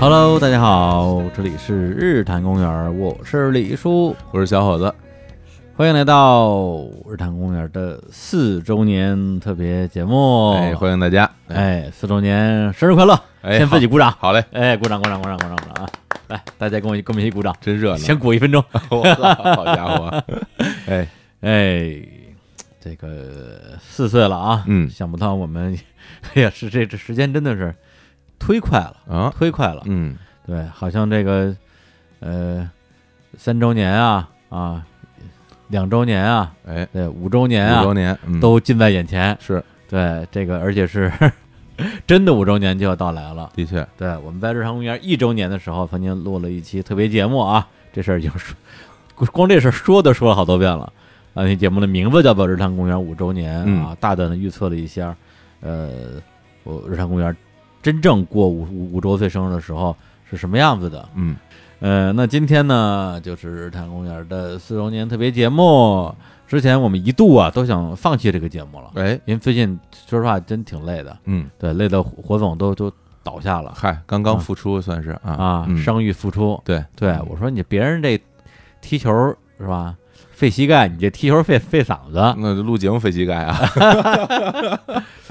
Hello，大家好，这里是日坛公园，我是李叔，我是小伙子，欢迎来到日坛公园的四周年特别节目。哎，欢迎大家，哎，四周年生日快乐！哎先自己鼓掌，好嘞，哎，鼓掌，鼓掌，鼓掌，鼓掌，鼓掌啊！来，大家跟我一跟我们一起鼓掌，真热闹，先鼓一分钟。 我操，好家 伙，哎，哎，这个四岁了啊，嗯想不到我们，哎呀，是这这时间真的是忒快了，啊，忒快了。嗯，对，好像这个呃三周年啊啊，两周年啊，哎，对，五周年五啊周，年，嗯，都近在眼前。是对，这个而且是 真的五周年就要到来了。的确，对，我们在日常公园一周年的时候，曾经录了一期特别节目啊，这事儿已经说， 光这事儿说都说了好多遍了。啊，那节目的名字叫做《日常公园五周年》嗯啊，大胆的预测了一下，呃，我日常公园真正过五五五周岁生日的时候是什么样子的？嗯，呃，那今天呢，就是日坛公园的四周年特别节目。之前我们一度啊都想放弃这个节目了，哎，因为最近说实话真挺累的，嗯，对，累的火总都都倒下了嗨，刚刚复出算是啊，啊，嗯伤愈复出。对对我说你别人这踢球是吧，费膝盖，你这踢球费费嗓子，那就录节目费膝盖啊，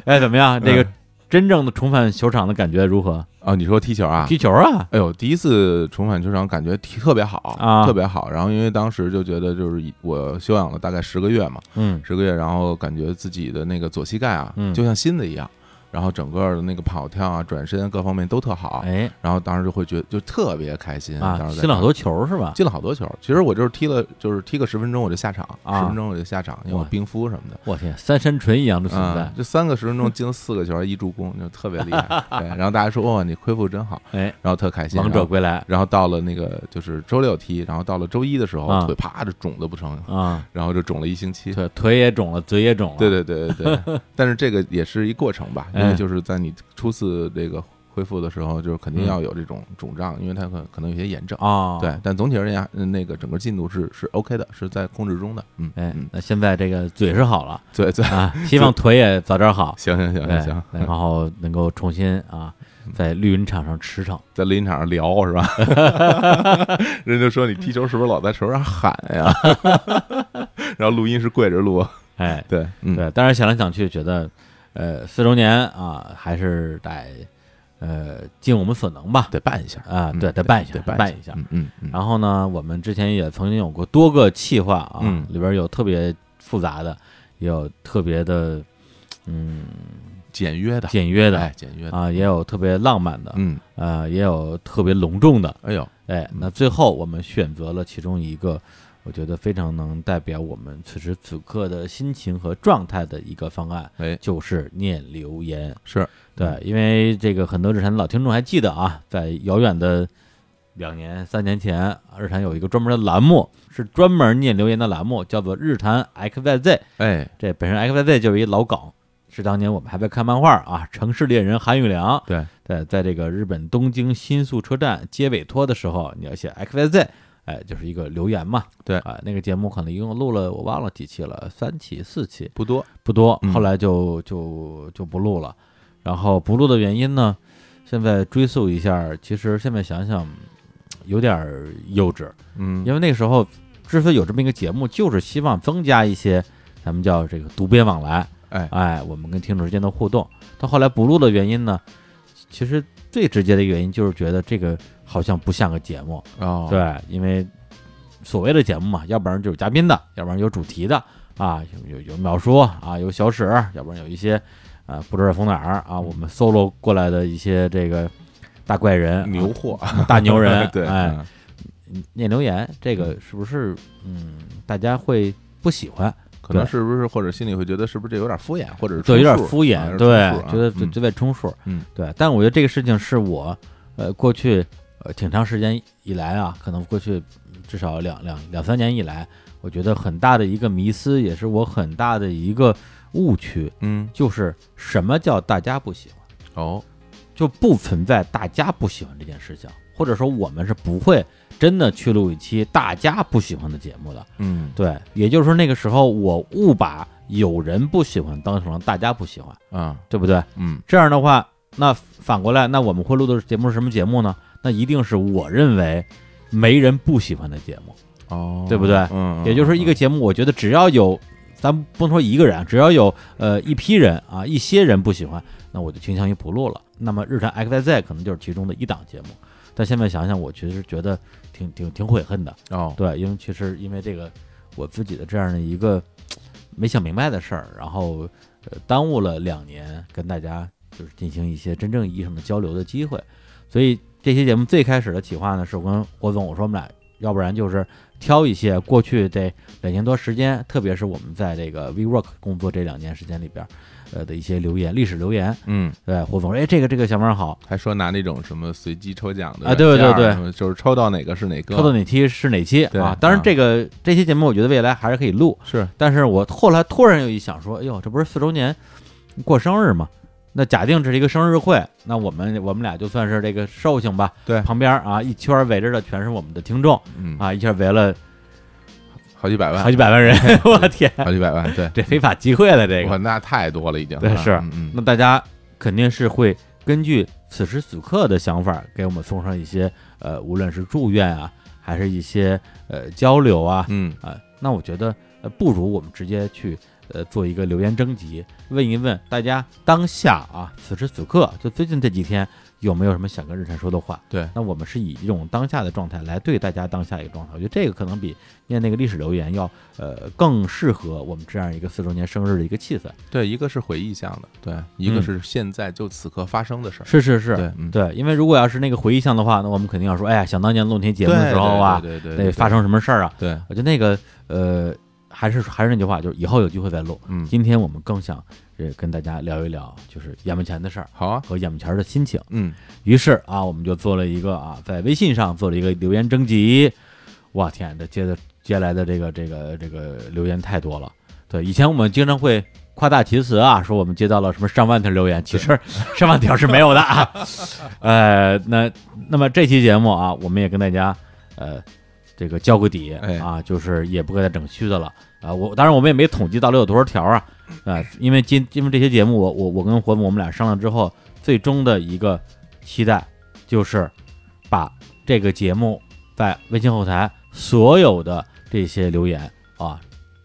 哎，怎么样？这个真正的重返球场的感觉如何？啊，你说踢球啊？踢球啊，哎呦，第一次重返球场，感觉踢特别好啊特别好。然后因为当时就觉得，就是以我休养了大概十个月嘛，嗯，十个月，然后感觉自己的那个左膝盖啊，嗯就像新的一样，然后整个的那个跑跳啊、转身各方面都特好，哎然后当时就会觉得就特别开心啊，当时在进了好多场球是吧？进了好多球，其实我就是踢了，就是踢个十分钟我就下场，啊十分钟我就下场，因为我哇冰敷什么的。我天，哎三山纯一样的存啊在，，这三个十分钟进了四个球，一助攻就特别厉 害。对，然后大家说哦哇，你恢复真好，哎，然后特开心。王然者后归来然后到了那个就是周六踢，然后到了周一的时候，啊腿啪就肿的不成，啊。然后就肿了一星期。腿腿也肿了，嘴也肿了。对对对对 对，但是这个也是一过程吧，因哎为就是在你初次这个恢复的时候，就是肯定要有这种肿胀，因为它可可能有些炎症。嗯啊，对，但总体而言，嗯那个整个进度是是 OK 的，是在控制中的。嗯，哎嗯，，那现在这个嘴是好了对对，啊，希望腿也早点好，行行行对行行，，嗯然后能够重新啊，在绿茵场上驰骋。在林场上聊是吧？ 人就说你踢球是不是老在球上喊呀？ 然后录音是跪着录，哎，对，嗯，对，当然想来想去，觉得呃四周年啊，还是得呃尽我们所能吧。得办一下，啊，嗯对，得办一下得，办一一下。嗯嗯嗯，然后呢，我们之前也曾经有过多个企划啊，嗯里边有特别复杂的，也有特别的，嗯，简约的，简约的，哎，简约的，啊，也有特别浪漫的，嗯，呃，也有特别隆重的。哎呦，哎，那最后我们选择了其中一个，我觉得非常能代表我们此时此刻的心情和状态的一个方案，哎，就是念留言。是，对，因为这个很多日产的老听众还记得啊，在遥远的两年、三年前，日产有一个专门的栏目，是专门念留言的栏目，叫做《日产 XYZ》。哎，这本身 XYZ 就是一老梗，是当年我们还在看漫画啊，《城市猎人》韩宇良对，在在这个日本东京新宿车站接委托的时候，你要写 XYZ，哎，就是一个留言嘛。对啊，那个节目可能一共录了我忘了几期了，三期、四期不多，不多，嗯后来就就就不录了。然后不录的原因呢，现在追溯一下，其实现在想想嗯有点儿幼稚，嗯，因为那个时候之所以有这么一个节目，就是希望增加一些咱们叫这个读编往来，哎哎，我们跟听众之间的互动。到后来不录的原因呢，其实最直接的一个原因就是觉得这个好像不像个节目，哦，对，哎因为所谓的节目嘛，要不然就有嘉宾的，要不然有主题的啊，有有有秒叔啊，有小史，要不然有一些啊不知道从哪儿啊，我们 solo 过来的一些这个大怪人、牛货，啊 大 牛人，对，哎，嗯念留言，这个是不是嗯，大家会不喜欢？可能对是不是或者心里会觉得是不是这有点敷衍，或者是对，有充点数敷啊衍，有点对充数，啊觉得就嗯就在充数，嗯，对。但我觉得这个事情是我呃过去呃挺长时间以来啊，可能过去嗯至少两两两三年以来，我觉得很大的一个迷思，也是我很大的一个误区，嗯，就是什么叫大家不喜欢，哦，就不存在大家不喜欢这件事情，或者说我们是不会真的去录一期大家不喜欢的节目的。嗯，对，也就是说那个时候我误把有人不喜欢当成了大家不喜欢，啊，对不对？嗯，这样的话，那反过来，那我们会录的节目是什么节目呢？那一定是我认为没人不喜欢的节目。哦，对不对嗯，也就是说，一个节目，我觉得只要有，咱不能说一个人，只要有呃一批人啊，一些人不喜欢，那我就倾向于不录了。那么日常 XYZ 可能就是其中的一档节目。但现在想想，我其实觉得挺挺挺悔恨的，哦，对，因为其实因为这个我自己的这样的一个没想明白的事儿，然后呃耽误了两年跟大家就是进行一些真正意义上的交流的机会，所以这期节目最开始的企划呢，是我跟郭总我说我们俩，要不然就是挑一些过去这两年多时间，特别是我们在这个 WeWork 工作这两年时间里边儿，呃的一些留言，历史留言，嗯，对，霍总说，哎，这个这个小妹儿好，还说拿那种什么随机抽奖的啊对软件儿对对对什么就是抽到哪个是哪个，抽到哪期是哪期对啊？当然啊这个、这期节目我觉得未来还是可以录，是但是我后来突然又一想说，哎呦，这不是四周年过生日吗？那假定这是一个生日会，那我们我们俩就算是这个寿星吧。对旁边啊一圈围着的全是我们的听众嗯，啊，一圈围了好几百万好，几 百万人，我天，好几百万，对，这非法集会了这哇，个。那太多了已经，对是嗯嗯，那大家肯定是会根据此时此刻的想法，给我们送上一些呃，无论是祝愿啊，还是一些呃交流啊，嗯，啊，那我觉得呃，不如我们直接去呃做一个留言征集，问一问大家当下啊，此时此刻，就最近这几天有没有什么想跟日晨说的话？对，那我们是以一种当下的状态来对大家当下一个状态，我觉得这个可能比念那个历史留言要呃更适合我们这样一个四周年生日的一个气氛。对，一个是回忆向的，对，一个嗯是现在就此刻发生的事儿，是是是，对嗯对，因为如果要是那个回忆向的话，那我们肯定要说，哎呀，想当年录那节目的对时候啊，对对对，得对发，生什么事儿啊？对，我觉得那个呃，还是还是那句话，就是以后有机会再录。嗯，今天我们更想呃跟大家聊一聊，就是眼巴前的事儿好啊，和眼巴前的心情。嗯，于是啊，我们就做了一个啊，在微信上做了一个留言征集。哇天，啊这接着接下来的这个这个这个留言太多了。对，以前我们经常会夸大其词啊，说我们接到了什么上万条留言，其实上万条是没有的啊。 呃，那那么这期节目啊，我们也跟大家呃这个交个底哎啊，就是也不给它整虚的了啊。我当然我们也没统计到底有多少条啊啊，因为今因为这些节目我我我跟活总我们俩商量之后，最终的一个期待就是把这个节目在微信后台所有的这些留言啊，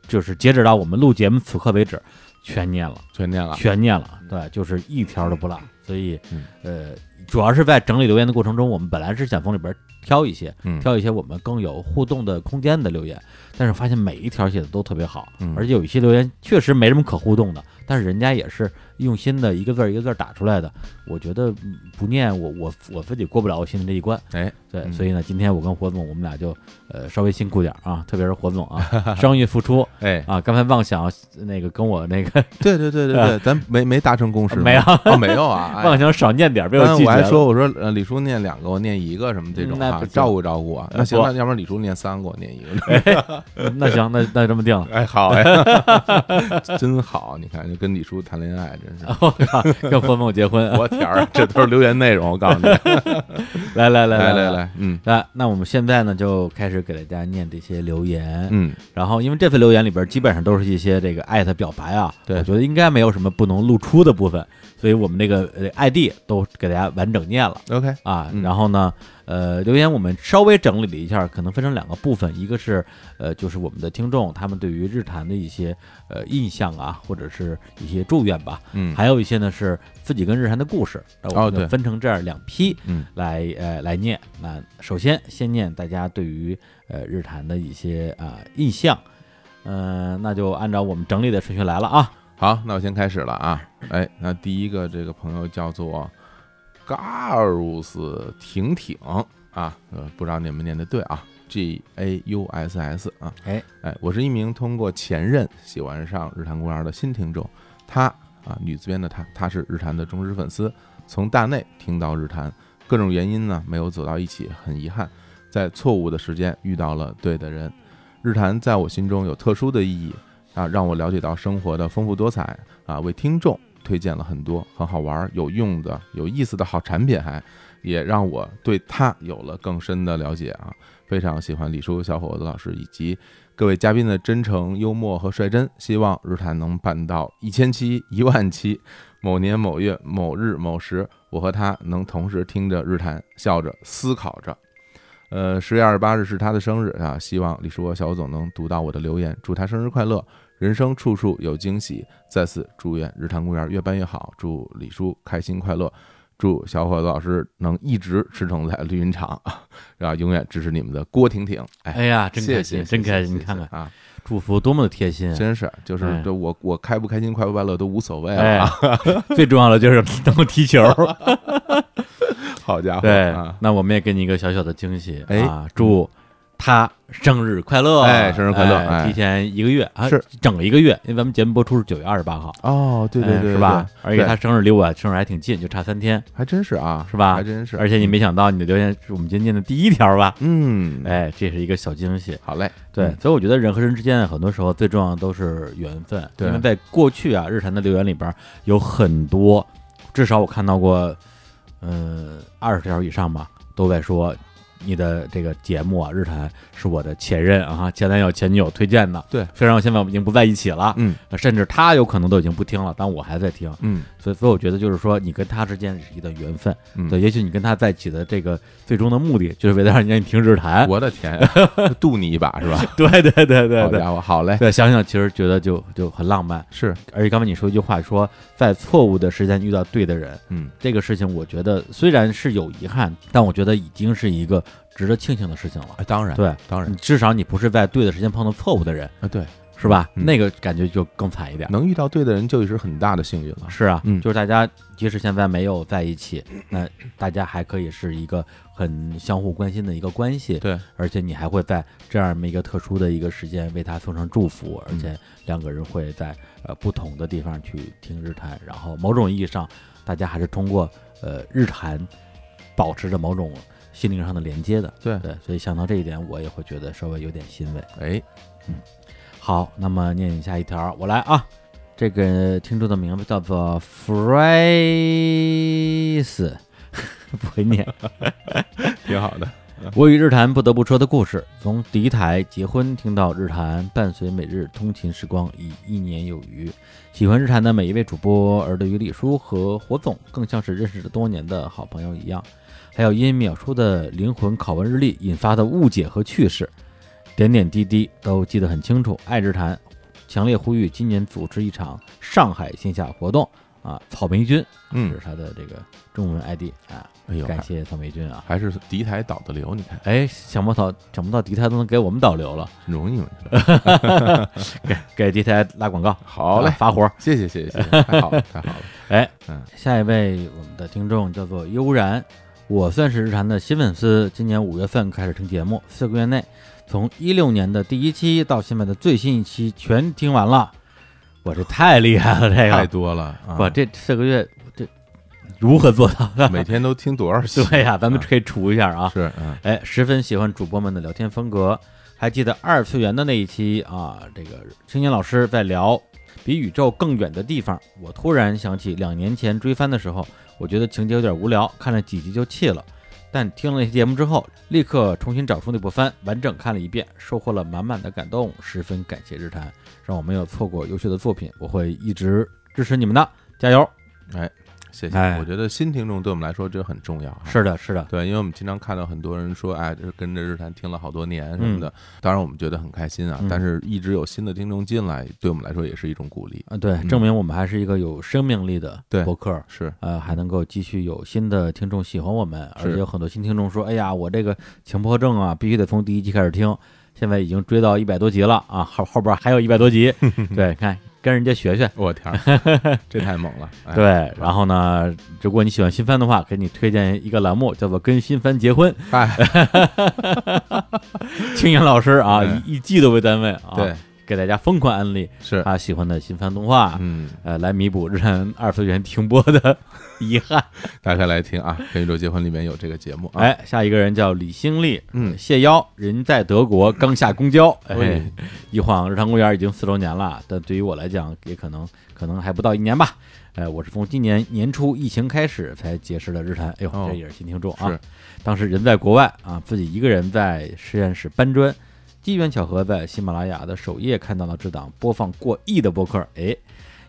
就是截止到我们录节目此刻为止，全念了，全念了，全念了，对，就是一条都不落。所以嗯，呃，主要是在整理留言的过程中，我们本来是想从里边挑一些，嗯，挑一些我们更有互动的空间的留言，但是发现每一条写的都特别好，嗯而且有一些留言确实没什么可互动的，但是人家也是用心的一个字儿一个字儿打出来的。我觉得嗯不念我我我自己过不了我心里这一关，哎，对，嗯所以呢，今天我跟火总我们俩就呃稍微辛苦点儿啊，特别是火总啊，商业付出哎，啊，刚才妄想那个跟我那个对对对对 对，咱没没达成共识吗，没有 哦，没有 啊，哎妄想少念点儿，被刚才拒我绝还了。说，我说呃，李叔念两个，我念一个什么这种嗯那啊不，行照顾照顾啊。呃那行，不哎那要不然李叔念三个，我念一个。那行，那那这么定了。哎，好哎， 真好！你看，就跟李叔谈恋爱，真是我靠，跟火总结婚，我天儿，这都是留言内容。我告诉你， 来来来来来来，嗯那那我们现在呢，就开始给大家念这些留言。嗯，然后，因为这份留言里边基本上都是一些这个艾特表白啊，对我觉得应该没有什么不能露出的部分，所以我们这个呃 ID 都给大家完整念了 OK，啊。嗯然后呢，呃，留言我们稍微整理了一下，可能分成两个部分，一个是呃，就是我们的听众他们对于日坛的一些呃印象啊，或者是一些祝愿吧，嗯，还有一些呢是自己跟日坛的故事，那我哦们就对分成这样两批，嗯，来呃来念。那首先先念大家对于呃日坛的一些啊、印象，嗯、那就按照我们整理的顺序来了啊。好，那我先开始了啊。哎，那第一个这个朋友叫做 Garus 婷婷啊，呃，不知道你们念的对啊，G A U S S 啊。哎哎，我是一名通过前任喜欢上日坛公园的新听众，她啊，女字边的她，她是日坛的忠实粉丝，从大内听到日坛，各种原因呢没有走到一起，很遗憾，在错误的时间遇到了对的人。日坛在我心中有特殊的意义啊，让我了解到生活的丰富多彩啊，为听众推荐了很多很好玩、有用的、有意思的好产品还，也让我对他有了更深的了解啊。非常喜欢李叔小伙子老师以及各位嘉宾的真诚、幽默和率真，希望日坛能办到一千期、一万期。某年某月某日某时，我和他能同时听着日坛，笑着思考着。呃，十月二十八日是他的生日啊，希望李叔和小总能读到我的留言，祝他生日快乐，人生处处有惊喜。再次祝愿日坛公园越办越好，祝李叔开心快乐，祝小伙子老师能一直驰骋在绿云场，啊然后永远支持你们的郭婷婷。哎，哎呀，真谢开谢，心，真开心！谢你谢看看啊，祝福多么的贴心啊，真是就是哎这我我开不开心快不快乐都无所谓了哎啊。， 最重要的就是能够踢球。 好家伙，对啊，，那我们也给你一个小小的惊喜哎啊，祝他生日快乐！哎生日快乐哎提前一个月啊，是整一个月，因为咱们节目播出是九月二十八号，哦，对对哎对，对是吧？而且对他生日离我生日还挺近，就差三天。还真是啊，是吧还真是，而且你没想到你的留言是我们今天念的第一条吧？嗯，哎，这是一个小惊喜。好嘞，对嗯，所以我觉得人和人之间很多时候最重要的都是缘分。对因为在过去啊，日常的留言里边有很多，至少我看到过，嗯、二十条以上吧，都在说你的这个节目啊，日常是我的前任啊、前男友、前女友推荐的。对虽然我现在我们已经不在一起了，呃嗯甚至他有可能都已经不听了，但我还在听。嗯所以，所以我觉得就是说，你跟他之间是一段缘分。嗯，对，也许你跟他在一起的这个最终的目的，就是为了让你让你听日谈。我的天， 渡你一把是吧？ 对对对对对好。家伙，好嘞，对，想想其实觉得就就很浪漫。是，而且刚才你说一句话说，在错误的时间遇到对的人，嗯，这个事情我觉得虽然是有遗憾，但我觉得已经是一个值得庆幸的事情了。哎当然，对，当然你至少你不是在对的时间碰到错误的人，啊，对，是吧？嗯那个感觉就更惨一点。能遇到对的人就已是很大的幸运了。是啊，嗯就是大家即使现在没有在一起，那大家还可以是一个很相互关心的一个关系。对，而且你还会在这样一个特殊的一个时间为他送上祝福，嗯而且两个人会在呃不同的地方去听日谈，然后某种意义上，大家还是通过呃日谈保持着某种心灵上的连接的。对对，所以想到这一点，我也会觉得稍微有点欣慰。嗯哎，好，那么念一下一条，我来啊。这个听众的名字叫做 Fries，不 会念。 挺好的，嗯我与日坛不得不说的故事，从第一台结婚听到日坛，伴随每日通勤时光已一年有余。喜欢日坛的每一位主播，而对于李叔和火总，更像是认识了多年的好朋友一样。还有因淼叔的灵魂拷问日历引发的误解和趣事，点点滴滴都记得很清楚。爱日坛强烈呼吁今年组织一场上海线下活动啊！草莓君这嗯是，他的这个中文 ID 啊，哎呦，感谢草莓君啊！还还是敌台倒的流，你看哎，想不到想不到迪台都能给我们导流了，容易吗？ 给迪台拉广告， 好嘞啊，发活。谢谢谢谢谢谢， 太好了太好了，哎，嗯下一位我们的听众叫做悠然，我算是日坛的新粉丝，今年五月份开始听节目，四个月内从一六年的第一期到现在的最新一期全听完了，我这太厉害了，这太个多了啊，我这四个月这 如何做到的？每天都听多少期？ 对呀、咱们啊可以除一下啊，是嗯哎，十分喜欢主播们的聊天风格。还记得二次元的那一期啊，这个青年老师在聊比宇宙更远的地方，我突然想起两年前追番的时候，我觉得情节有点无聊，看了几集就弃了。但听了那期节目之后，立刻重新找出那部番，完整看了一遍，收获了满满的感动，十分感谢日坛，让我没有错过优秀的作品，我会一直支持你们的，加油！谢谢哎。我觉得新听众对我们来说这很重要啊，是的，是的，对，因为我们经常看到很多人说，哎，这跟着日坛听了好多年什么的。当然，我们觉得很开心啊，嗯但是一直有新的听众进来，对我们来说也是一种鼓励。啊，对，证明我们还是一个有生命力的对博客，是，呃，还能够继续有新的听众喜欢我们，而是且有很多新听众说：“哎呀，我这个强迫症啊，必须得从第一集开始听，现在已经追到一百多集了啊，后后边还有一百 多集。”对，看跟人家学学。我天儿，这太猛了！哎、对，然后呢，如果你喜欢新番的话，给你推荐一个栏目，叫做《跟新番结婚 哎，》， 青年老师啊，嗯以以季度为单位啊，对，，给大家疯狂安利是，他喜欢的新番动画，嗯，呃，来弥补日韩二次元停播的 遗憾。大家来听啊，《跟宇宙结婚》里面有这个节目啊。，哎，下一个人叫李兴利，嗯谢邀，人在德国，刚下公交。哎哎，一晃日坛公园已经四周年了，但对于我来讲，也可能可能还不到一年吧。哎，我是从今年年初疫情开始才结识的日坛，哎呦，哦这也是新听众啊。是当时人在国外啊，自己一个人在实验室搬砖，机缘巧合在喜马拉雅的首页看到了这档播放过亿的播客，哎，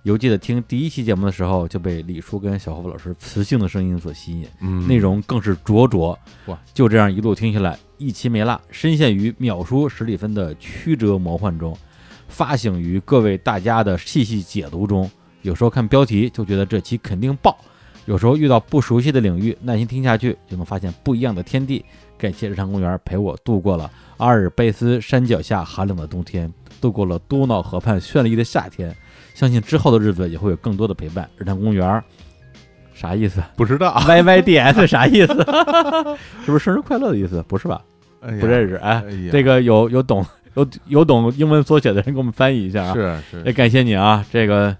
犹记得听第一期节目的时候就被李叔跟小胡老师磁性的声音所吸引，嗯内容更是灼灼。哇！就这样一路听下来，一期没落，深陷于秒叔史蒂芬的曲折魔幻中，发醒于各位大家的细细解读中。有时候看标题就觉得这期肯定爆，有时候遇到不熟悉的领域，耐心听下去就能发现不一样的天地。感谢日常公园陪我度过了阿尔卑斯山脚下寒冷的冬天，度过了多瑙河畔绚丽的夏天。相信之后的日子也会有更多的陪伴。日常公园，啥意思？不知道， Y Y D S 啥意思？是不是生日快乐的意思？不是吧？不不认识。哎，哎呀，这个有有懂有有懂英文缩写的人给我们翻译一下啊！是是也感谢你啊，这个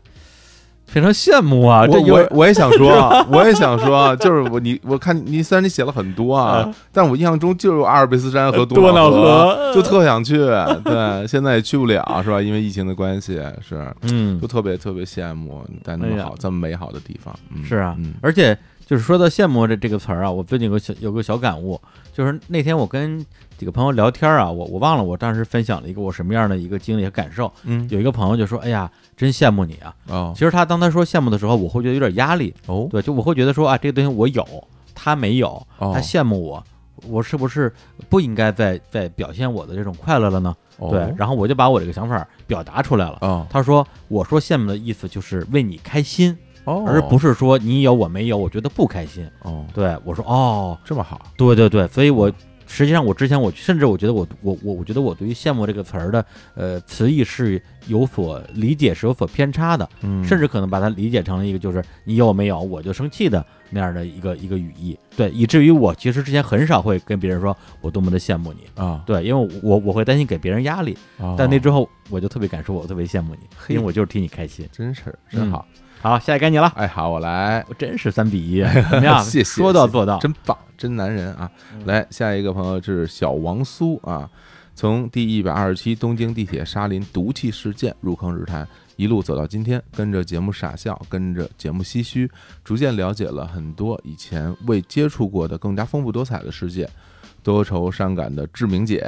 非常羡慕啊，这我有我我也想 说，啊 我也想说，啊就是我你我看你虽然你写了很多啊啊，但我印象中就有阿尔卑斯山和多瑙瑙河嗯就特想去， 对，现在也去不了，是吧？因为疫情的关系，是嗯就特别特别羡慕你在那哎么呀好、这么美好的地方，嗯是啊嗯，而且就是说到羡慕这这个词儿啊，我最近有个小有个小感悟，就是那天我跟几个朋友聊天啊，我我忘了我当时分享了一个我什么样的一个经历和感受。嗯，有一个朋友就说：“哎呀，真羡慕你啊！”哦其实他当他说羡慕的时候，我会觉得有点压力，哦对，就我会觉得说啊，这个东西我有，他没有，哦他羡慕我，我是不是不应该再再表现我的这种快乐了呢？哦对，然后我就把我这个想法表达出来了。哦他说：“我说羡慕的意思就是为你开心，哦，而不是说你有我没有，我觉得不开心。哦对”我说：“哦，这么好，对对对，所以我。”实际上，我之前我甚至我觉得我我我我觉得我对于“羡慕”这个词儿的呃词义是有所理解，是有所偏差的。嗯甚至可能把它理解成了一个就是你有没有我就生气的那样的一个一个语义，对，以至于我其实之前很少会跟别人说我多么的羡慕你，啊，对，因为我我会担心给别人压力，哦但那之后我就特别感受我特别羡慕你，因为我就是替你开心。真是真嗯好，好，下一该你了，哎，好，我来，我真是三比 一，怎么样？谢谢说到做到，真棒，真男人啊！嗯来，下一个朋友是小王苏啊，从第一百二十七东京地铁沙林毒气事件入坑日坛，一路走到今天，跟着节目傻笑，跟着节目唏嘘，逐渐了解了很多以前未接触过的更加丰富多彩的世界。多愁善感的志明姐，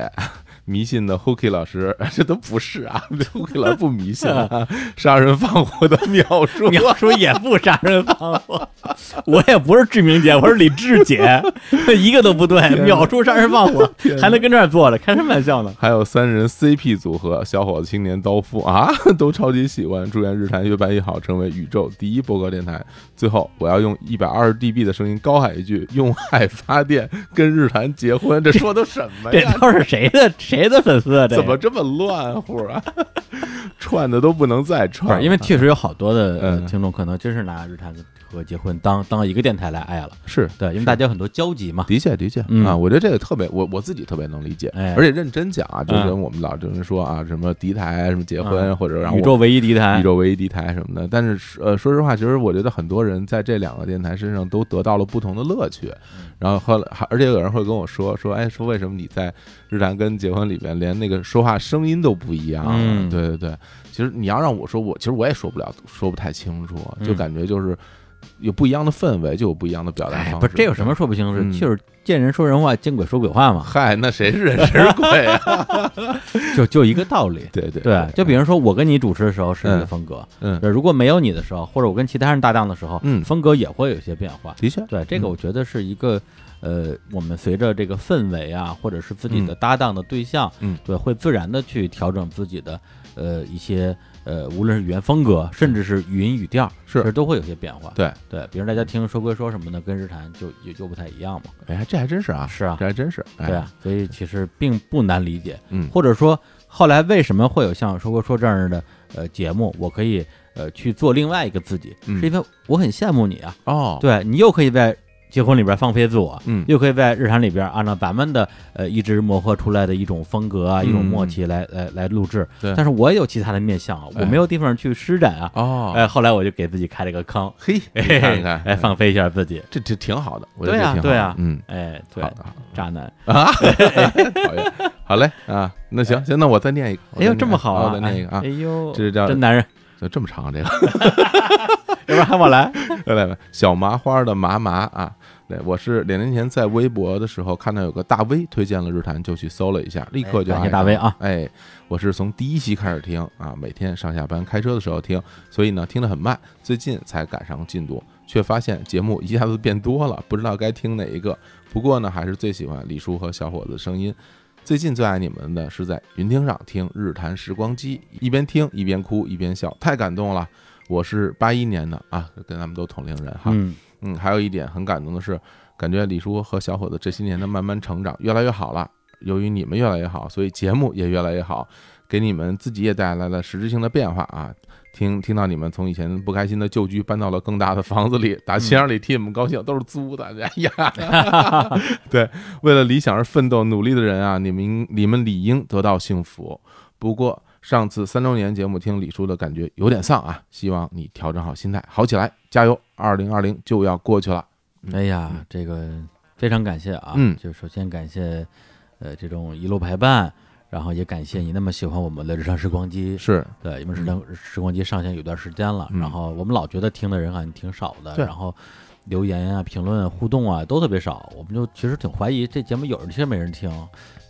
迷信的 Hooky 老师，这都不是啊，Hooky 老师不迷信 啊，杀人放火的秒叔，你要说也不杀人放火， 我也不是志明姐，我是李志姐， 一个都不对，秒出杀人放火，还能跟这儿坐着，开什么玩笑呢？ 还有三人 CP 组合小伙子、青年刀夫啊， 都超级喜欢。祝愿日坛越办越好，成为宇宙第一播客电台。最后，我要用一百二十 dB 的声音高喊一句：“用爱发电，跟日坛 结婚。”这说的什么这呀？都是谁的谁的粉丝啊？这怎么这么乱乎啊？ 串的都不能再不串是了，因为确实有好多的呃嗯听众可能真是拿日坛和结婚当当一个电台来爱了，是对，因为大家有很多交集嘛。的确，的确嗯啊，我觉得这个特别，我我自己特别能理解哎，而且认真讲啊，就嗯跟我们老有人说啊，什么敌台，什么结婚，嗯或者让宇我宙唯一敌宇台，宙唯一敌台什么的。但是呃，说实话，其实我觉得很多人在这两个电台身上都得到了不同的乐趣。嗯然后后来，还而且有人会跟我说说，哎，说为什么你在日坛跟结婚里边连那个说话声音都不一样？嗯对对对，其实你要让我说，我其实我也说不了，说不太清楚，就嗯感觉就是。有不一样的氛围，就有不一样的表达哎方，不式。是这有什么说不清嗯楚，就是见人说人话，见鬼说鬼话嘛，嗨，那谁是人谁是鬼啊？。就就一个道理对对对，就比如说我跟你主持的时候是你的风格，嗯，对，如果没有你的时候，或者我跟其他人搭档的时候，嗯风格也会有些变化。的确，对，这个嗯我觉得是一个，呃，我们随着这个氛围啊，或者是自己的搭档的对象，嗯对，会自然的去调整自己的呃一些呃，无论是语言风格，甚至是语音语调，是其实都会有些变化。对，对，比如大家听说归说什么的，跟日坛就也就不太一样嘛。哎，这还真是啊，是啊，这还真是，哎对啊，所以其实并不难理解，嗯或者说后来为什么会有像说归说这样的呃节目，我可以呃去做另外一个自己，嗯是因为我很羡慕你啊，哦，，对你又可以在结婚里边放飞自我，嗯，又可以在日常里边按照咱们的呃一直磨合出来的一种风格啊，一种默契来来来录制。嗯对但是我也有其他的面相啊，哎我没有地方去施展啊。哦，哎，后来我就给自己开了个坑，嘿，你看看，嗯哎，放飞一下自己。这这挺好的，我觉得对这啊挺好的对啊嗯，哎，对好，的，好 渣男， 的讨厌，啊好嘞啊，那行行，那我再念一个，我再哎念呦，一个这么好我啊再！念一个啊哎，呦，这叫真男人，就这么长这个， 要不然喊我来。 来来来，小麻花的麻麻啊，对，我是两年前在微博的时候看到有个大 V 推荐了日坛，就去搜了一下，立刻就感爱谢大上 V 了啊，哎，我是从第一期开始听啊，每天上下班开车的时候听，所以呢听得很慢，最近才赶上进度，却发现节目一下子变多了，不知道该听哪一个。不过呢，还是最喜欢李叔和小伙子的声音。最近最爱你们的是在云听上听《日谈时光机》，一边听一边哭一边笑，太感动了。我是八一年的啊，跟他们都同龄人哈。嗯，嗯，还有一点很感动的是，感觉李叔和小伙子这些年的慢慢成长，越来越好了。由于你们越来越好，所以节目也越来越好，给你们自己也带来了实质性的变化啊！听听到你们从以前不开心的旧居搬到了更大的房子里，打心眼里替你们高兴，都是租的。哎呀， 对，为了理想而奋斗努力的人啊，你们应你们理应得到幸福。不过上次三周年节目听李叔的感觉有点丧啊，希望你调整好心态，好起来，加油！二零二零就要过去了。哎呀，这个非常感谢啊，嗯就首先感谢呃这种一路陪伴，然后也感谢你那么喜欢我们的日常时光机。是，对，因为时光时光机上线有段时间了，嗯然后我们老觉得听的人好像挺少的，对然后留言啊、评论、啊、互动啊都特别少，我们就其实挺怀疑这节目有人听没人听。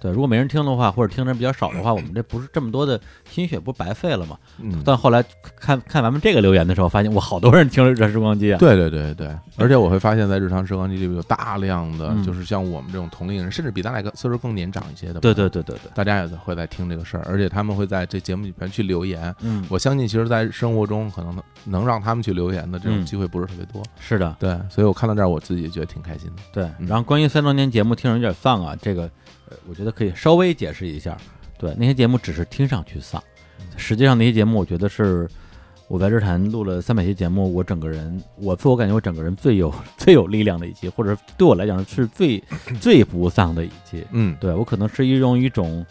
对，如果没人听的话，或者听的人比较少的话，我们这不是这么多的心血不白费了吗？嗯，但后来看看咱们这个留言的时候，发现我好多人听了《这时光机》啊，对对对对，而且我会发现，在日常时光机里面有大量的嗯，就是像我们这种同龄人，甚至比咱俩个岁数更年长一些的，对，对对对对，大家也会在听这个事儿，而且他们会在这节目里边去留言。嗯，我相信，其实，在生活中，可能能让他们去留言的这种嗯机会不是特别多。是的，对，所以我看到这儿，我自己也觉得挺开心的。对。嗯然后关于三周年节目听着有点丧啊，这个呃，我觉得可以稍微解释一下。对，那些节目只是听上去丧，嗯实际上那些节目，我觉得是我在日坛录了三百期节目，我整个人，我自我感觉我整个人最有 最有力量的一期，或者对我来讲 是最最不丧的一期。嗯，对我可能是用一种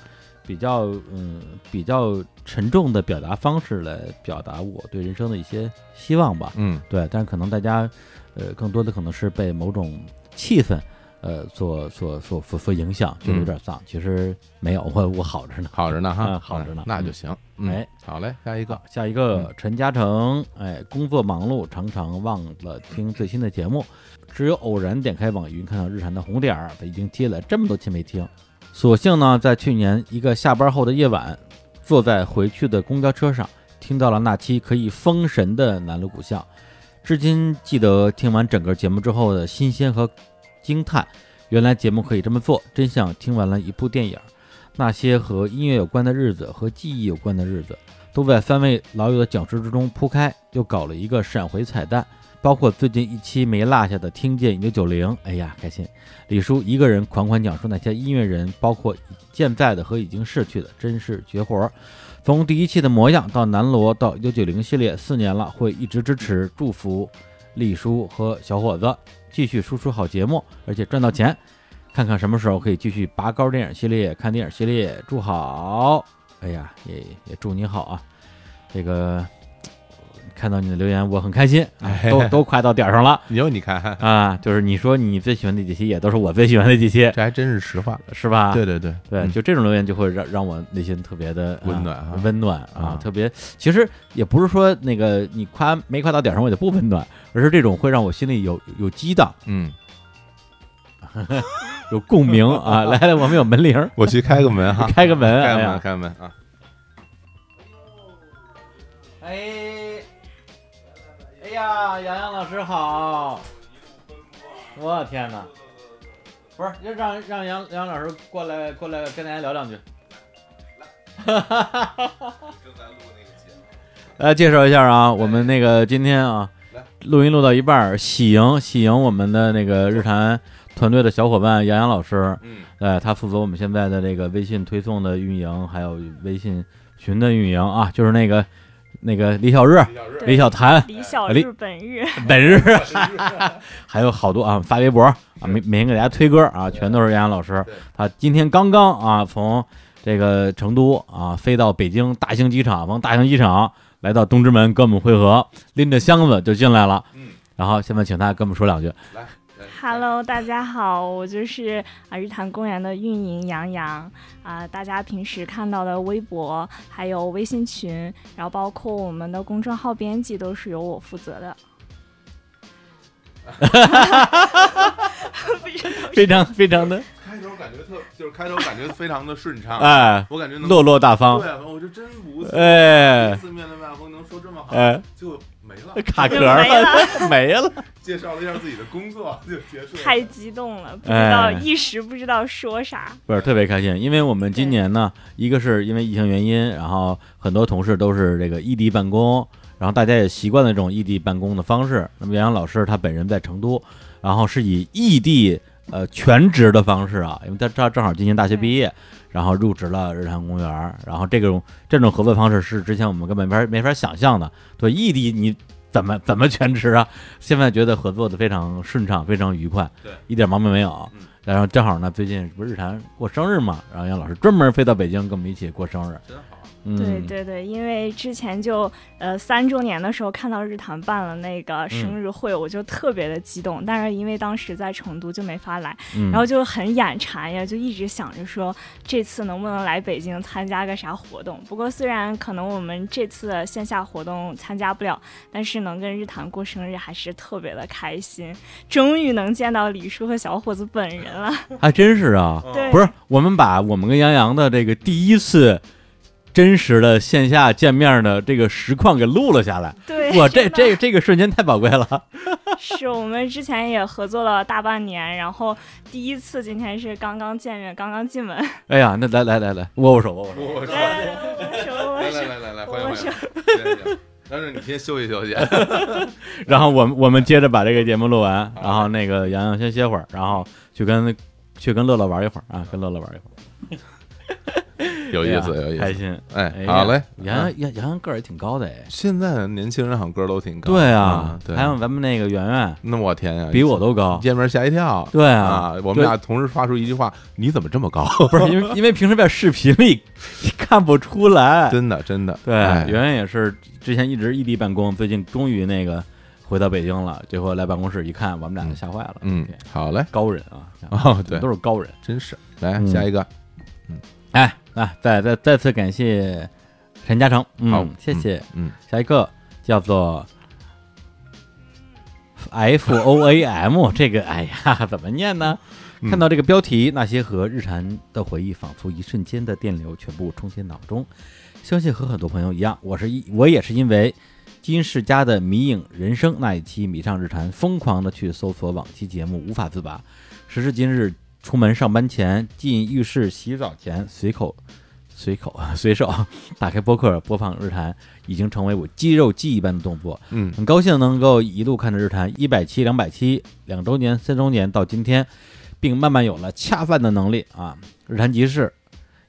比较嗯比较沉重的表达方式来表达我对人生的一些 希望吧。嗯，对，但是可能大家，呃，更多的可能是被某种气氛，呃，所所所所所影响，觉得有点丧。其实没有，我我好着呢。好着呢哈， 嗯好着呢那就行。嗯哎，好嘞，下一个，嗯下一个陈嘉诚，哎，工作忙碌，常常忘了听最新的节目，只有偶然点开网易云看到日产的红点儿，已经贴了这么多期没听。所幸呢，在去年一个下班后的夜晚，坐在回去的公交车上，听到了那期可以封神的南锣鼓巷，至今记得听完整个节目之后的新鲜和惊叹。原来节目可以这么做，真像听完了一部电影。那些和音乐有关的日子，和记忆有关的日子，都在三位老友的讲述之中铺开，又搞了一个闪回彩蛋，包括最近一期没落下的《听见一九九零》， 哎呀，开心！李叔一个人款款讲述那些音乐人，包括健在的和已经逝去的，真是绝活儿。从第一期的模样到南锣到一九九零系列，四年了，会一直支持祝福李叔和小伙子继续输出好节目，而且赚到钱。看看什么时候可以继续拔高电影系列，看电影系列，祝好！哎呀，也也祝你好啊！这个看到你的留言，我很开心， 哎都都快到点儿上了由你看，啊！就是你说你最喜欢的几期，也都是我最喜欢的几期，这还真是实话。是吧？对对对对，嗯就这种留言就会让让我内心特别的温暖啊温暖啊，啊特别。其实也不是说那个你夸没夸到点儿上我就不温暖，而是这种会让我心里有有激荡、嗯，有共鸣 啊！来来，我们有门铃儿，我去开个门哈， 开个门，啊开哎个门，呀，开个门啊！哎，哎呀，洋洋老师好！我天哪，不是，就让让杨杨老师过来过来跟大家聊两句。来，介绍一下啊，我们那个今天啊来，录音录到一半儿，喜迎喜迎我们的那个日坛团队的小伙伴杨洋老师，嗯，呃，他负责我们现在的这个微信推送的运营，还有微信群的运营啊，就是那个那个李小日、小日李小谭、李小李日本日，本日， 还有好多啊，发微博啊，每每天给大家推歌啊，全都是杨洋老师对。他今天刚刚啊，从这个成都啊飞到北京大兴机场，从大兴机场来到东直门跟我们会合，拎着箱子就进来了。嗯，然后现在请他跟我们说两句。 Hello，大家好，我就是啊日坛公园的运营杨洋啊，大家平时看到的微博还有微信群，然后包括我们的公众号编辑都是由我负责的。不知道非常非常的开头感觉特，就是开头感觉非常的顺畅，哎我感觉能落落大方，对，啊我这真无次，第哎一次面对麦克风能说这么好，哎，就没了，卡壳了， 没了， 介绍了一下自己的工作就 结束了。太激动了，不知道哎一时不知道说啥。不是特别开心，因为我们今年呢，一个是因为疫情原因，然后很多同事都是这个异地办公，然后大家也习惯了这种异地办公的方式。那么杨洋老师他本人在成都，然后是以异地呃全职的方式啊，因为他他正好今年大学毕业，然后入职了日坛公园儿，然后这种这种合作方式是之前我们根本没法没法想象的。对，异地你怎么 怎么全职啊？现在觉得合作的非常顺畅，非常愉快，对，嗯一点毛病没有。然后正好呢，最近不是日坛过生日嘛，然后杨老师专门飞到北京跟我们一起过生日。真好，嗯，对对对，因为之前就呃三周年的时候看到日坛办了那嗯个生日会，我就特别的激动，但是因为当时在成都就没法来，嗯，然后就很眼馋呀，就一直想着说这次能不能来北京参加个啥活动。不过虽然可能我们这次的线下活动参加不了，但是能跟日坛过生日还是特别的开心，终于能见到李叔和小伙子本人了。还真是啊，嗯对不是我们把我们跟杨洋的这个第一次真实的线下见面的这个实况给录了下来。对，哇，这真的这这个瞬间太宝贵了。 是我们之前也合作了大半年，然后第一次今天是刚刚见面，刚刚进门。哎呀，那来来来来，握握手，握握手。我我说来来来，握手握来手来。来来来， 欢迎我欢是迎，谢谢。但是你先休息 休息，好然后我们我们接着把这个节目录完，然后那个洋洋先歇会儿，然后去跟去跟乐乐玩一会儿啊，跟乐乐玩一会儿，有意思哎呀有意开思。心。哎，好嘞，杨洋杨洋洋个儿也挺高的哎，现在年轻人好像个儿都挺高，对啊嗯，对，还有咱们那个圆圆那我天呀，比我都高，见面吓一跳，对啊，我们俩同时发出一句话：“你怎么这么高 不是因为因为平时在视频里看不出？”来，真的真的，对，哎圆圆也是之前一直异地办公，最近终于那个回到北京了，结果来办公室一看，我们俩就吓坏了，嗯对，好嘞，高人啊，哦，对，都是高人。真是，来嗯下一个，哎，那再再再次感谢陈嘉诚，好嗯，谢谢。嗯，下一个叫做 F O A M，这个哎呀， 怎么念呢？嗯看到这个标题，那些和日常的回忆，仿佛一瞬间的电流全部冲进脑中。相信和很多朋友一样，我是一我也是因为金世佳的《迷影人生》那一期《迷上日常》，疯狂的去搜索往期节目，无法自拔。时至今日，出门上班前、进浴室洗澡前，随口随口 随手打开播客播放日谈，已经成为我肌肉记忆般的动作。嗯很高兴能够一路看着日谈一百期、两百期、两周年、三周年到今天，并慢慢有了恰饭的能力啊！日谈集市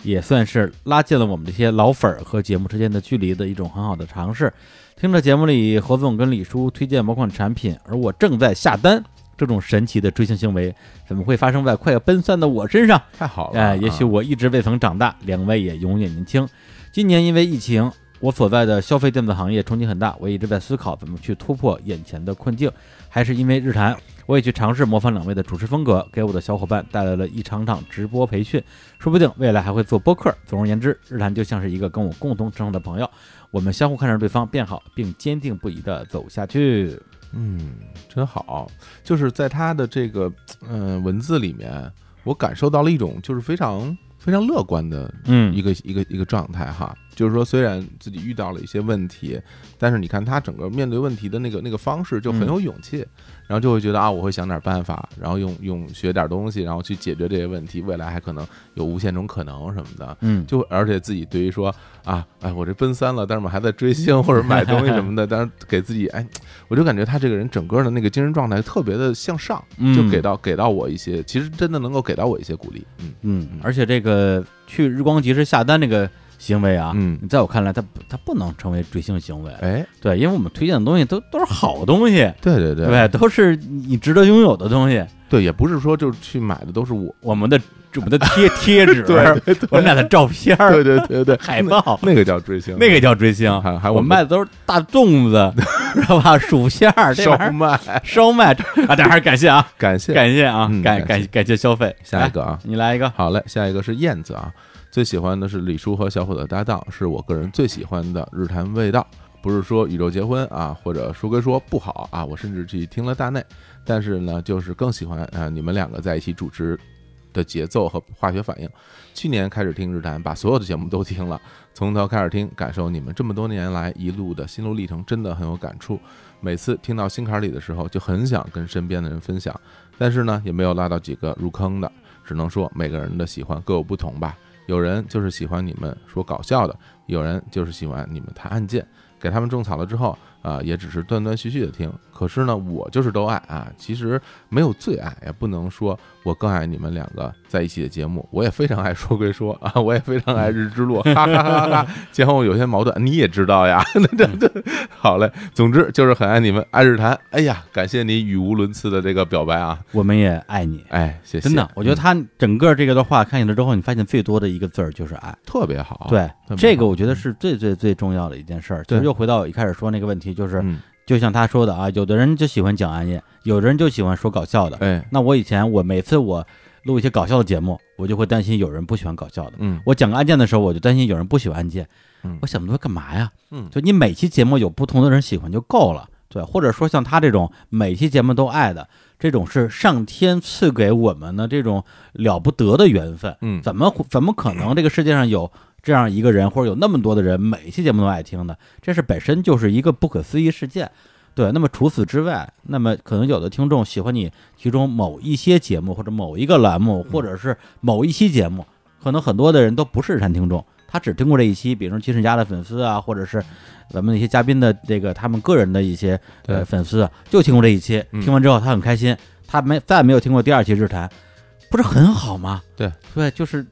也算是拉近了我们这些老粉儿和节目之间的距离的一种很好的尝试。听着节目里侯总跟李叔推荐某款产品，而我正在下单，这种神奇的追星行为怎么会发生在快要奔三的我身上？太好了，哎，也许啊我一直未曾长大，两位也永远年轻。今年因为疫情，我所在的消费电子行业冲击很大，我一直在思考怎么去突破眼前的困境。还是因为日坛，我也去尝试模仿两位的主持风格，给我的小伙伴带来了一场场直播培训，说不定未来还会做播客。总而言之，日坛就像是一个跟我共同成长的朋友，我们相互看着对方变好，并坚定不移地走下去。嗯，真好，就是在他的这个嗯、呃文字里面，我感受到了一种就是非常非常乐观的一嗯，个一个一个状态哈。就是说，虽然自己遇到了一些问题，但是你看他整个面对问题的那个那个方式就嗯很有勇气，然后就会觉得啊，我会想点办法，然后用用学点东西，然后去解决这些问题，未来还可能有无限种可能什么的。嗯，就而且自己对于说啊，哎，我这奔三了，但是我还在追星或者买东西什么的，但是给自己哎，我就感觉他这个人整个的那个精神状态特别的向上，嗯就给到给到我一些，其实真的能够给到我一些鼓励，嗯嗯，而且这个去日光集市下单这个行为啊，嗯，在我看来，它不它不能成为追星行为。哎，对，因为我们推荐的东西都都是好东西，对对对对不对？都是你值得拥有的东西。对，也不是说就是去买的都是我，我们的我们的贴贴纸， 对对 我们俩的照片儿、对对对对，海报，那个叫追星，那个叫追星。还还我们卖的都是大 粽子，知道吧？薯片儿，这烧玩意儿麦，烧麦啊！大家还是感谢啊，感谢感谢啊，嗯感感感感谢消费。下一来，个啊，你来一个。好嘞，下一个是燕子啊，最喜欢的是李叔和小伙子搭档，是我个人最喜欢的日坛味道。不是说宇宙结婚啊，或者说哥说不好啊，我甚至去听了大内，但是呢，就是更喜欢啊你们两个在一起主持的节奏和化学反应。去年开始听日坛，把所有的节目都听了， 从头开始听，感受你们这么多年来一路的心路历程，真的很有感触。每次听到心坎里的时候，就很想跟身边的人分享，但是呢，也没有拉到几个入坑的，只能说每个人的喜欢各有不同吧。有人就是喜欢你们说搞笑的，有人就是喜欢你们谈案件。给他们种草了之后，啊、也只是断断续续的听。可是呢，我就是都爱啊。其实没有最爱，也不能说我更爱你们两个在一起的节目。我也非常爱说归说啊，我也非常爱日之 路，啊哈哈哈哈哈。前后有些矛盾，你也知道呀。那这这，好嘞。总之就是很爱你们，爱日坛。哎呀，感谢你语无伦次的这个表白啊，我们也爱你。哎，谢谢。真的，我觉得嗯他整个这个的话看起来之后，你发现最多的一个字儿就是爱。特别好。对特别，这个好我觉得是最最最重要的一件事儿。其对实又回到我一开始说那个问题，就是嗯，就像他说的啊，有的人就喜欢讲案件，有的人就喜欢说搞笑的。哎，那我以前我每次我录一些搞笑的节目，我就会担心有人不喜欢搞笑的。嗯，我讲个案件的时候，我就担心有人不喜欢案件嗯。我想那么多干嘛呀？嗯就你每期节目有不同的人喜欢就够了。对，或者说像他这种每期节目都爱的，这种是上天赐给我们的这种了不得的缘分。嗯怎么怎么可能这个世界上有这样一个人，或者有那么多的人每一期节目都爱听呢？这是本身就是一个不可思议事件。对，那么除此之外，那么可能有的听众喜欢你其中某一些节目，或者某一个栏目，或者是某一期节目，可能很多的人都不是日坛听众，他只听过这一期，比如说金世佳的粉丝啊，或者是咱们的一些嘉宾的这个他们个人的一些对呃粉丝啊，就听过这一期，嗯听完之后他很开心，他没再也没有听过第二期日坛，不是很好吗？对对，就是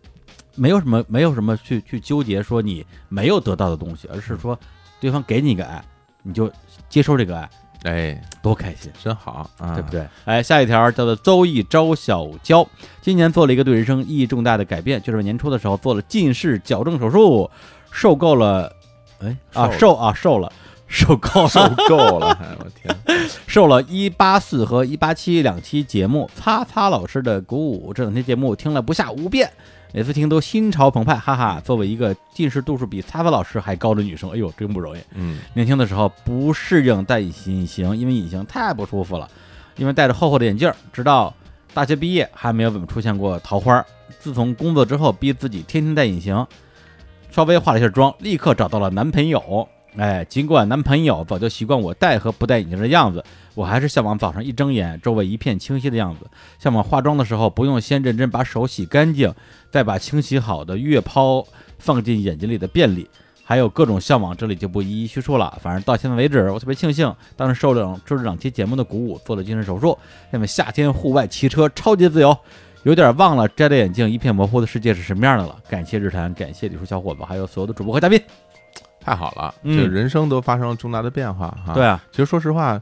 没有什么没有什么去去纠结说你没有得到的东西，而是说对方给你一个爱，你就接收这个爱，哎，多开心。真好啊，对不？对？哎，下一条叫做邹毅招小娇，今年做了一个对人生意义重大的改变，就是年初的时候做了近视矫正手术，受够了，哎啊瘦瘦啊瘦了，受够受了够 了，哎我天，受了一八四和一八七两期节目，擦擦老师的鼓舞，这两期节目听了不下五遍。每次听都心潮澎湃，哈哈！作为一个近视度数比擦擦老师还高的女生，哎呦，真不容易。嗯年轻的时候不适应戴隐形，因为隐形太不舒服了，因为戴着厚厚的眼镜儿，直到大学毕业还没有怎么出现过桃花儿。自从工作之后，逼自己天天戴隐形，稍微化了一下妆，立刻找到了男朋友。哎，尽管男朋友早就习惯我戴和不戴眼镜的样子，我还是向往早上一睁眼周围一片清晰的样子，向往化妆的时候不用先认真把手洗干净，再把清洗好的月抛放进眼睛里的便利。还有各种向往，这里就不一一叙述了。反正到现在为止，我特别庆幸当时受了受这两期节目的鼓舞，做了近视手术。那么夏天户外骑车超级自由，有点忘了摘掉眼镜一片模糊的世界是什么样的了。感谢日坛，感谢李叔小伙子，还有所有的主播和嘉宾。太 好了，嗯这人生都发生了重大的变化哈。对，啊，其实说实话，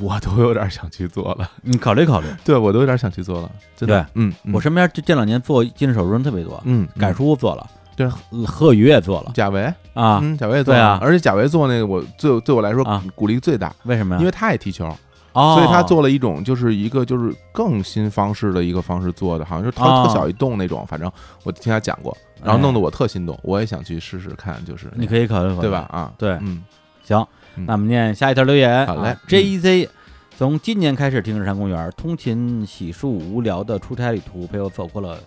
我都有点想去做了， 你考虑考虑。对我都有点想去做了，真的对。嗯，嗯我身边这这两年做近视手术人特别多，嗯，赶叔做了，对贺，贺宇也做了贾维啊。嗯，贾维也做对了啊而且贾维做那个，我对对我来说啊鼓励最大，为什么呀？因为他也踢球，哦，所以他做了一种就是一个就是更新方式的一个方式做的，好像就是特哦特小一栋那种，反正我听他讲过，然后哎弄得我特心动，我也想去试试看，就是你可以考虑考虑，对吧？？啊，对嗯，行，嗯那我们念下一条留言。啊好嘞嗯 j E Z，从今年开始听日山公园，通勤洗漱无聊的出差旅途，陪我走过了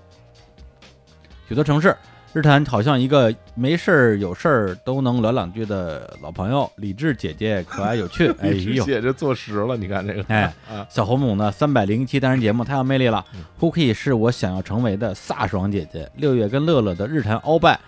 许多城市。日坛好像一个没事儿有事儿都能聊两句的老朋友，理智姐姐可爱有 趣，哎直呦，写着坐实了，你看这个，哎啊，小红母呢，三百零一期单人节目太有魅力了。h 嗯 o o k i 是我想要成为的飒爽姐姐。六月跟乐乐的日坛鳌拜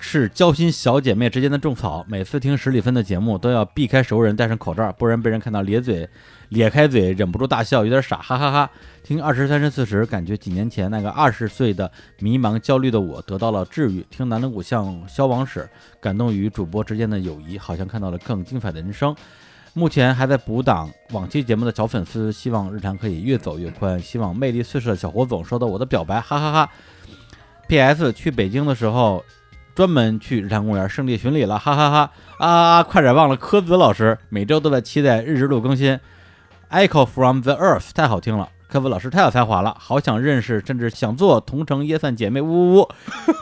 是交心小姐妹之间的种草。每次听十里芬的节目都要避开熟人，戴上口罩，不然被人看到咧嘴、咧开嘴，忍不住大笑，有点傻，哈哈哈听二十三十四十，感觉几年前那个二十岁的迷茫焦虑的我得到了治愈。听南锣鼓巷消亡史，感动于主播之间的友谊，好像看到了更精彩的人生。目前还在补档往期节目的小粉丝，希望日常可以越走越宽，希望魅力四射的小火总收到我的表白，哈哈哈 P.S. 去北京的时候，专门去日坛公园圣地巡礼了，哈哈哈啊！快点忘了柯子老师，每周都在期待日之路更新。Echo from the Earth 太好听了，科夫老师太有才华了，好想认识，甚至想做同城耶诞姐妹，呜呜 呜，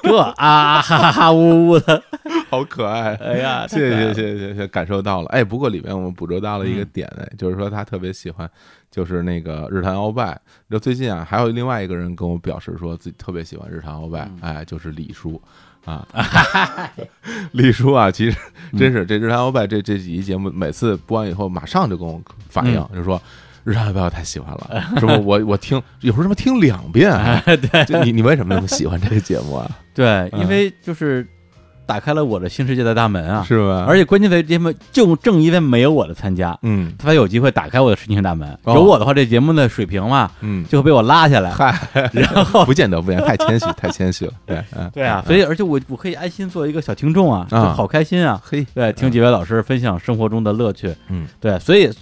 这啊哈哈哈呜呜的，好可爱。哎呀， 谢谢谢谢谢谢，感受到了。哎，不过里面我们捕捉到了嗯一个点，哎、就是说他特别喜欢，就是那个日坛鳌拜。那最近啊，还有另外一个人跟我表示说自己特别喜欢日坛鳌嗯拜，哎，就是李叔啊， 李叔啊，其实嗯真是这日坛鳌拜这这几期节目，每次播完以后，马上就跟我反映，嗯就说。日坛鳌拜我太喜欢了，什么我我听有时候什么听两遍、 对，啊就你你为什么那么喜欢这个节目啊？对，因为就是打开了我的新世界的大门啊，是吧？而且关键在于这节目就正因为没有我的参加，嗯他才有机会打开我的事情大门。哦有我的话，这节目的水平嘛嗯，就会被我拉下来。嗨，然后 不见得，不见得，太谦虚，太谦虚了。对，嗯，对啊，所以而且我我可以安心做一个小听众啊，就好开心啊。嘿，对，听几位老师分享生活中的乐趣，嗯，对，所以《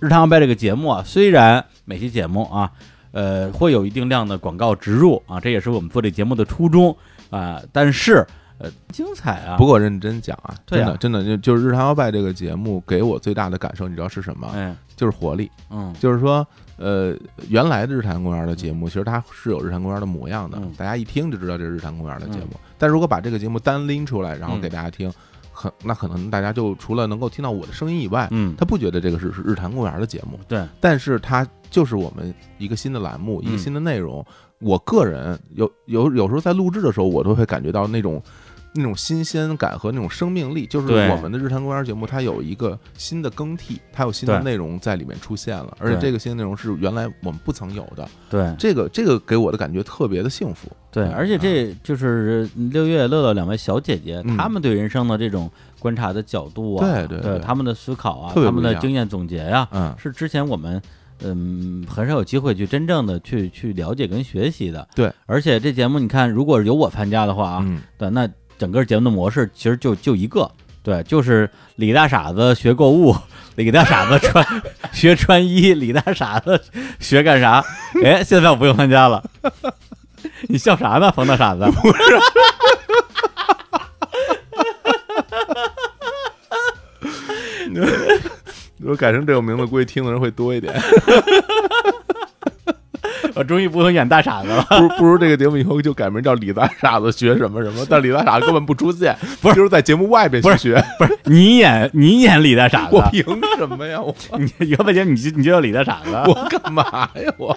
日常拜》这个节目啊，虽然每期节目啊，呃，会有一定量的广告植入啊，这也是我们做这节目的初衷啊、但是 呃，精彩啊，不过认真讲啊，对真啊的，真的就就是《日常摇摆》这个节目给我最大的感受，你知道是什么？哎，就是活力，嗯就是说。呃，原来的日坛公园的节目，其实它是有日坛公园的模样的嗯，大家一听就知道这是日坛公园的节目。但如果把这个节目单拎出来，然后嗯给大家听，很那可能大家就除了能够听到我的声音以外，嗯，他不觉得这个是是日坛公园的节目，对，但是它就是我们一个新的栏目，一个嗯新的内容。我个人有有有时候在录制的时候，我都会感觉到那种那种新鲜感和那种生命力，就是对我们的日坛公园节目，它有一个新的更替，它有新的对内容在里面出现了，而且对这个新的内容是原来我们不曾有的。对这个这个给我的感觉特别的幸福，对，而且这就是六月乐乐两位小姐姐，啊嗯她们对人生的这种观察的角度啊，对对对她们的思考啊，特别她们不一的样经验总结呀、嗯，是之前我们嗯很少有机会去真正的去去了解跟学习的。对，而且这节目你看，如果有我参加的话啊，嗯，对，那整个节目的模式其实就就一个，对，就是李大傻子学购物， 李大傻子穿学穿衣，李大傻子学干啥？哎，现在我不用参加了，你笑啥呢，冯大傻子？啊如果改成这个名字，估计听的人会多一点。 我终于不用演大傻子了。不如不如这个节目以后就改名叫李大傻子学什么什么，但李大傻子根本不出现，不是就是在节目外边去学，不是你演你演李大傻 子我，凭什么呀？我 你原本节目你就你就叫李大傻子，我干嘛呀？ 我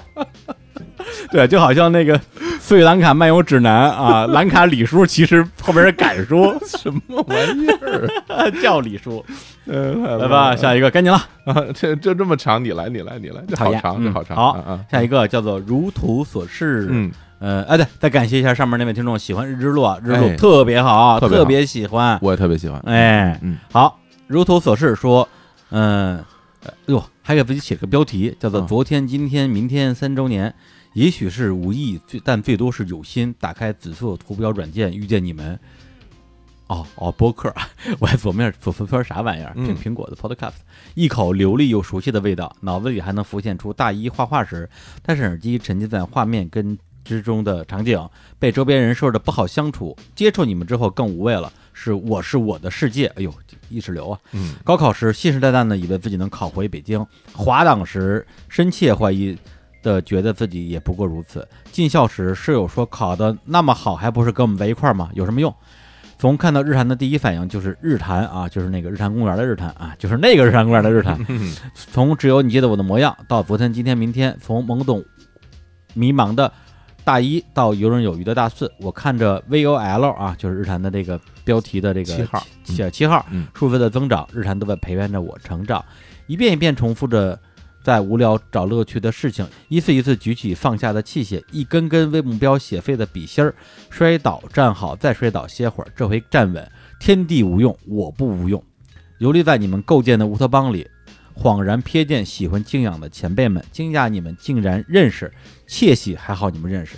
对，就好像那个《斯里兰卡漫游指南》啊，兰卡李叔其实后边是赶 叔，什么玩意儿？ 叫李 叔。呃来吧，下一个，该你了。啊，这就这么长，你来，你来，你来，这好讨厌长，这嗯好长，好啊啊，下一个叫做 如图所示。，嗯，呃，哎，对，再感谢一下上面那位听众喜欢日之落，啊日落哎特别好啊，特别好特别喜欢。我也特别喜欢，哎，嗯，好，如图所示说，嗯、呃，哟，还给自己写个标题，叫做嗯“昨天、今天、明天三周年”，也许是无意，最但最多是有心。打开紫色图标软件，遇见你们。哦哦，播客， 我还左面左左边啥玩意儿？嗯苹苹果的 Podcast，一口流利又熟悉的味道，脑子里还能浮现出大一画画时戴上耳机，沉浸在画面跟之中的场景，被周边人说的不好相处。接触你们之后更无畏了，是我是我的世界。哎呦，意识流啊！嗯，高考时信誓旦旦的以为自己能考回北京，滑档时深切怀疑的觉得自己也不过如此。进校时室友说考的那么好，还不是跟我们在一块儿吗？有什么用？从看到日坛的第一反应就是日坛啊，就是那个日坛公园的日坛啊，就是那个日坛公园的日坛。从只有你记得我的模样，到昨天、今天、明天，从懵懂、迷茫的大一到游刃有余的大四，我看着 VOL 啊，就是日坛的这个标题的这个七号七七号嗯数字的增长，日坛都在陪伴着我成长，一遍一遍重复着。在无聊找乐趣的事情，一次一次举起放下的器械，一根根为目标写废的笔芯儿，摔倒站好，再摔倒歇会儿，这回站稳。天地无用，我不无用。游历在你们构建的乌托邦里，恍然瞥见喜欢敬仰的前辈们，惊讶你们竟然认识，窃喜还好你们认识。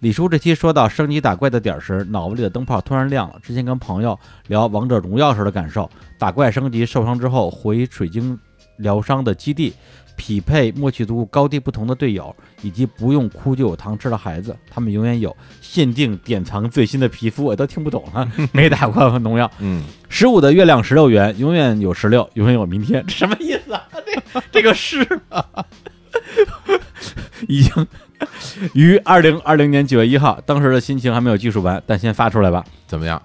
李叔这期说到升级打怪的点儿时，脑子里的灯泡突然亮了。之前跟朋友聊《王者荣耀》时的感受，打怪升级受伤之后回水晶疗伤的基地，匹配默契度高低不同的队友，以及不用哭就有糖吃的孩子，他们永远有限定典藏最新的皮肤，我都听不懂啊了，没打过农药。嗯，十五的月亮十六圆，永远 有十六，永远有明天，这什么意思啊？这这个诗啊，已经于二零二零年九月一号，当时的心情还没有技术完，但先发出来吧。哎怎么样？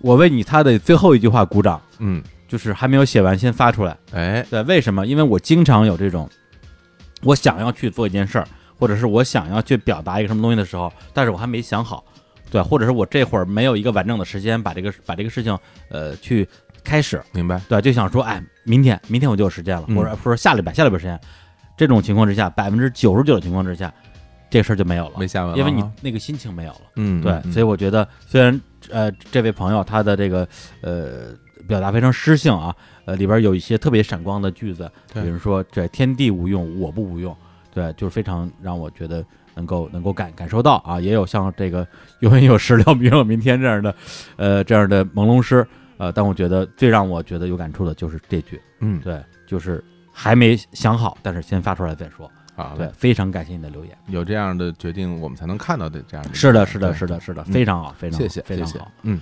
我为你他的最后一句话鼓掌，嗯，就是 还没有写完，先发出来。哎，对，为什么？因为我经常有这种，我想要去做一件事儿，或者是我想要去表达一个什么东西的时候，但是我还没想好，对，或者是我这会儿没有一个完整的时间把这个把这个事情呃去开始，明白，对，就想说，哎，明天明天我就有时间了，嗯或者或者说下礼拜下礼拜有时间，这种情况之下，百分之九十九的情况之下，这事儿就没有了没，下文了啊，因为你那个心情没有了。嗯，对，嗯所以我觉得虽然呃这位朋友他的这个呃表达非常诗性啊，呃里边有一些特别闪光的句子，比对如说这天地无用，我不无用，对，就是非常让我觉得能够能够感感受到啊，也有像这个永远有时了，永远有明天这样的呃这样的朦胧诗，呃，但我觉得最让我觉得有感触的就是这句，嗯，对，就是还没想好，但是先发出来再说，好对嘞，，非常感谢你的留言。有这样的决定，我们才能看到的这样的，是的，是的，对是的，是的，嗯非常好，非常好，谢谢，非谢常谢好。，嗯，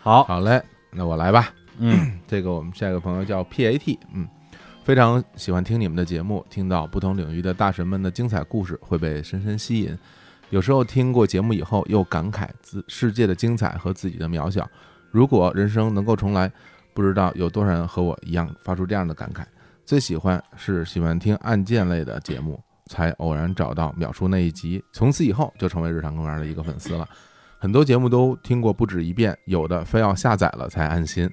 好，好嘞，那我来吧，嗯， 这个我们下一个朋友叫 PAT，嗯，非常喜欢听你们的节目，听到不同领域的大神们的精彩故事会被深深吸引。有时候听过节目以后，又感慨自世界的精彩和自己的渺小。如果人生能够重来，不知道有多少人和我一样发出这样的感慨。最喜欢是喜欢听案件类的节目，才偶然找到秒叔那一集，从此以后就成为日常公园的一个粉丝了。很多节目都听过不止一遍，有的非要下载了才安心。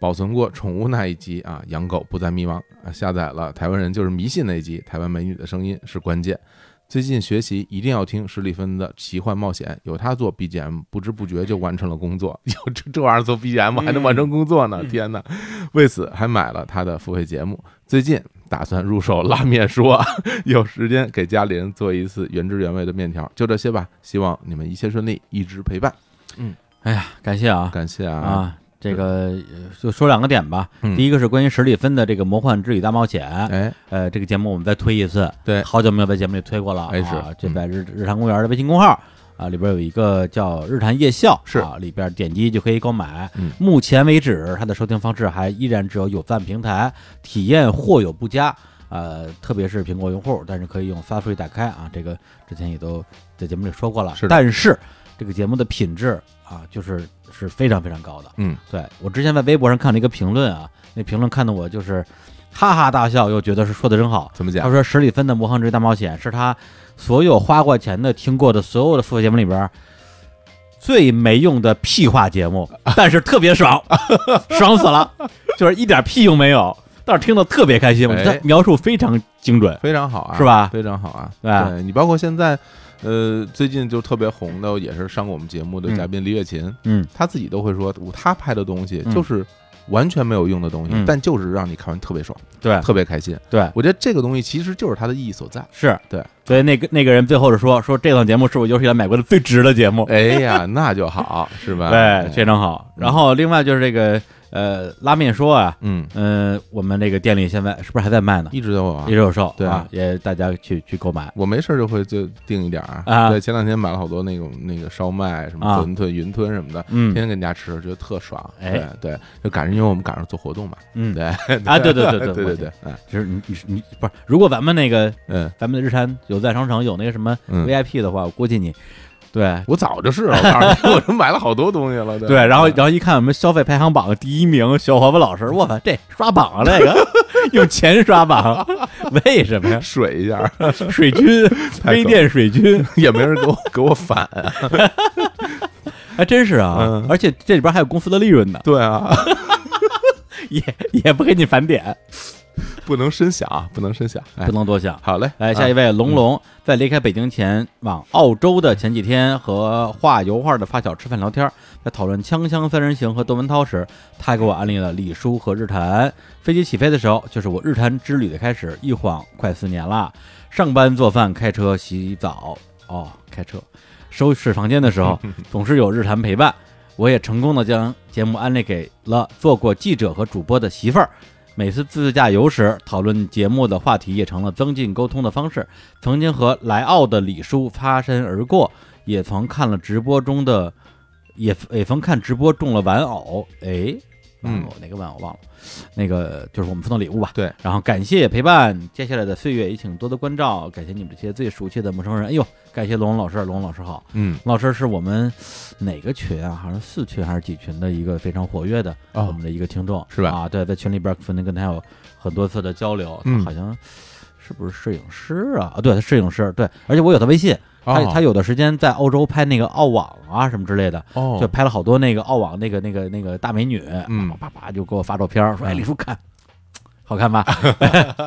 保存过宠物那一集啊，养狗不再迷茫啊，下载了台湾人就是迷信那一集，台湾美女的声音是关键。最近学习一定要听史蒂芬的《奇幻冒险》，有他做 BGM，不知不觉就完成了工作。 有 这这玩意儿做 BGM 嗯还能 完成工作呢，天哪！为此还买了他的付费节目。最近打算入手拉面说， 有时间给家里人做一次原汁原味的面条。就这些吧，希望你们一切顺利，一直陪伴。哎呀，感谢啊感谢啊！啊！这个呃就说两个点吧，嗯第一个是关于史蒂芬的这个《魔幻之旅大冒险》，哎，呃，这个节目我们再推一次，对好久没有在节目里推过了啊哎是就在日日坛公园的微信公号啊里边有一个叫日坛夜校，是啊，里边点击就可以购买。嗯目前为止，它的收听方式还依然只有有赞平台，体验或有不佳。呃，特别是苹果用户，但是可以用 Safari 打开啊，这个之前也都在节目里说过了。是的但是这个节目的品质啊，就是是非常非常高的。嗯，对我之前在微博上看了一个评论啊，那评论看得我就是哈哈大笑，又觉得是说的真好。怎么讲他？说史蒂芬的《魔幻之大冒险》是他所有花过钱的、听过的所有的付费节目里边儿最没用的屁话节目，但是特 别爽，爽死了，就是一点屁用没有，但是听得特别开心。我觉得哎他描述非常精准，非常好啊，是吧非常好啊，对吧你包括现在，呃，最近就特别红的，也是上过我们节目的嘉宾李雪琴，嗯，她自己都会说，她拍的东西嗯就是完全没有用的东西，嗯但就是让你看完特别爽，对特别开心。对。我觉得这个东西其实就是它的意义所在。是对，所以那个那个人最后是说说这档节目是我有史以来买过的最值的节目，哎呀，那就好，是吧？ 对，非常哎好。嗯然后另外就是这个呃拉面说啊，嗯，嗯，我们这个店里现在是不是还在卖呢？一直都有啊一直。有售，对啊啊，也大家去去购买。我没事儿就会就订一点儿啊对，前两天买了好多那种那个烧麦、什么啊馄饨、云吞什么的，天嗯天跟家吃，觉得特爽。哎对，对，就赶上因为我们赶上做活动嘛，嗯，对啊，对对对对对对对，，哎就是你你你不是，如果咱们那个嗯咱们的日产有在商城有那个什么嗯， VIP 的话，我估计你对我早就是了，我告 诉 你，我就买了好多东西了。对，然后然后一看我们消费排行榜第一名小伙伴老师，我操，这刷榜啊，这个用钱 刷榜， 为什么呀？水一下 水军， 太微狗店水军， 也没人给我给我反啊，还真是啊嗯！而且这里边还有公司的利润呢，对啊， 也也不给你返点，不能深想，不能深想。哎不，能多想。好嘞，嗯啊来，哎下一位，位龙龙，在离开北京前往澳洲的前几天，和画油画的发小吃饭聊天，在讨论《锵锵三人行》和窦文涛时，他给我安利了李叔和日坛。飞机起飞的时候，就是我日坛之旅的开始，一晃快四年啦。上班、做饭、开车、洗澡，哦，开车，收拾房间的 时候，总是有日坛陪伴。我也成功的将节目安利给了做过记者和主播的媳妇儿。每次自驾游时，讨论节目的话题也成了增进沟通的方式。曾经和莱奥的李叔擦身而过，也曾看了直播中的，也也曾看直播中了玩偶。哎，嗯万偶哪个万偶忘了，那个就是我们送的礼物吧。对，然后感谢陪伴，接下来的岁月也请多多关照，感谢你们这些最熟悉的陌生人。哎呦，感谢龙老师，啊龙老师好，嗯，龙老师是我们哪个群啊？好像四群还是几群的一个非常活跃的我们的一个听众，哦是吧啊，对，在群里边可能跟他有很多次的交流，嗯他好像。是不是摄影师啊？啊，对，他摄影师，对，而且我有他微信，他哦他有的时间在澳洲拍那个澳网啊什么之类的，哦，就拍了好多那个澳网那个那个那个大美女，嗯啪啪啪就给我发照片儿，说哎李叔看，好 看吧？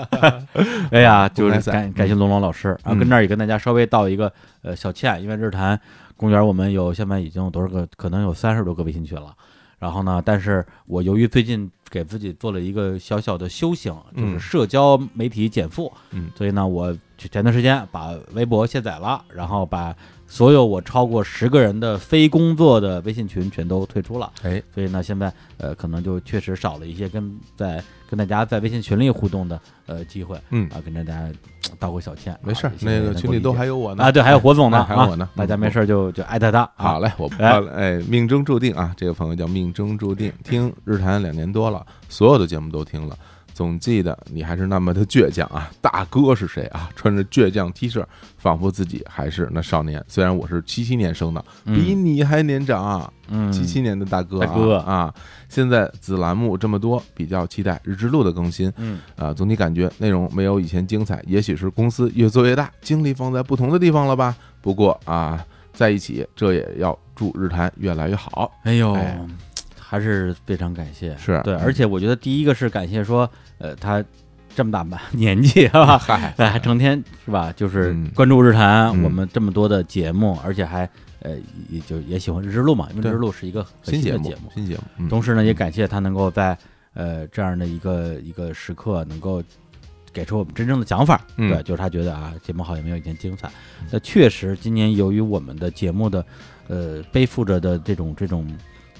哎呀，就公开是赛感感谢龙龙老师，然后嗯跟这儿也跟大家稍微道一个呃小歉，因为日坛公园我们有现在已经有多少个，可能有三十多个微信群了。然后呢，但是我由于最近给自己做了一个小小的修行，就嗯是社交媒体减负，嗯所以呢，我前段时间把微博卸载了，然后把所有我超过十个人的非工作的微信群全都退出了。哎，所以呢，现在呃，可能就确实少了一些跟在跟大家在微信群里互动的呃机会，嗯啊，跟大家呃道个小歉，没事啊儿，谢那谢大个家群多里理都解还有我呢啊，对，还有火总呢，哎还有我呢啊大家嗯没事儿就就艾特他，啊好嘞，我不哎报了。哎，命中注定啊，这个朋友叫命中注定，听日坛两年多了，所有的节目都听了，总记得你还是那么的倔强啊。大哥是谁啊？穿着倔强 T 恤，仿佛自己还是那少年。虽然我是七七年生的，比你还年长啊，嗯，七七年的嗯大哥、啊，大哥啊。现在子栏目这么多，比较期待日之路的更新。嗯，啊，总体感觉内容没有以前精彩，也许是公司越做越大，精力放在不同的地方了吧。不过啊，在一起这也要祝日坛越来越好。哎呦哎，还是非常感谢，是对，嗯而且我觉得第一个是感谢说，呃，他这么大把 年纪是吧？ 嗨，对，还成天是吧？就是嗯关注日坛，嗯我们这么多的节目，而且还呃，也就也喜欢日之路嘛，因为对日之路是一个很新新节的目节目，，新节目，嗯同时呢，也感谢他能够在呃这样的一个一个时刻，能够给出我们真正的想法。嗯对，就是他觉得啊，节目好像没有以前精彩。那确实，今年由于我们的节目的呃背负着的这种这种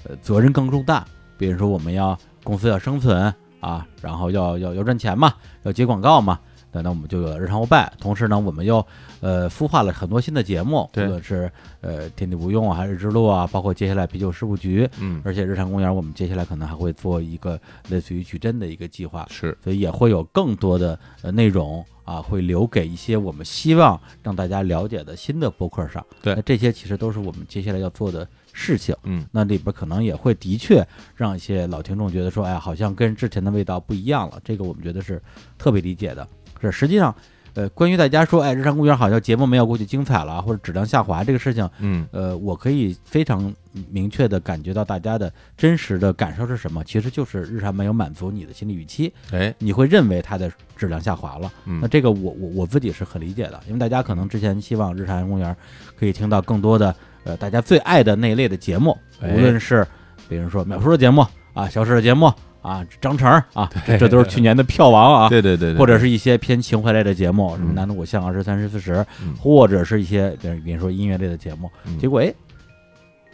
呃责任更重大，比如说我们要公司要生存啊，然后要要要赚钱嘛，要接广告嘛。那那我们就有日常欧拜，同时呢，我们又呃孵化了很多新的节目，无对论是呃天地无用啊，还是日之路啊，包括接下来啤酒事务局，嗯而且日常公园我们接下来可能还会做一个类似于矩阵的一个计划，是所以也会有更多的呃内容啊，会留给一些我们希望让大家了解的新的博客上。对那这些其实都是我们接下来要做的事情。嗯，那里边可能也会的确让一些老听众觉得说，哎呀，好像跟之前的味道不一样了。这个我们觉得是特别理解的。是实际上，呃，关于大家说，哎，日常公园好像节目没有过去精彩了，啊或者质量下滑这个事情，嗯呃，我可以非常明确的感觉到大家的真实的感受是什么，其实就是日常没有满足你的心理预期，哎你会认为它的质量下滑了。那嗯这个我我我自己是很理解的，因为大家可能之前希望日坛公园可以听到更多的呃大家最爱的那一类的节目，哎无论是比如说淼叔的节目啊、小史的节目啊、张成啊，这这都是去年的票王啊，对对对对，或者是一些偏情怀类的节目，什嗯么《男的我像二十三十四十》，嗯或者是一些比如比如说音乐类的节目，嗯结果哎，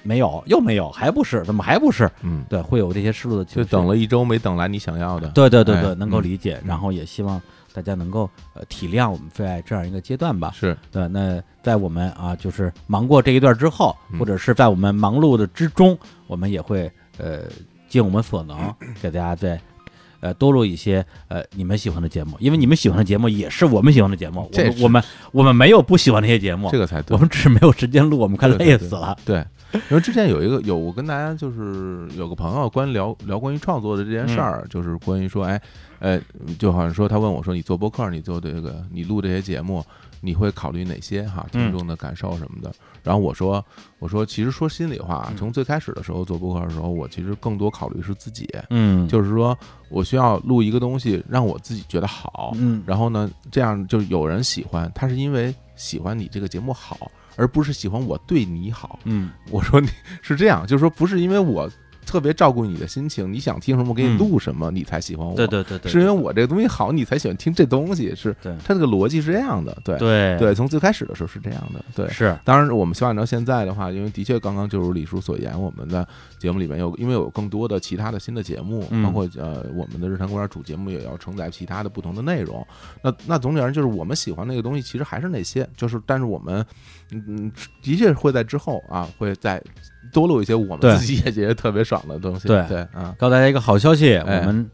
没有，又没有，还不是，怎么还不是？嗯，对，会有这些失落的情就绪。等了一周没等来你想要的，对对对哎对，能够嗯理解，嗯然后也希望大家能够呃体谅我们在这样一个阶段吧。是对，那在我们啊，就是忙过这一段之后，嗯或者是在我们忙碌的之中，我们也会呃尽我们所 能给大家再呃多录一些呃你们喜欢的节目，因为你们喜欢的节目也是我们喜欢的节目，我这们是我们我们没有不喜欢这些节目这，个才对我。们只是没有时间录，我们快对对累对死了。对，因为之前有一个有我跟大家就是有个朋友关聊聊关于创作的这件事儿，嗯就是关于说，哎，呃，就好像说他问我说，你做播客，你做这个，你录这些节目，你会考虑哪些哈听嗯众的感受什么的？然后我说，我说其实说心里话啊，嗯从最开始的时候做播客的时候，我其实更多考虑是自己，嗯，就是说我需要录一个东西让我自己觉得好，嗯，然后呢，这样就有人喜欢，他是因为喜欢你这个节目好，而不是喜欢我对你好。嗯 我说你是这样，就是说不是因为我特别照顾你的心情，你想听什么我给你录什么，你才喜欢我。对对对对，是因为我这个东西好，你才喜欢听这东西。是对它这个逻辑是这样的，对对对，从最开始的时候是这样的，对。是当然，我们希望到现在的话，因为的确刚刚就如李叔所言，我们的节目里面有，因为有更多的其他的新的节目，嗯包括呃我们的日常公园主节目也要承载其他的不同的内容。那那总体而言，就是我们喜欢那个东西，其实还是那些，就是但是我们嗯嗯，的确会在之后啊，会在多录一些我对们自己也觉得特别爽的东西。对对啊，告诉大家一个好消息，哎我们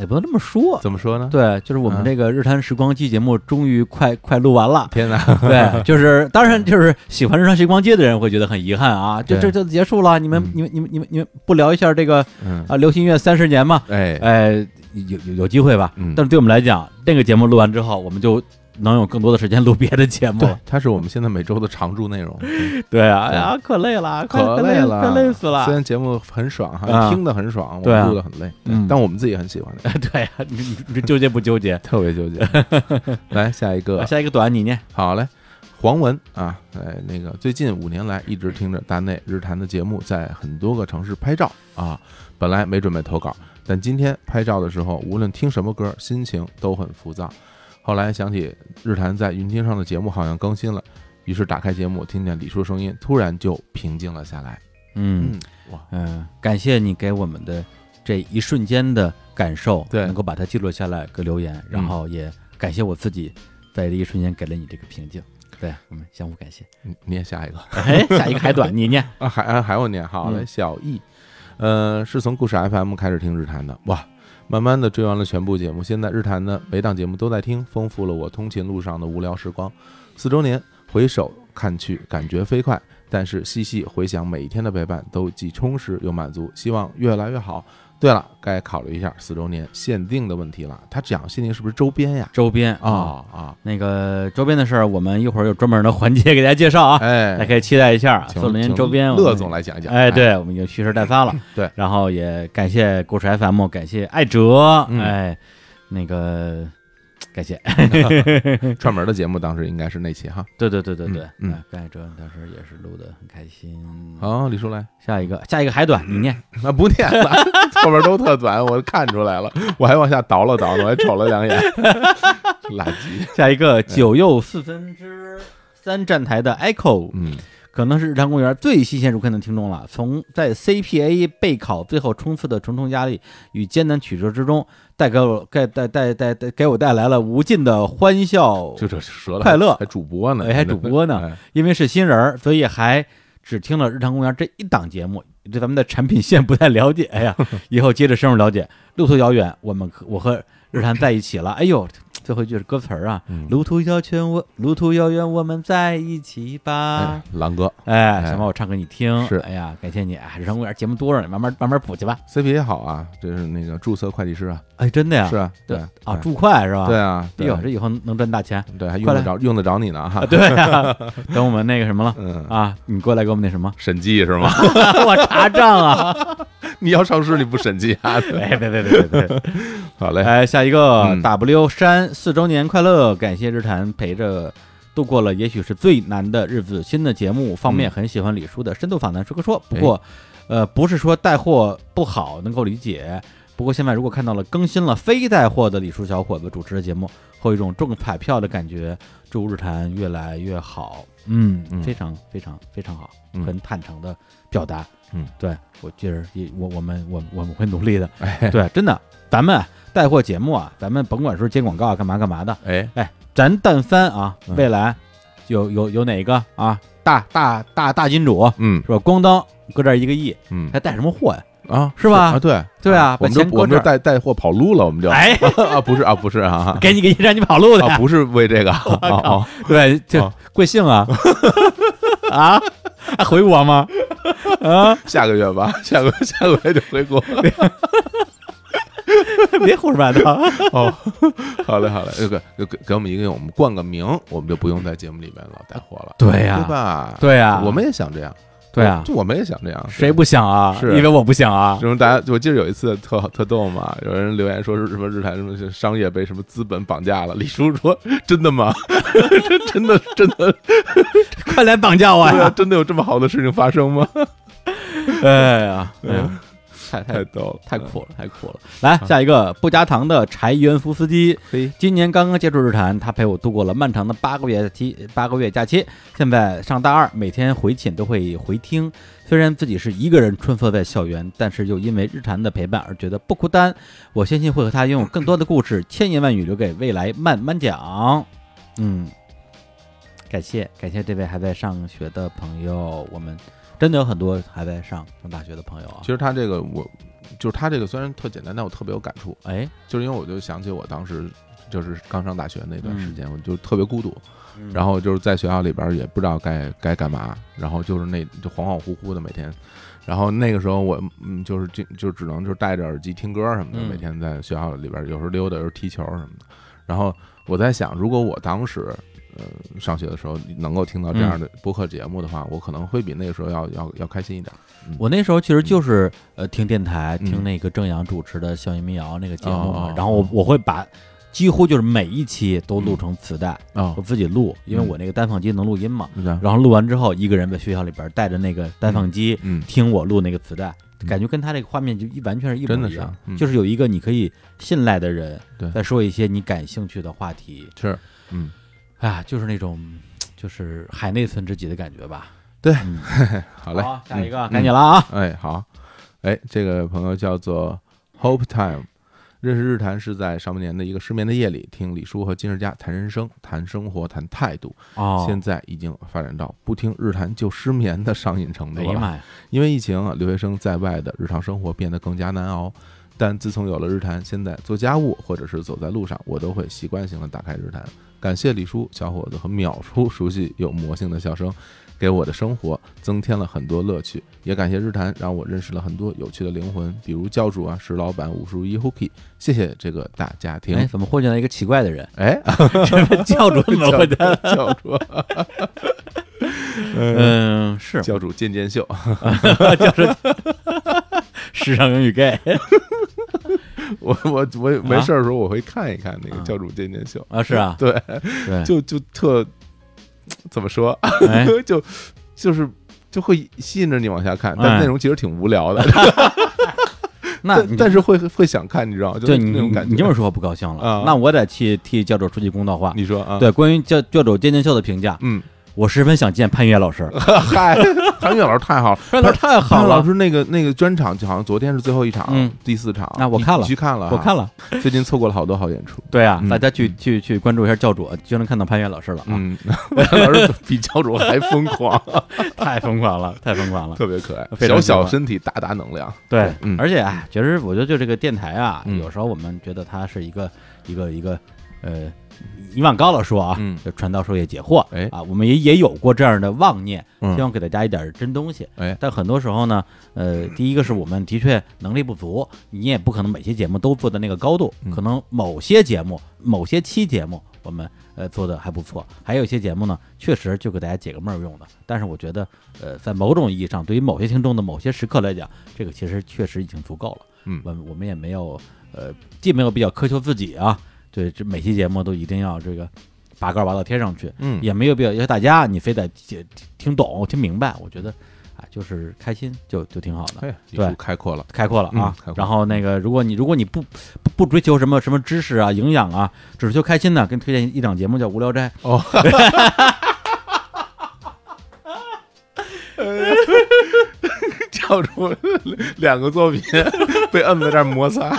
也不能这么说，怎么说呢？对，就是我嗯。们这个《日坛时光机》节目终于快 快录完了天哪， 对， 就是当然就是喜欢《日坛时光机》的人会觉得很遗憾啊，这这对就结束了，你们嗯你们你们你们你们不聊一下这个嗯，啊流行音乐三十年吗？哎，哎，有有有机会吧嗯？但是对我们来讲，这个节目录完之后，我们就能有更多的时间录别的节目对了。，它是我们现在每周的常驻内容，嗯对啊，对哎呀，可累了，快可累了，快累死虽了。然节目很爽哈，啊听的很爽，我对啊们录的很累，嗯但我们自己也很喜欢， 对啊，你你你纠结不纠结？特别纠结。 来下一个啊，下一个短你念，好嘞，黄文啊，哎，那个最近五年来一直听着大内日坛的节目，在很多个城市拍照啊。本来没准备投稿，但今天拍照的时候，无论听什么歌，心情都很浮躁。后来想起日坛在云听上的节目好像更新了，于是打开节目，听见李叔声音，突然就平静了下来。嗯，哇，嗯，感谢你给我们的这一瞬间的感受，对嗯能够把它记录下来，给留言，然后也感谢我自己在这一瞬间给了你这个平静。对，我们相互感谢。你你也下一个。哎，下一个还短，你念。啊，还啊还有念好嘞，嗯小易，呃，是从故事 FM 开始听日坛的，哇，慢慢的追完了全部节目，现在日坛的每档节目都在听，丰富了我通勤路上的无聊时光。四周年回首看去，感觉飞快，但是细细回想每一天的陪伴，都既充实又满足，希望越来越好。对了，该考虑一下四周年限定的问题了。 他讲限定是不是周边呀？周边啊、啊，那个周边的事儿，我们一会儿有专门的环节给大家介绍啊，大家哎，可以期待一下啊。请四零请周边，乐总。来讲一讲。。哎，，对，我们已经蓄势待发了 对，然后也感谢故事 FM，感谢艾哲，嗯哎，那个感 谢， 串门的节目当时应该是那期哈。对对对对对，嗯嗯哎，盖哲当时也是录的很开心。，好，啊李叔来。下一个，下一个还短，你念。 那嗯啊不念了，后边都特短，我看出来了，我还往下倒了倒，我还瞅了两眼， 垃圾。 下一个哎九又四分之三站台的 Echo，嗯，可能是日常公园最新鲜入坑的听众了。从在 CPA 备考最后冲刺的重重压力与艰难曲折之中，带给我带带带带带给我带来了无尽的欢笑。就这舌头快乐还主播呢，哎还主 播呢哎，因为是新人儿，所以还只听了日常公园这一档节目，对咱们的产品线不太了解。哎 呀，以后接着深入了解。路途遥远，我们我和日坛在一起了。哎呦，最后一句是歌词儿啊嗯，路途遥远，我路途遥远，我们在一起吧哎。狼哥哎，哎小猫，我唱给你听。是哎呀，感谢你。哎日常公园节目多着呢，慢慢慢慢补去吧。 CPA 好啊，这是那个注册会计师啊，哎，真的呀，是啊，对啊，注快是吧？对。啊，哎对呦，这以后能赚大钱。对还用快得来着用得着你呢哈，对啊，等我们那个什么了嗯，，啊，你过来给我们那什么审计是吗？ 我查账啊。 你要上市你不审计啊？对 别别别别别别！好嘞，哎，下一个嗯 W 山四周年快乐，感谢日坛陪着度过了也许是最难的日子。新的节目方面很喜欢李叔的深度访谈说个说，不过，呃，不是说带货不好，能够理解。不过现在如果看到了更新了非带货的李叔小伙子主持的节目，会有一种中彩票的感觉。祝日坛越来越好。嗯，嗯非常非常非常好，嗯很坦诚的表达。嗯，对我觉得也我我们我我们会努力的。哎对，真的，咱们带货节目啊，咱们甭管是接广告啊，干嘛干嘛的，哎，咱但凡啊，嗯未来有有有哪个啊大大大大金主嗯是吧？咣当搁这儿一个亿，嗯还带什么货呀？啊是吧啊对对啊我把们就钱搁我们就这儿带带货跑路了，我们就哎， 啊不是啊不是 啊给你个亿让你跑路的，啊不是为 这个啊啊。啊哦对，这哦贵 姓啊？啊，还回我吗？啊，下个月吧， 下个下个月就回国。 别胡说八道。 哦，好嘞，好嘞，就给就给给我们一个，我们冠个名，我们就不用在节目里面老带货了，对呀对吧？对呀我们也想这样，对啊我就我们也想这样，谁不想啊？是因为我不想啊。什么？大家，我记得有一次特好特逗嘛，有人留言说是什么日坛什么商业被什么资本绑架了。李叔说：“真的吗？ 真的真的快来绑架我 对啊呀！真的有这么好的事情发生吗 嗯哎呀，哎呀，太？”太太逗了，啊太酷了，太酷了！嗯来下一个，不加糖的柴原夫斯基，嘿，今年刚刚接触日坛，他陪我度过了漫长的八个月期八个月假期。现在上大二，每天回寝都会回听。虽然自己是一个人穿梭在校园，但是又因为日坛的陪伴而觉得不孤单。我相信会和他拥有更多的故事，千言万语留给未来慢慢讲。嗯，感谢感谢这位还在上学的朋友，我们真的有很多还在上上大学的朋友啊其。实他这个我，就是他这个虽然特简单，但我特别有感触，哎，就是因为我就想起我当时就是刚上大学那段时嗯间，我就特别孤独，然后就是在学校里边儿也不知道该该干嘛，然后就是那就恍恍惚惚的每天，然后那个时候我嗯就是这就只能就是戴着耳机听歌什么的，嗯每天在学校里边儿有时候溜达，有时候踢球什么的。然后我在想，如果我当时呃上学的时候能够听到这样嗯的播客节目的话，我可能会比那个时候要要要开心一点。我那时候其实就是呃听电台，嗯听那个郑阳主持的校园民谣那个节目嘛哦，然后我我会把几乎就是每一期都录成磁带，啊我，自己录，因为嗯我那个单放机能录音嘛。然后然后录完之后，一个人在学校里边带着那个单放机嗯听我录那个磁带，嗯感觉跟他这个画面就一完全是一真模的一是样，嗯就是有一个你可以信赖的人对在说一些你感兴趣的话题是嗯啊，就是那种就是海内存知己的感觉吧。对嗯好嘞，好下一个嗯该你了啊。哎，好，哎，这个朋友叫做 Hope Time，认识日坛是在上半年的一个失眠的夜里，听李叔和金世佳谈人生、谈生活、谈态度，哦，现在已经发展到不听日坛就失眠的上瘾程度哎呀了。妈呀，因为疫情啊，留学生在外的日常生活变得更加难熬。但自从有了日坛，现在做家务或者是走在路上，我都会习惯性的打开日坛。感谢李叔、小伙子和淼叔熟悉有魔性的笑声，给我的生活增添了很多乐趣。也感谢日坛，让我认识了很多有趣的灵魂，比如教主啊、石老板、武术一 Hooky。谢谢这个大家庭哎，。怎么混进来一个奇怪的人？哎， 这位教主怎么会的？教 主，嗯，嗯，是教主渐渐 秀， 时尚英语 gay 我我我没啊事儿的时候我会看一看那个啊教主渐渐秀。啊，是啊，对，对，就就特怎么说，哎， 就就是就会吸引着你往下看，但哎内容其实挺无聊的，那但你但是会会想看，你知道吗？就对那你那种感觉。你这么说我不高兴 啊了，那我得去替教主出句公道话。你说啊，，对，关于教教主尖尖秀的评价，嗯，我十分想见潘越老 师，嗨，韩月老师太好了，潘越老师太韩好月老了，师那个那个专场，好像昨天是最后一场，嗯第四场，那我你看你了去看了，我看，了，最近错过了好多好演出。对啊嗯，大家去去去关注一下教主，就能看到潘越老师了啊， 嗯，韩月老师比教主还疯狂，太疯狂了，太疯 狂了，特别可爱，非小常喜欢小身体，大大能量。对嗯，而且哎，其实我觉得就这个电台啊，嗯有时候我们觉得它是一个一个一个呃，你往高了说啊，嗯就传道授业解惑，哎啊，我们也也有过这样的妄念，嗯希望给大家一点真东西。哎但很多时候呢，呃，第一个是我们的确能力不足，你也不可能每期节目都做的那个高度，嗯可能某些节目、某些期节目我们呃做的还不错，还有一些节目呢，确实就给大家解个闷儿用的。但是我觉得，呃，在某种意义上，对于某些听众的某些时刻来讲，这个其实确实已经足够了。嗯我们我们也没有呃，既没有必要苛求自己啊，对，这每期节目都一定要这个拔高拔到天上去，嗯，也没有必要要求大家你非得听听懂听明白。我觉得啊，就是开心就就挺好的。哎，对对，开阔了，开阔了啊嗯开阔，然后那个，如果你如果你不不不追求什么什么知识啊、营养啊，只求开心呢，跟推荐一档节目叫《无聊斋》哦。教主两个作品被摁在这儿摩擦，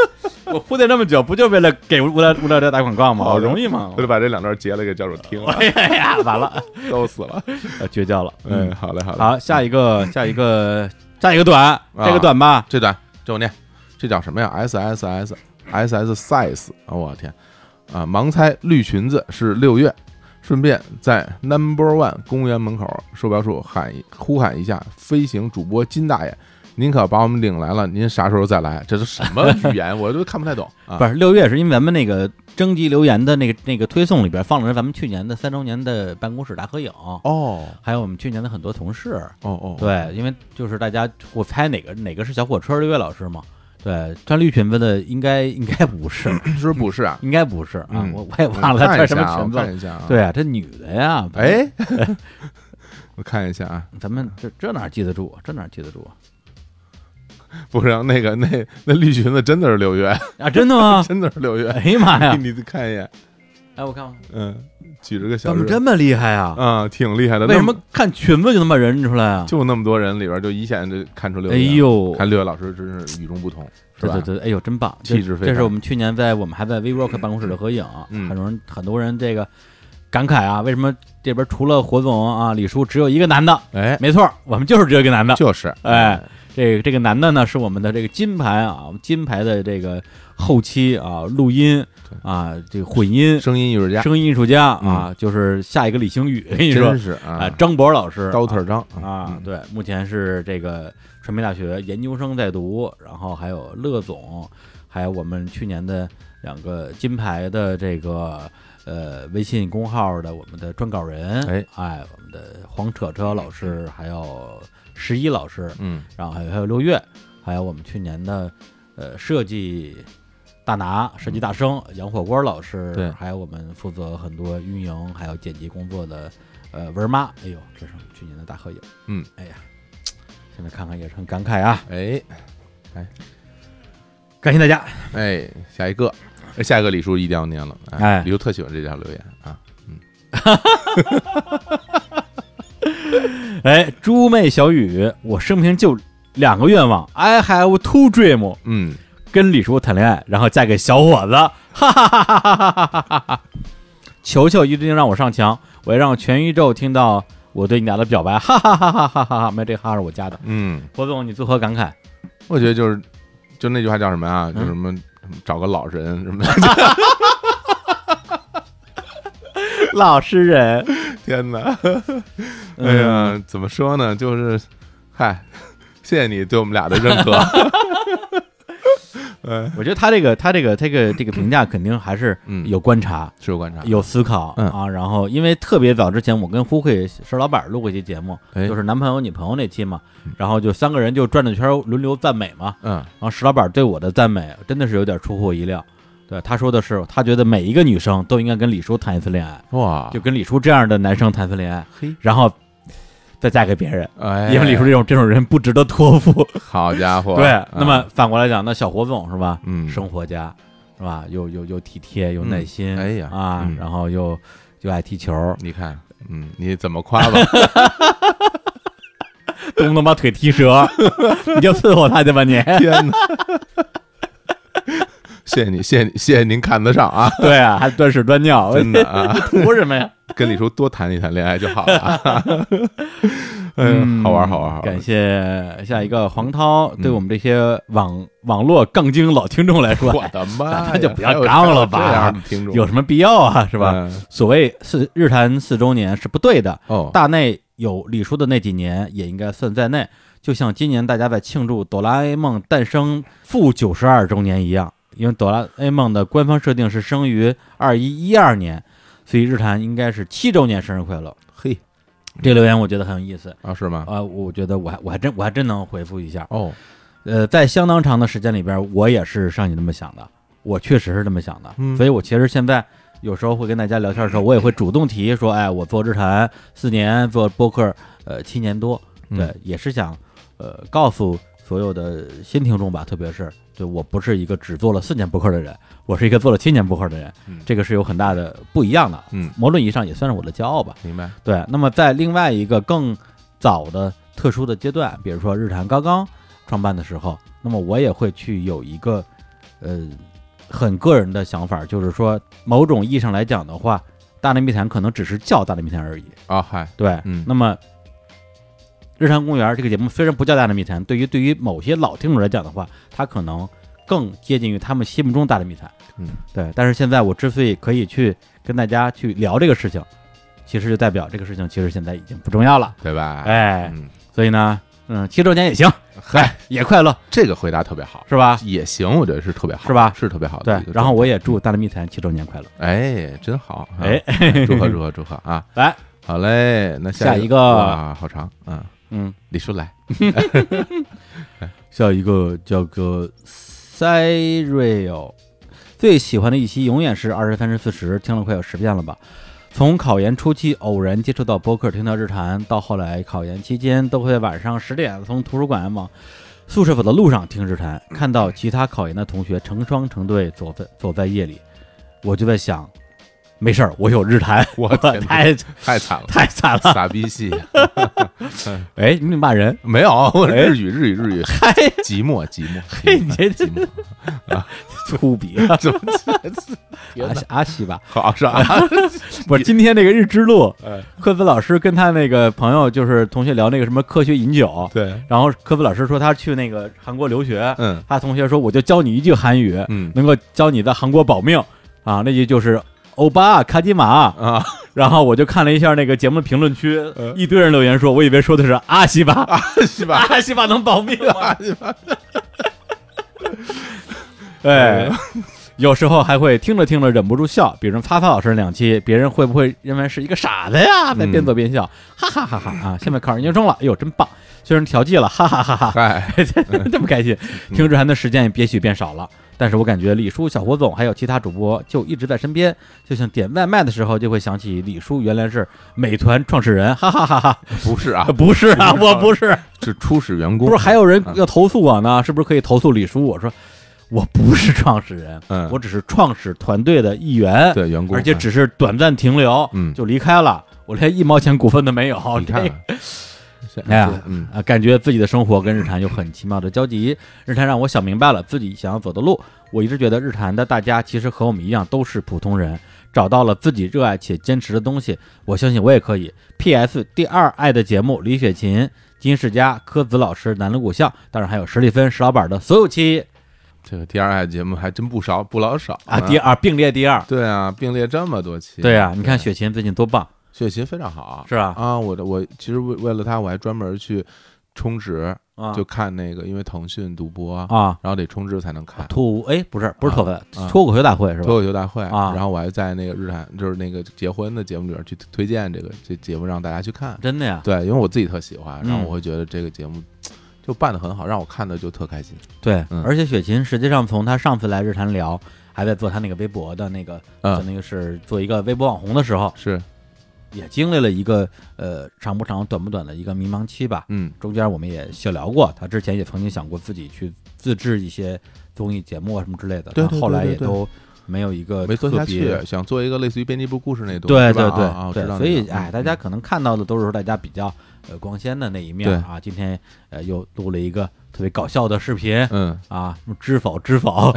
我铺垫这么久，不就为了给无聊无聊斋打广告吗？好容易吗我？就把这两段截了给教主听了， 哎呀，完了，逗死了。呃绝交了。嗯，，好嘞，好嘞。好，下一个，下一个，下一个短，这个短吧，啊这段这我念，这叫什么呀？S S S S S size 啊！我天啊！盲猜绿裙子是六月，顺便在 Number One 公园门口售票处喊一呼喊一下，飞行主播金大爷，您可把我们领来了，您啥时候再来？这是什么语言？ 我都看不太懂啊！不是六月，是因为咱 们那个征集留言的那个那个推送里边放了咱们去年的三周年的办公室大合影，哦还有我们去年的很多同事。哦哦，对，因为就是大家我猜哪个哪个是小火车六月老师嘛？对，穿绿裙子的应该应该不是，是不是啊？ 应该不是啊嗯，我我也忘了她看一穿什下啊我么裙子了。看一下啊。，对啊，这女的呀，，哎，我看一下啊，咱们这这哪记得住啊？这哪记得住啊不是那个那那绿裙子真的是六月，啊？真的吗？ 真的是六月。 哎呀妈呀！ 你你看一眼，哎，我看看，嗯，举着个小怎么日这么厉害啊？啊，挺厉害的。为什那么看裙子就能把人认出来啊？就那么多人里边，就一下就看出六哎月？，呦，看六月老师真是与众不同，是对吧？对对，哎呦，真棒，这气质非这是凡我们去年在我们还在 WeWork 办公室的合影，嗯很多人很多人这个。感慨啊，为什么这边除了火总啊、李叔只有一个男的？哎，没错，我们就是只有一个男的。就是，哎，这个这个男的呢，是我们的这个金牌啊，我们金牌的这个后期啊，录音啊，这个混音声音艺术家，嗯声音艺术家啊，就是下一个李星宇， 跟你说真是啊啊，，张博老师，刀特张啊，，嗯对，目前是这个传媒大学研究生在读，然后还有乐总，还有我们去年的两个金牌的这个呃微信公号的我们的撰稿人，哎我们的黄扯扯老师，还有十一老师，嗯，然后还有还有六月，还有我们去年的呃设计大拿、设计大生、杨火锅老师，对还有我们负责很多运营还有剪辑工作的呃文儿妈，哎呦，这是我们去年的大合影，嗯，哎呀，现在看看也是很感慨啊，哎感谢大家，哎，下一个，哎下一个李叔一定要念了，哎李叔特喜欢这条留言啊，哎，猪妹小雨，我生平就两个愿望，I have two dream，嗯，跟李叔谈恋爱，然后嫁给小伙子， 哈哈哈哈哈哈哈哈哈！球球一定让我上墙，我要让全宇宙听到我对你俩的表白， 哈哈哈哈哈哈！没有这个哈是我加的。嗯，火总，你作何感慨？我觉得就是，就那句话叫什么啊？就嗯什么找个老人 什么 的，老实人，嗯天哪，哎呀，怎么说呢？就是，嗨，谢谢你对我们俩的认 可，嗯，我觉得他这个他这个这个这个评价肯定还是嗯有观察、是有观察，有思考、嗯啊。然后，因为特别早之前，我跟胡慧石老板录过一期节目，哎就是男朋友女朋友那期嘛，然后就三个人就转着圈儿轮流赞美嘛，嗯，然后石老板对我的赞美真的是有点出乎我意料。对，他说的是，他觉得每一个女生都应该跟李叔谈一次恋爱，哇，就跟李叔这样的男生谈一次恋爱，嘿，然后再嫁给别人，哎，因为李叔这种这种人不值得托付。好家伙，对啊，那么反过来讲，那小火总是吧，嗯，生活家是吧，又又又体贴，又耐心，嗯哎呀啊，嗯然后又又爱踢球，你看，嗯，你怎么夸 吧？动不动把腿踢折，你就伺候他去吧你。 天哪！谢谢你，谢谢你，谢谢您看得上啊， 对啊，还端屎端尿，真的啊， 图什么呀？跟李叔多谈一谈恋爱就好了、啊。 哎呀嗯好玩，好玩，好玩！感谢下一个黄涛，嗯对我们这些网网络杠精老听众来说，我的妈呀， 咱们就不要还有杠了吧这样的听众有什么必要啊？是是吧？？嗯所谓四日坛四周年是不对的，哦，大内有李叔的那几年也应该算在内，就像今年大家在庆祝《哆啦 A 梦》诞生负九十二周年一样，因为《哆啦 A 梦》的官方设定是生于二一一二年，所以日坛应该是七周年生日快乐。嘿这个留言我觉得很有意思。啊，是吗？啊，我觉得我还我还真我还真能回复一下，哦，呃，在相当长的时间里边，我也是像你那么想的，我确实是这么想的，嗯所以我其实现在有时候会跟大家聊天的时候，我也会主动提说，哎，我做日坛四年，做播客呃七年多，嗯对，也是想呃告诉所有的新听众吧，特别是对我不是一个只做了四年播客的人，我是一个做了七年播客的人，嗯这个是有很大的不一样的，嗯，某种意义上也算是我的骄傲吧。明白。对，那么在另外一个更早的特殊的阶段，比如说日坛刚刚创办的时候，那么我也会去有一个呃很个人的想法，就是说某种意义上来讲的话，大内密谈可能只是叫大内密谈而已。啊，嗨，对，嗯那么。日常公园这个节目虽然不叫《大内密谈》，对于对于某些老听众来讲的话，它可能更接近于他们心目中《大内密谈》。嗯，对。但是现在我之所以可以去跟大家去聊这个事情，其实就代表这个事情其实现在已经不重要了。对吧？，哎，嗯，所以呢，嗯，七周年也行，哎嗨，也快乐，这个回答特别好，是吧？也行，我觉得是特别好，是吧是特别好的对一个状态。。然后我也祝《大内密谈》七周年快乐。哎，真好，啊哎，，祝贺祝贺祝贺啊！ 来，好嘞，那下一一个哇，好长，嗯，嗯，李叔 来，下一个叫做 Cyril，最喜欢的一期永远是二十三十四十，听了快有十遍了吧。从考研初期偶然接触到播客，听到日谈，到后来考研期间都会在晚上十点从图书馆往宿舍走的路上听日谈，看到其他考研的同学成双成对走在走在夜里，我就在想，没事儿，我有日坛，我天哪太 太惨了，太惨了。傻逼戏啊 哎，你得骂人，没有，我哎日语日语日语，嗨，寂寞寂寞，嘿你这寂寞，粗鄙，啊怎么别阿的西阿西吧，好是吧？ 不是今天这个日之路，哎科菲老师跟他那个朋友就是同学聊那个什么科学饮酒，对，然后科菲老师说他去那个韩国留学，嗯他同学说我就教你一句韩语，嗯能够教你在韩国保命啊，那句就是欧巴卡基玛。啊， 然后我就看了一下那个节目评论区嗯，啊一堆人留言说，我以为说的是阿西吧，是吧？阿西啊吧能保命吗？ 是吧？ 哎，有时候还会听着听着忍不住笑，比如发发老师那两期，别人会不会认为是一个傻子呀？嗯在边走边笑，哈哈哈哈 啊！现在考上研究生了，哎呦真棒！虽然调剂了，哈哈哈哈，嗨， 嗯这么开心。听日韩的时间也许变少了，但是我感觉李叔、小火总还有其他主播就一直在身边，就像点外卖的时候就会想起李叔原来是美团创始人，哈哈哈哈！不是啊， 不是啊，不是我不是，是初始员工，不是还有人嗯要投诉我呢？是不是可以投诉李叔？我说我不是创始人，嗯我只是创始团队的一员，对员工，哎而且嗯只是短暂停留，嗯就离开了，我连一毛钱股份都没有。 你这看啊个看，哎呀嗯啊，感觉自己的生活跟日坛有很奇妙的交集。日坛让我想明白了自己想要走的路。我一直觉得日坛的大家其实和我们一样都是普通人，找到了自己热爱且坚持的东西。我相信我也可以。P.S. 第二爱的节目，李雪琴、金世佳、柯子老师、南锣鼓巷，当然还有史蒂芬、石老板的所有期这个第二爱节目还真不少，不老少 啊，第二二并列第二。对啊，并列这么多期，对呀、你看雪琴最近多棒，血型非常好，是吧？啊，我的我其实为为了他，我还专门去充值，啊，就看那个，因为腾讯独播，啊，然后得充值才能看吐哎，不是不是啊脱粉啊，脱口秀大会是吧脱？口秀大会啊然后我还在那个日坛，就是那个结婚的节目里边去推荐这个这节目让大家去看，真的呀，对，因为我自己特喜欢，然后嗯我会觉得这个节目就办的很好，让我看的就特开心，对，嗯而且雪琴实际上从她上次来日坛聊，还在做她那个微博的那个，嗯就那个是做一个微博网红的时候，是，也经历了一个呃长不长、短不短的一个迷茫期吧。嗯中间我们也小聊过，她之前也曾经想过自己去自制一些综艺节目啊什么之类的，对对但后来对也对都没有一个没做下特别去，想做一个类似于编辑部故事那东对西，对是吧对、啊啊我对知，道那个，所以哎，嗯大家可能看到的都是大家比较呃光鲜的那一面对啊。今天呃又录了一个特别搞笑的视频，嗯，啊，什么知否 知否，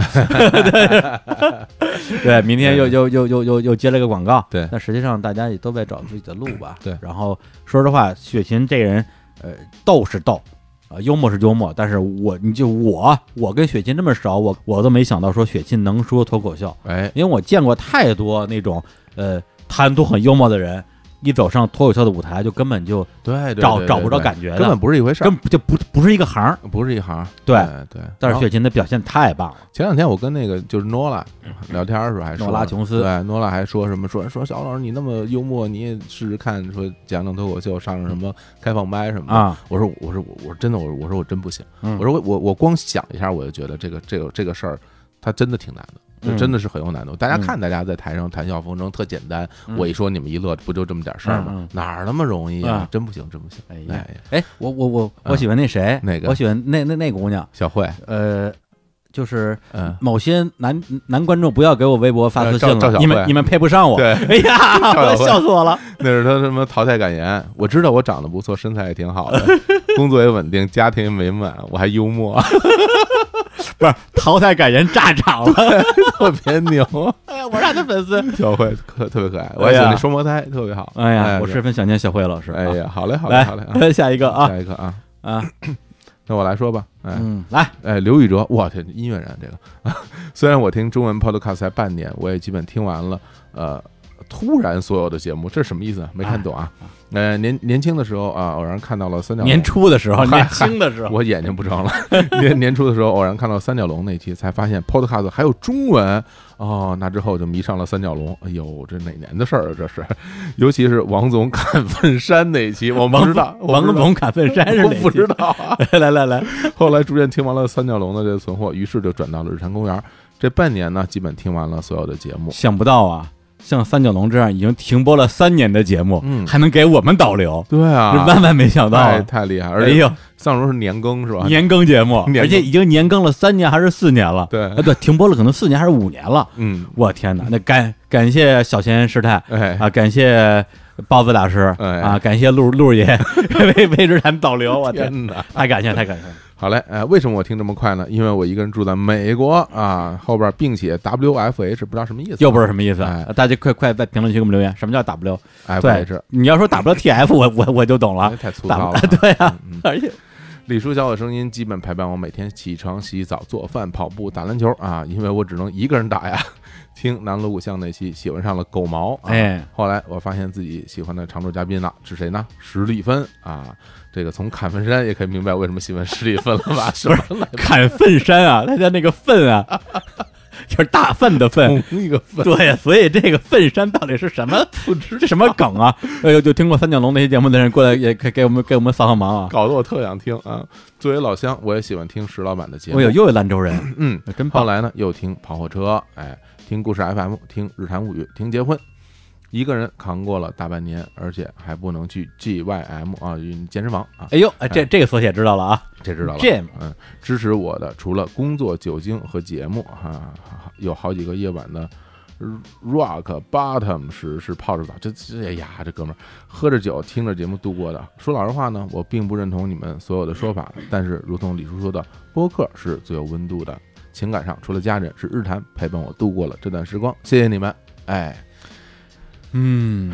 对，明天又又又又又又接了个广告，对但实际上大家也都在找自己的路吧，对然后说实话，雪琴这人，呃，逗是逗，啊、幽默是幽默，但是我你就我我跟雪琴这么熟，我我都没想到说雪琴能说脱口秀，哎，因为我见过太多那种呃谈吐很幽默的人，一走上脱口秀的舞台就根本就对，对找对找对不着对感觉的，根本不是一回事儿根，本就不不是一个行儿，不是一行儿，对啊对，但然是后雪琴的表现太棒了。前两天我跟那个就是诺拉聊天的时候还说诺拉琼斯对诺拉还说什么说说小老师你那么幽默，你也试试看，说讲讲脱口秀，上上什么开放麦什么的。啊我说我说我我真的我我说我真不行，嗯我说我我我光想一下我就觉得这个这个这个事儿，它真的挺难的。就嗯真的是很有难度，大家嗯看大家在台上谈笑风生，特简单。嗯我一说你们一乐，不就这么点事儿吗？嗯嗯哪儿那么容易啊嗯？真不行，真不行！哎哎呀呀，哎，我我我我嗯喜欢那谁，哪个我喜欢那那那姑娘，小慧，呃，就是嗯，某些男男观众不要给我微博发私信呃赵赵了，小你慧们你们配不上我。对，哎呀， 赵我小慧笑死我了。那是他什么淘汰感言？我知道我长得不错，身材也挺 好的，工作也稳定，家庭也美满，我还幽默，不是淘汰感言炸场 了，特别牛。哎呀，我是他的粉丝。小慧可特别可爱，我还喜欢哎那呀双胞胎，特别好。哎呀，我十分想念小慧老师。哎啊，呀，好嘞，好嘞，好嘞啊！来下一个啊下一个啊，啊，那我来说吧。哎，嗯，来，哎，刘宇哲，我天，音乐人啊这个， 虽然我听中文 podcast 才半年，我也基本听完了。呃，突然所有的节目，这是什么意思啊？没看懂啊。呃，年年轻的时候啊，偶然看到了三角龙年初的 时候，嗨年轻的时候，我眼睛不成了。 年年初的时候，偶然看到三角龙那期，才发现 Podcast 还有中文哦。那之后就迷上了三角龙。哎呦，这哪年的事儿啊？这是，尤其是王总 砍粪山那一期，我不王知道，我王不知道总砍粪山是我哪不期知？道啊。 来来来，后来逐渐听完了三角龙的这个存货，于是就转到了日坛公园。这半年呢，基本听完了所有的节目。想不到啊，像三角龙这样已经停播了三年的节目，嗯还能给我们导流，对啊这，万万没想到啊。太太厉害，而哎且呦，藏龙是年更是吧？年更节目，年更而且已经年更了三年还是四年了。对啊，对，停播了可能四年还是五年了。嗯，我天哪，那感感谢小贤师太哎，啊，感谢包子大师哎啊，感谢陆陆爷 为为之谈导流，我天，天哪！太感谢太感谢了。好嘞，哎，为什么我听这么快呢？因为我一个人住在美国啊，后边并且 WFH 不知道什么意思，又不是什么意思啊哎，大家快快在评论区给我们留言，什么叫 W？对 FH，，你要说 WTF，我我我就懂了哎。太粗糙 W 了。 对啊嗯嗯，而且李叔小我声音基本陪伴我每天起床、洗澡、做饭、跑步、打篮球啊，因为我只能一个人打呀。听南锣鼓巷那期喜欢上了狗毛，啊、哎，后来我发现自己喜欢的常驻嘉宾了，是谁呢？史蒂芬啊，这个从砍分山也可以明白为什么喜欢史蒂芬了 吧？是吧？砍粪山啊，他的那个粪啊， 就是大粪的粪，同一嗯个分，对，啊所以这个粪山到底是什么？这什么梗啊？哎呦，就听过三角龙那些节目的人过来也给给我们给我们扫扫盲啊！搞得我特想听啊。作为老乡，我也喜欢听石老板的节目哎呦，。又有兰州人，嗯，真后棒！来呢，又听跑火车，哎，听故事 FM，听日谈物语，听结婚，一个人扛过了大半年，而且还不能去 GYM 啊健身房啊，哎呦，哎这这个缩写知道了啊，这知道了。 Jim 嗯，支持我的除了工作、酒精和节目，哈、有好几个夜晚的 rock bottom 时是泡着澡，这这哎呀，这哥们儿喝着酒听着节目度过的。说老实话呢，我并不认同你们所有的说法，但是如同李叔说的，播客是最有温度的。情感上，除了家人，是日坛陪伴我度过了这段时光。谢谢你们，哎，嗯，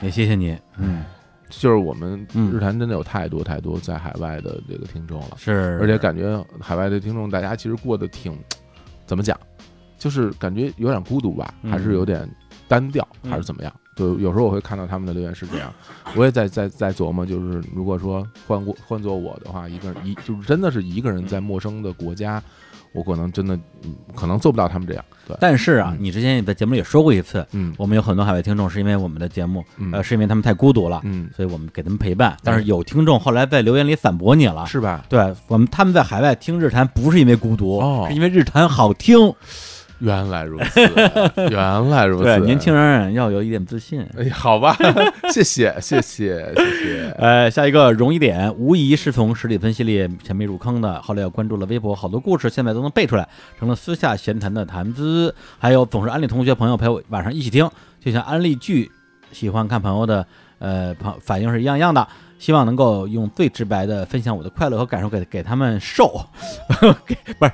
也谢谢你，嗯，就是我们嗯日坛真的有太多太多在海外的这个听众了。是，而且感觉海外的听众大家其实过得挺，怎么讲，就是感觉有点孤独吧，嗯还是有点单调，嗯还是怎么样？就有时候我会看到他们的留言是这 样，我也在在在琢磨，就是如果说换过换做我的话，一个人一就是真的是一个人嗯在陌生的国家，我可能真的嗯可能做不到他们这样，对，但是啊嗯，你之前也在节目里也说过一次，嗯我们有很多海外听众是因为我们的节目，嗯呃，是因为他们太孤独了，嗯所以我们给他们陪伴。但是有听众后来在留言里反驳你了，是吧？对我们他们在海外听日坛不是因为孤独，哦是因为日坛好听。原来如 此，原来如对此，，年轻人要有一点自信。哎呀，好 吧，谢谢谢谢谢谢，呃，下一个容易点，无疑是从十里分系列前辈入坑的，后来又关注了微博，好多故事现在都能背出来，成了私下闲谈的谈资。还有总是安利同学朋友陪我晚上一起听，就像安利剧，喜欢看朋友的呃朋反应是一样一样的。希望能够用最直白的分享我的快乐和感受给给他们受，给不是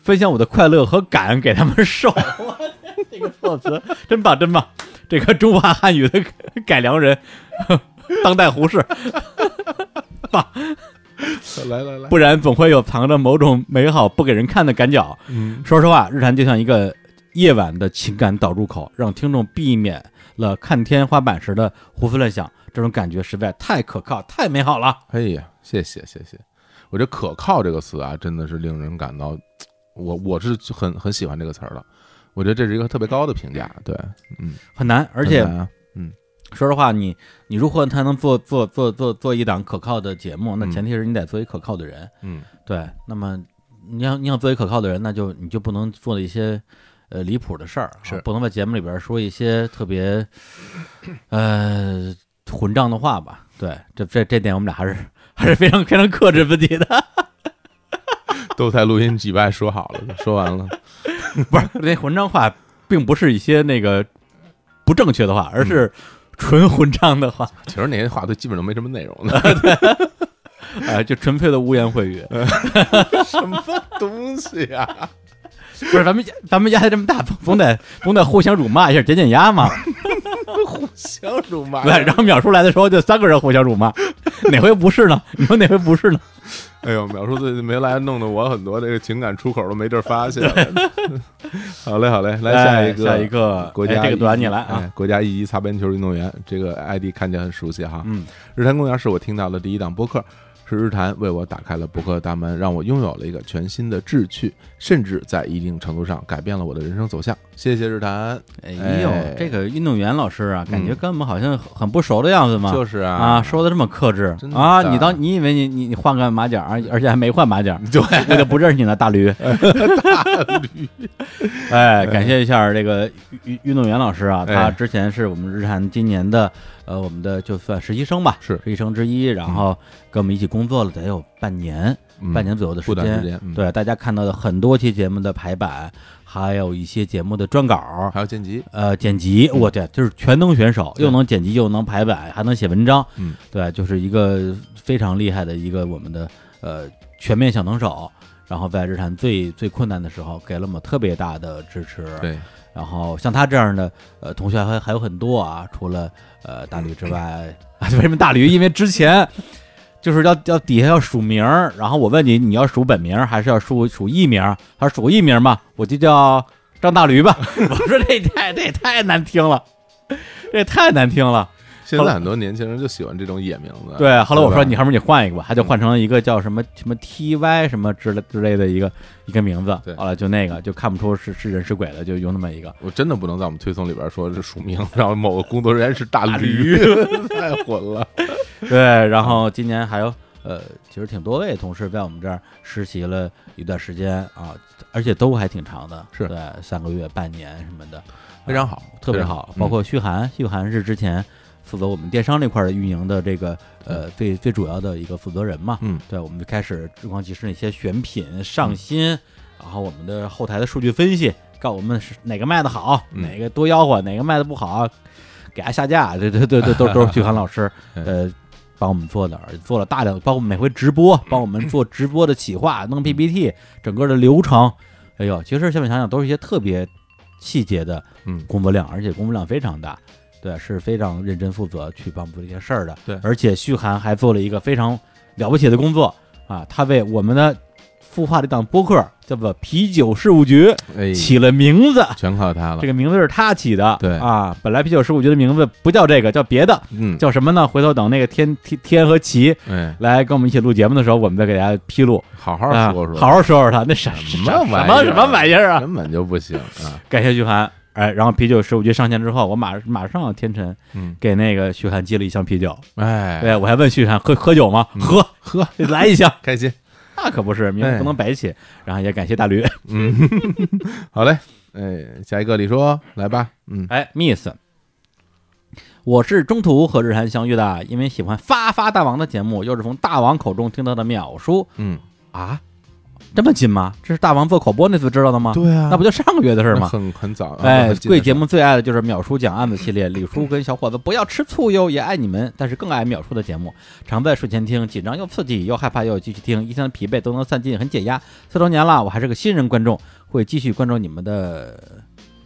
分享我的快乐和感给他们受。 我天这个措辞真棒真棒，这个中华汉语的改良人， 当代胡适， 来来来，不然总会有藏着某种美好不给人看的赶脚。嗯说实话，日坛就像一个夜晚的情感导入口，让听众避免了看天花板时的胡思乱想，这种感觉实在太可靠、太美好了。哎呀，谢谢谢谢，我觉得“可靠”这个词啊，真的是令人感到，我我是很很喜欢这个词儿的。我觉得这是一个特别高的评价，对，嗯，很难，而且很难啊说实话，你你如何才能做做做做做一档可靠的节目？那嗯前提是你得做一可靠的人。嗯，对，那么你要你要作为可靠的人，那就你就不能做一些呃离谱的事儿，是啊不能在节目里边说一些特别呃混账的话吧？对，这这这点我们俩还是还是非常非常克制自己的。 都在录音几外说好了，说完了， 不是那混账话，并不是一些那个不正确的话，而是纯混账的话，嗯其实那些话都基本都没什么内容 的，呃，就纯粹的污言秽语。呃什么东西啊呀？ 不是咱们家咱们家这么大，总总得总得互相辱骂一下，减减压 嘛。相辱骂对，然后秒出来的时候就三个人互相辱骂， 哪回不是呢？你说哪回不是呢？哎呦，淼叔最近没来，弄得我很多这个情感出口都没地儿发 泄了。好嘞，好嘞，来下哎一个，下一个国哎家这个一短你来啊哎，国家一级擦边球运动员，这个 ID 看起来很熟悉哈。嗯，日坛公园是我听到的第一档播客，是日坛为我打开了博客的大门，让我拥有了一个全新的志趣，甚至在一定程度上改变了我的人生走向。谢谢日坛，哎呦哎，这个运动员老师啊，感觉嗯跟我们好像很很不熟的样子嘛。就是嗯啊，说的这么克制真的啊！你当你以为你你你换个马甲，而而且还没换马甲，嗯 对，我就不认识你了，大驴。哎，感谢一下这个运运运动员老师啊，哎他之前是我们日产今年的呃我们的就算实习生吧，是实习生之一，然后跟我们一起工作了得有半年，嗯半年左右的不时短时间。间，嗯，对，大家看到的很多期节目的排版，还有一些节目的撰稿，还有剪辑，呃，剪辑，我天，就是全能选手，对又能剪辑，又能排版，还能写文章，嗯，对，就是一个非常厉害的一个我们的呃全面小能手。然后在日产最最困难的时候，给了我们特别大的支持。，对，然后像他这样的呃同学还还有很多啊，除了呃大驴之 外，啊为什么大驴？因为之前就是要要底下要署名儿，然后我问你你要署本名儿还是要署署艺名儿？他说署艺名儿吧，我就叫张大驴吧。 我说这也太这也太难听了，这也太难听了。现后来在很多年轻人就喜欢这种野名字，对，后来我吧说你要不然你换一个吧，他就换成了一个叫什么什么 T Y 什么之类之类的一个一个名字对。后来就那个就看不出是是人是鬼了，就用那么一个。我真的不能在我们推送里边说是署名，然后某个工作人员是大驴， 哎太混了。 对，然后今年还有呃，其实挺多位同事在我们这儿实习了一段时间啊，而且都还挺长的，是对，三个月、半年什么的，啊非常好，嗯特别非常好。包括旭涵，旭涵是之前负责我们电商这块儿的运营的这个呃最最主要的一个负责人嘛，嗯，对，我们就开始日光集市那些选品上新，然后我们的后台的数据分析，告诉我们是哪个卖的好，嗯哪个多吆喝，哪个卖的不好，给他下架，这这这这都 都是巨涵老师嗯呃帮我们做的，而做了大量，包括每回直嗯播，帮我们做直播的企 划，弄 PPT，整个的流程，哎呦，其实现在想想都是一些特别细节的嗯工作量，而且工作量非常大。对，是非常认真负责去帮助这些事儿的。对而且旭涵还做了一个非常了不起的工作啊，他为我们的孵化的一档播客叫做“啤酒事务局哎”，起了名字。全靠他了这。个名字是他起的，对啊，本来啤酒事务局的名字不叫这个，叫别的，嗯，叫什么呢？回头等那个天天天和齐哎，来跟我们一起录节目的时候，我们再给大家披露，好好好说说，好好说说他那什什么么玩意什么儿什么玩意儿啊！根本就不行啊。感谢徐涵，哎，然后啤酒事务局上线之后，我马马上天辰嗯，给那个徐涵寄了一箱啤酒，哎，对我还问徐涵喝喝酒吗？嗯喝喝，来一箱， 开心。哎那可不是，名字不能白起。然后也感谢大驴， 嗯， 好嘞。哎，下一个李说，来吧。嗯，哎，miss。我是中途和日韩相遇的，因为喜欢发发大王的节目，又是从大王口中听到的秒叔嗯，啊，这么近吗？这是大王做口播那次知道的吗？对啊，那不就上 个月的事儿那吗？很很早，啊哎，贵节目目最爱的就是淼叔讲案子系列，李叔跟小伙子不要吃醋哟，也爱你们，但是更爱淼叔的节目，常在睡前听，紧张又刺激，又害怕又继续听，一天的疲惫都能散尽，很解压。四周年了，我还是个新人观众，会继续关注你们的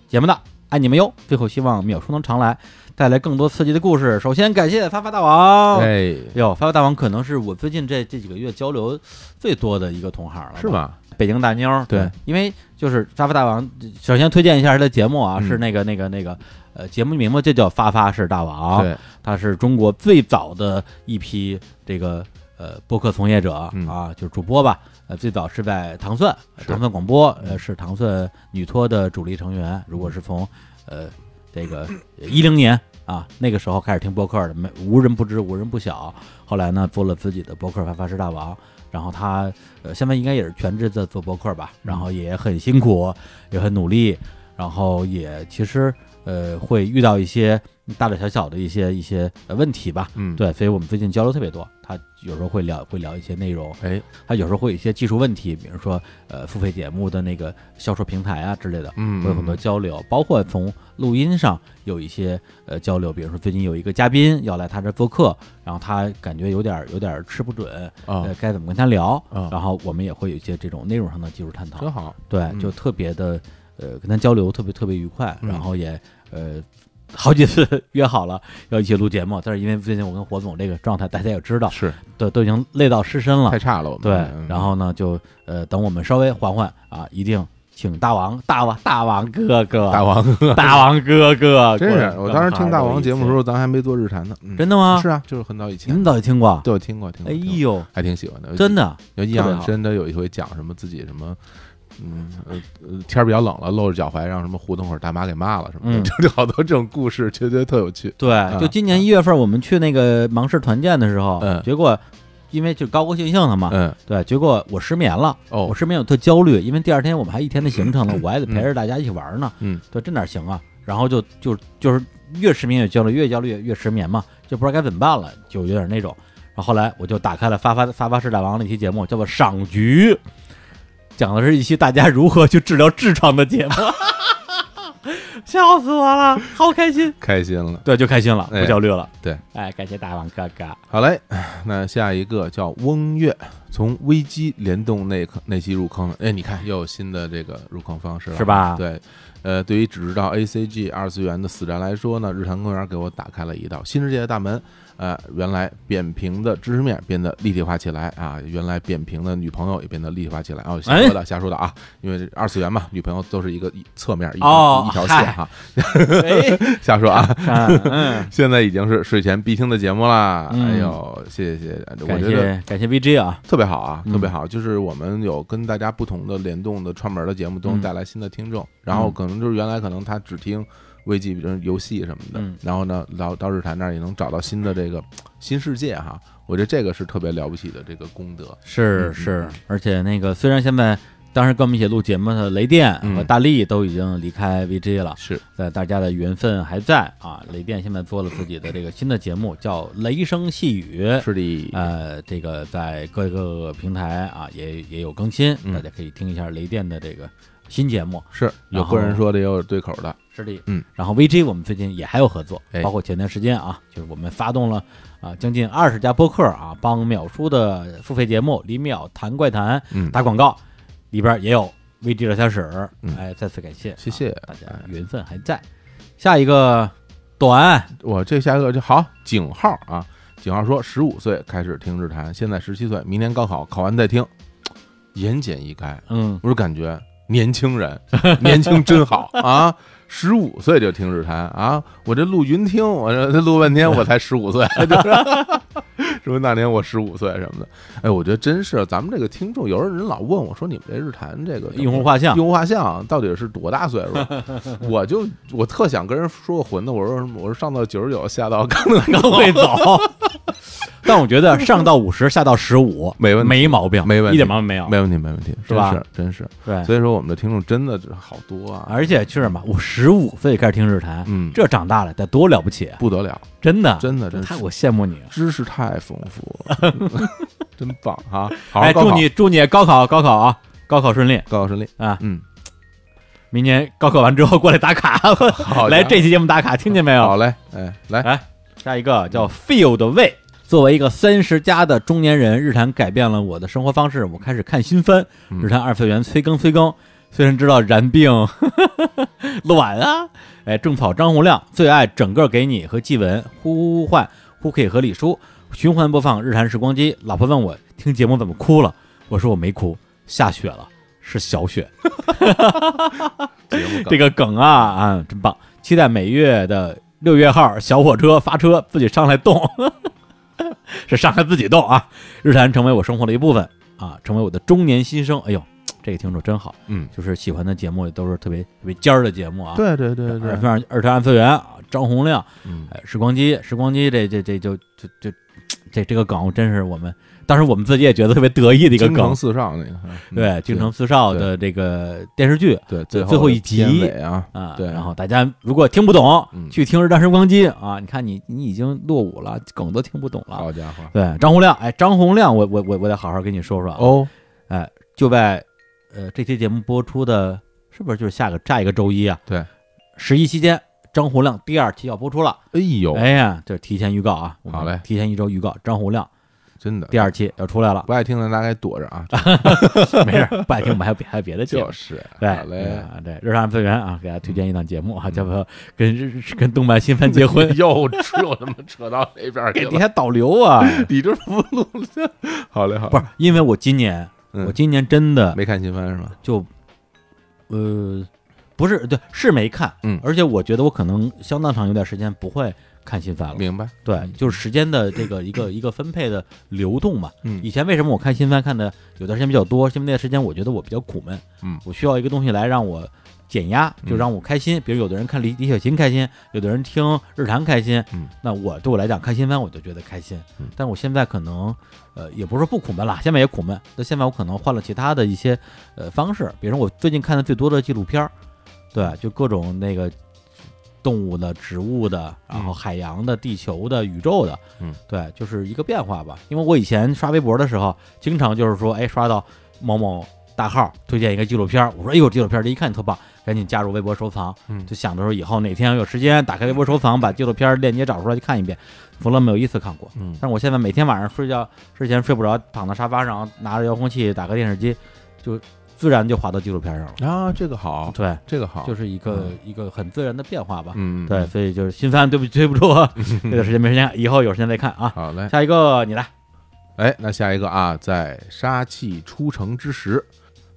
节目的，爱你们哟。最后希望淼叔能常来，带来更多刺激的故事。首先感谢发发大王。哎，哟，发发大王可能是我最近这这几个月交流最多的一个同行了吧，是吗？北京大妞儿，对，因为就是发发大王，首先推荐一下他的节目啊，嗯是那个 那个那个，呃，节目名字就叫《发发是大王》，对，他是中国最早的一批这个呃播客从业者、嗯啊，就是主播吧，呃，最早是在糖蒜，是糖蒜广播，呃，嗯是糖蒜女托的主力成员，如果是从呃这个呃一零年啊那个时候开始听播客的，没无人不知无人不晓，后来呢做了自己的播客《发发是大王》。然后他呃，现在应该也是全职在做播客吧，然后也很辛苦，也很努力，然后也其实呃会遇到一些大大小小的一些一些呃问题吧，嗯，，对，所以我们最近交流特别多，他有时候会聊会聊一些内容，哎，他有时候会有一些技术问题，比如说呃付费节目的那个销售平台啊之类的，嗯，会有很多交流，包括从录音上有一些呃交流，比如说最近有一个嘉宾要来他这做客，然后他感觉有点儿有点儿吃不准，啊呃，该怎么跟他聊，啊然后我们也会有一些这种内容上的技术探讨真，好，对，嗯就特别的呃跟他交流特别特别愉快，嗯然后也呃。好几次约好了要一起录节目，但是因为最近我跟火总这个状态，大家也知道，是对，都已经累到失身了太。差了，我们对嗯，然后呢，就呃，等我们稍微缓缓啊，一定请大王大王大王哥哥，大王哥，大王哥哥，真果然是！我当时听大王节目的时，果然候，咱还没做日坛呢。嗯真的吗？是啊，就是很早以你前们，早就听过？对，我听过，听哎过，听过呦，还挺喜欢的。真的，有印特别象好真的有一回讲什么自己什么，嗯，呃呃天儿比较冷了，露着脚踝让什么胡同会儿大妈给骂了什么的，嗯就就好多这种故事，觉得特有趣。对，就今年一月份我们去那个芒市团建的时候，嗯结果因为就高高兴兴的嘛，嗯，对，结果我失眠了，我哦，失眠我特焦虑，因为第二天我们还一天的行程呢，我还得陪着大家一起玩呢，嗯，对，这哪行啊？然后就就就是越失眠越焦虑，越焦虑越越失眠嘛，就不知道该怎么办了，就有点那种。然后后来我就打开了发发发发是大王那期节目，叫做《赏菊》，讲的是一期大家如何去治疗痔疮的节目，笑死我了，好 开心。开心了。对，就开心了，不哎焦虑了。对，哎，感谢大王哥哥。好嘞，那下一个叫翁月，从危机联动那坑那期入坑了。哎，你看又有新的这个入坑方式了，是吧对，呃，对于只知道 A C G 二次元的死宅来说呢，日坛公园给我打开了一道新世界的大门。呃，原来扁平的知识面变得立体化起来啊，原来扁平的女朋友也变得立体化起来啊，瞎哎说的瞎说的啊，因为这二次元嘛，女朋友都是一个一侧面一条、哦一条嗨线哈、哎，瞎说啊。嗯，现在已经是睡前必听的节目啦，嗯哎呦，谢谢谢谢，我感觉得谢感谢 VG 啊，特别好啊，嗯特别好，就是我们有跟大家不同的联动的串门的节目，都能嗯带来新的听众。然后可能就是原来可能他只听微记，比如游戏什么的，嗯然后呢到到日坛那儿也能找到新的这个新世界哈。我觉得这个是特别了不起的这个功德。是嗯是，而且那个虽然现在当时跟我们一起录节目的雷电嗯和大力都已经离开 VG 了，是，但大家的缘分还在啊。雷电现在做了自己的这个新的节目，叫《雷声细语》。是的，呃，这个在各个平台啊也也有更新，嗯大家可以听一下雷电的这个新节目。是有然后个人说的，也有对口的。是的，嗯，然后 VG 我们最近也还有合作，哎包括前段时间啊，就是我们发动了啊将近二十家播客啊，帮秒叔的付费节目《李淼谈怪谈》嗯，打广告，里边也有 VG 聊天室嗯，哎，再次感谢，谢谢哎啊大家，缘分还在。下一个短，我这下一个就好，井号啊，井号说十五岁开始听日坛，现在十七岁，明年高考考完再听，言简意赅。嗯，我就感觉年轻人， 年轻真好啊！十五岁就听日坛啊，我这录云听，我这录半 天我才十五岁， 就是说那年我十五岁什么的。哎，我觉得真是咱们这个听众，有时候人老问我说你们这日坛这个用户画像用户画像到底是多大岁数？ 我就我特想跟人说个混的，我说什么我说上到九十九，下到刚刚刚会走， 但我觉得上到五十，下到十五，没问题没毛病，没问题一点毛病没有，没问题，没问题，是吧真是，真对是。。所以说我们的听众真的是好多啊，而且确实嘛，我十五岁开始听日坛，嗯这长大了得多了不起啊，不得了。真的，真的真是太我羡慕你了。知识太丰富了， 真棒哈！好好哎，高祝考，你祝你高考高考啊，高考顺利高考顺利啊！嗯，明年高考完之后过来打卡，好 来家伙这期节目打卡，听见没有？好嘞，哎，来，来，下一个叫 Feel 的胃。作为一个三十加的中年人，日坛改变了我的生活方式。我开始看新番，嗯日坛二次元催更催更。虽然知道燃 病、卵啊，哎，种草张洪亮最爱整个给你和纪文呼唤呼 K 和李叔循环播放日坛时光机。老婆问我听节目怎么哭了，我说我没哭，下雪了，是小雪。节目这个个梗啊啊，真棒！期待每月的六月号小火车发车，自己上来动， 是上来自己动啊！日坛成为我生活的一部分啊，成为我的中年新生。哎呦，这个听众真好，嗯，就是喜欢的节目也都是特别特别尖儿的节目啊。对对对二对，次元二次元二次元啊，张洪亮，嗯，哎，时光机，时光机这，这这就就就这这个梗，真是我们当时我们自己也觉得特别得意的一个京城梗。四少那个，嗯对，京城四少的这个电视剧，对最后最后的一集片尾啊，啊，对然后大家如果听不懂，嗯去听《日战时光机》啊，你看你你已经落伍了，梗都听不懂了。好家伙，对，张洪亮，哎，张洪亮，我我我我得好好跟你说说啊，哦，就在呃这期节目播出的，是不是就是下个下一个周一啊？对，十一期间，张洪亮第二期要播出了。哎呦，哎呀，这提前预告啊，我们好嘞提前一周预告，张洪亮真的，第二期要出来了，不爱听的大概躲着 啊，没事， 不爱听我们还有别还有别的节目就。是，对好，嘞，，啊对，日常二次元啊，给大家推荐一档节目啊，叫做《跟日跟动漫新番结婚》又又他妈扯到那边儿去给底了，下导流啊！ 你这不录了，好嘞，好嘞，不是，因为我今年，嗯我今年真的没看新番是吧？就，呃，不是，对，是没看，嗯而且我觉得我可能相当长一段时间不会看新番了，明白？嗯对，就是时间的这个一个一个分配的流动嘛。嗯以前为什么我看新番看的有段时间比较多，是因为那段时间我觉得我比较苦闷，嗯我需要一个东西来让我减压，嗯就让我开心。比如有的人看李李雪琴开心，有的人听日谈开心，嗯那我对我来讲看新番我就觉得开心。嗯但我现在可能呃也不是说不苦闷啦，现在也苦闷，那现在我可能换了其他的一些呃方式，比如说我最近看的最多的纪录片儿，对，就各种那个。动物的、植物的，然后嗯海洋的、地球的、宇宙的，嗯，对，就是一个变化吧。因为我以前刷微博的时候，经常就是说，哎，刷到某某大号推荐一个纪录片儿，我说，哎呦，纪录片儿这一看特棒，赶紧加入微博收藏。嗯就想着说以后哪天有时间打开微博收藏，把纪录片儿链接找出来去看一遍。冯乐没有一次看过，嗯但是我现在每天晚上睡觉之前睡不着，躺到沙发上，拿着遥控器打开电视机，就自然就滑到纪录片上了。啊，这个好，对，这个好，就是是一个一个很自然的变化吧。嗯，对，嗯，所以就是新番，对不起，对 不住 啊，这段时间没时间看，以后有时间再看啊。好嘞。下一个你来，哎，那下一个啊，在杀气初成之时，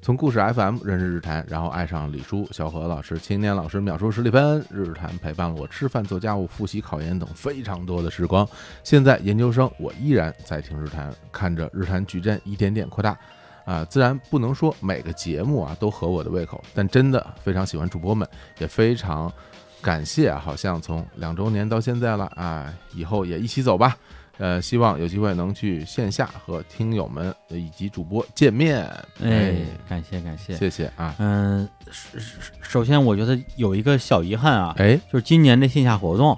从故事 FM 认识日坛，然后爱上李叔、小何老师、青年老师、秒叔史蒂芬，日坛陪伴了我吃饭、做家务、复习、考研等非常多的时光。现在研究生，我依然在听日坛，看着日坛矩阵一点点扩大。啊，自然不能说每个节目啊都合我的胃口，但真的非常喜欢主播们，也非常感谢啊，好像从两周年到现在了啊，以后也一起走吧。呃，希望有机会能去线下和听友们呃以及主播见面。哎，感谢感谢，谢谢啊！嗯，首首首先我觉得有一个小遗憾啊，哎，就是今年的线下活动，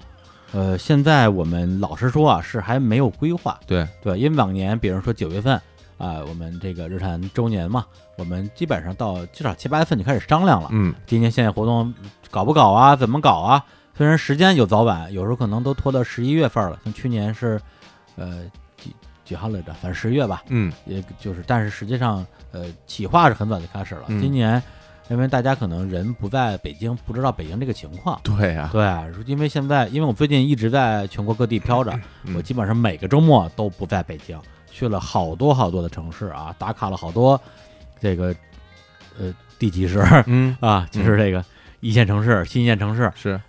呃，现在我们老实说啊，是还没有规划。对，对，因为往年，比如说九月份啊、我们这个日坛周年嘛，我们基本上到至少七八月份就开始商量了，嗯，今年线下活动搞不搞啊，怎么搞啊？虽然时间有早晚，有时候可能都拖到十一月份了。像去年是，呃，几几号来着？反正十月吧，嗯，也就是，但是实际上，呃，企划是很早就开始了。嗯今年，因为大家可能人不在北京，不知道北京这个情况。对啊，对，因为现在，因为我最近一直在全国各地飘着，嗯我基本上每个周末都不在北京，去了好多好多的城市啊，打卡了好多这个呃地级市嗯， 啊，就是这个一线城市、新一线城市啊、是，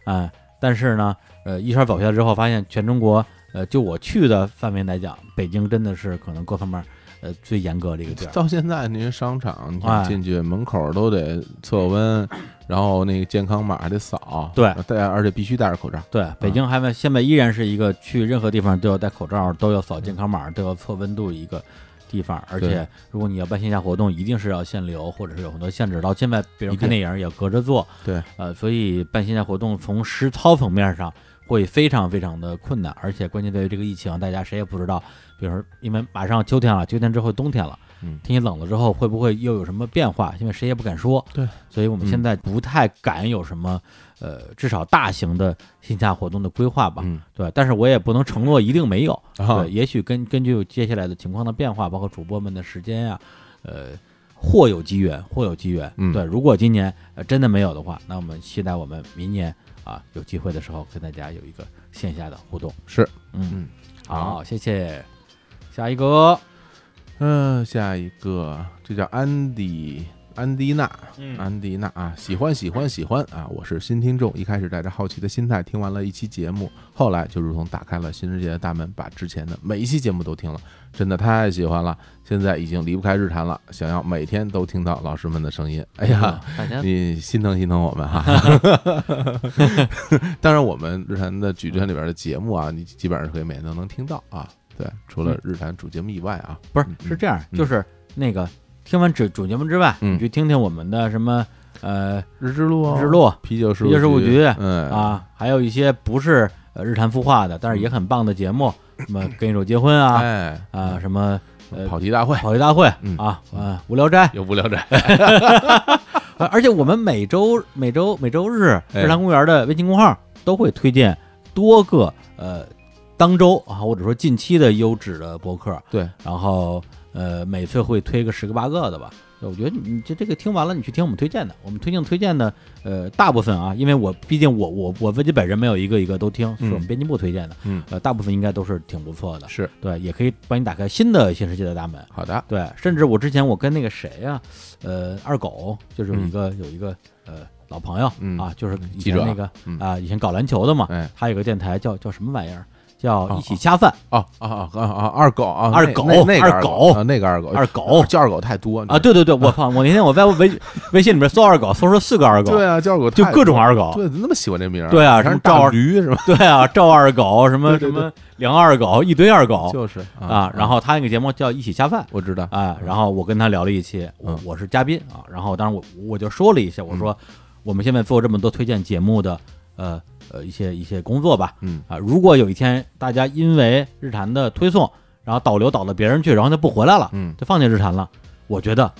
但是呢，呃，一圈走下来之后，发现全中国，呃，就我去的范围来讲，北京真的是可能各方面呃最严格的一个地儿。到现在那些商场，你哎看进去门口都得测温，然后那个健康码还得扫，对戴而且必须戴着口罩。啊对，北京还在现在依然是一个去任何地方都要戴口罩、都要扫健康码、都要测温度一个地方，而对且如果你要办线下活动，一定是要限流，或者是有很多限制。到现在，比如一看定电影也隔着坐，对，呃，所以办线下活动从实操层面上会非常非常的困难，而且关键在于这个疫情，大家谁也不知道，比如说因为马上秋天了，秋天之后冬天了，嗯天气冷了之后会不会又有什么变化？因为谁也不敢说，对，所以我嗯们现在不太敢有什么，呃，至少大型的线下活动的规划吧，嗯，对，但是我也不能承诺一定没有，啊对，，也许根根据接下来的情况的变化，包括主播们的时间呀、呃，或有机缘，或有机缘。嗯对，如果今年呃真的没有的话，那我们期待我们明年啊有机会的时候跟大家有一个线下的互动。是，嗯，嗯好，谢谢。下一个，嗯，下一个这叫安迪。安迪娜，嗯安迪娜啊，喜欢喜欢喜欢啊！我是新听众，一开始带着好奇的心态听完了一期节目，后来就如同打开了新世界的大门，把之前的每一期节目都听了，真的太喜欢了。现在已经离不开日坛了，想要每天都听到老师们的声音。哎呀，嗯大家你心疼心疼我们 哈。当然，我们日坛的矩阵里边的节目啊，你基本上可以每天都能听到啊。对，除了日坛主节目以外啊，不是嗯是这样，嗯就是那个听完主主节目之外，嗯你去听听我们的什么呃日之路、啊日落、啤酒事啤酒事务局嗯，啊，还有一些不是呃日坛孵化的，但是也很棒的节目，什么跟一手结婚啊，嗯哎，啊，什么呃跑题大会跑题大会、嗯啊，啊无聊斋，有无聊 斋，呃而且我们每周每周每周日哎日坛公园的微信公号都会推荐多个呃当周啊或者说近期的优质的博客，对，然后呃每次会推个十个八个的吧。我觉得你这这个听完了，你去听我们推荐的，我们推荐推荐的，呃，大部分啊，因为我毕竟我我我自己本人没有一个一个都听，是我们嗯编辑部推荐的，嗯呃，大部分应该都是挺不错的，是对，也可以帮你打开新的新世界的大门。好的，对，甚至我之前我跟那个谁啊，呃，二狗，就是有嗯一个、有一个呃老朋友、嗯啊，就是以记前者那个啊、嗯以前搞篮球的嘛，哎，他有个电台叫叫什么玩意儿，叫哦一起恰饭，哦哦哦哦哦，二狗啊，二那狗那那个二二狗啊那个二狗，二狗叫二狗太多啊，，对对对， 我靠，我那天我在微微信里面搜二狗，搜出四个二狗，对啊，叫二狗就太各种多二狗，对，那么喜欢这名儿，对啊全什是么大赵驴是吧？ 对啊，赵二狗，什么对对什对么梁二狗，一堆二狗就是啊，然后他那个节目叫一起恰饭。我知道，哎，然后我跟他聊了一期，我嗯我是嘉宾啊，然后当然我我就说了一下，我说我们现在做这么多推荐节目的呃呃一些一些工作吧，嗯啊，如果有一天大家因为日坛的推送，然后导流导到别人去，然后就不回来了，嗯，就放弃日坛了，我觉得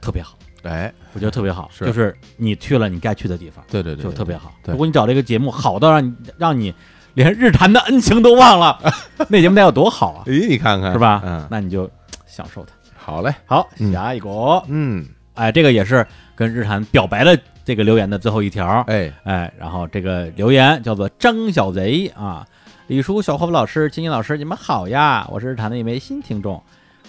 特别好，哎，我觉得特别好，是就是你去了你该去的地方，对对对，就对特别好。对如果你找这个节目好到让你让你连日坛的恩情都 忘了，那节目得有多好啊，哎咦，你看看是吧？嗯，那你就享受它。好嘞，好，嗯下一个，嗯，哎，这个也是跟日坛表白的这个留言的最后一条，哎，哎，然后这个留言叫做张小贼啊，李叔、小伙伴老师、金金老师，你们好呀！我是日坛的一位新听众，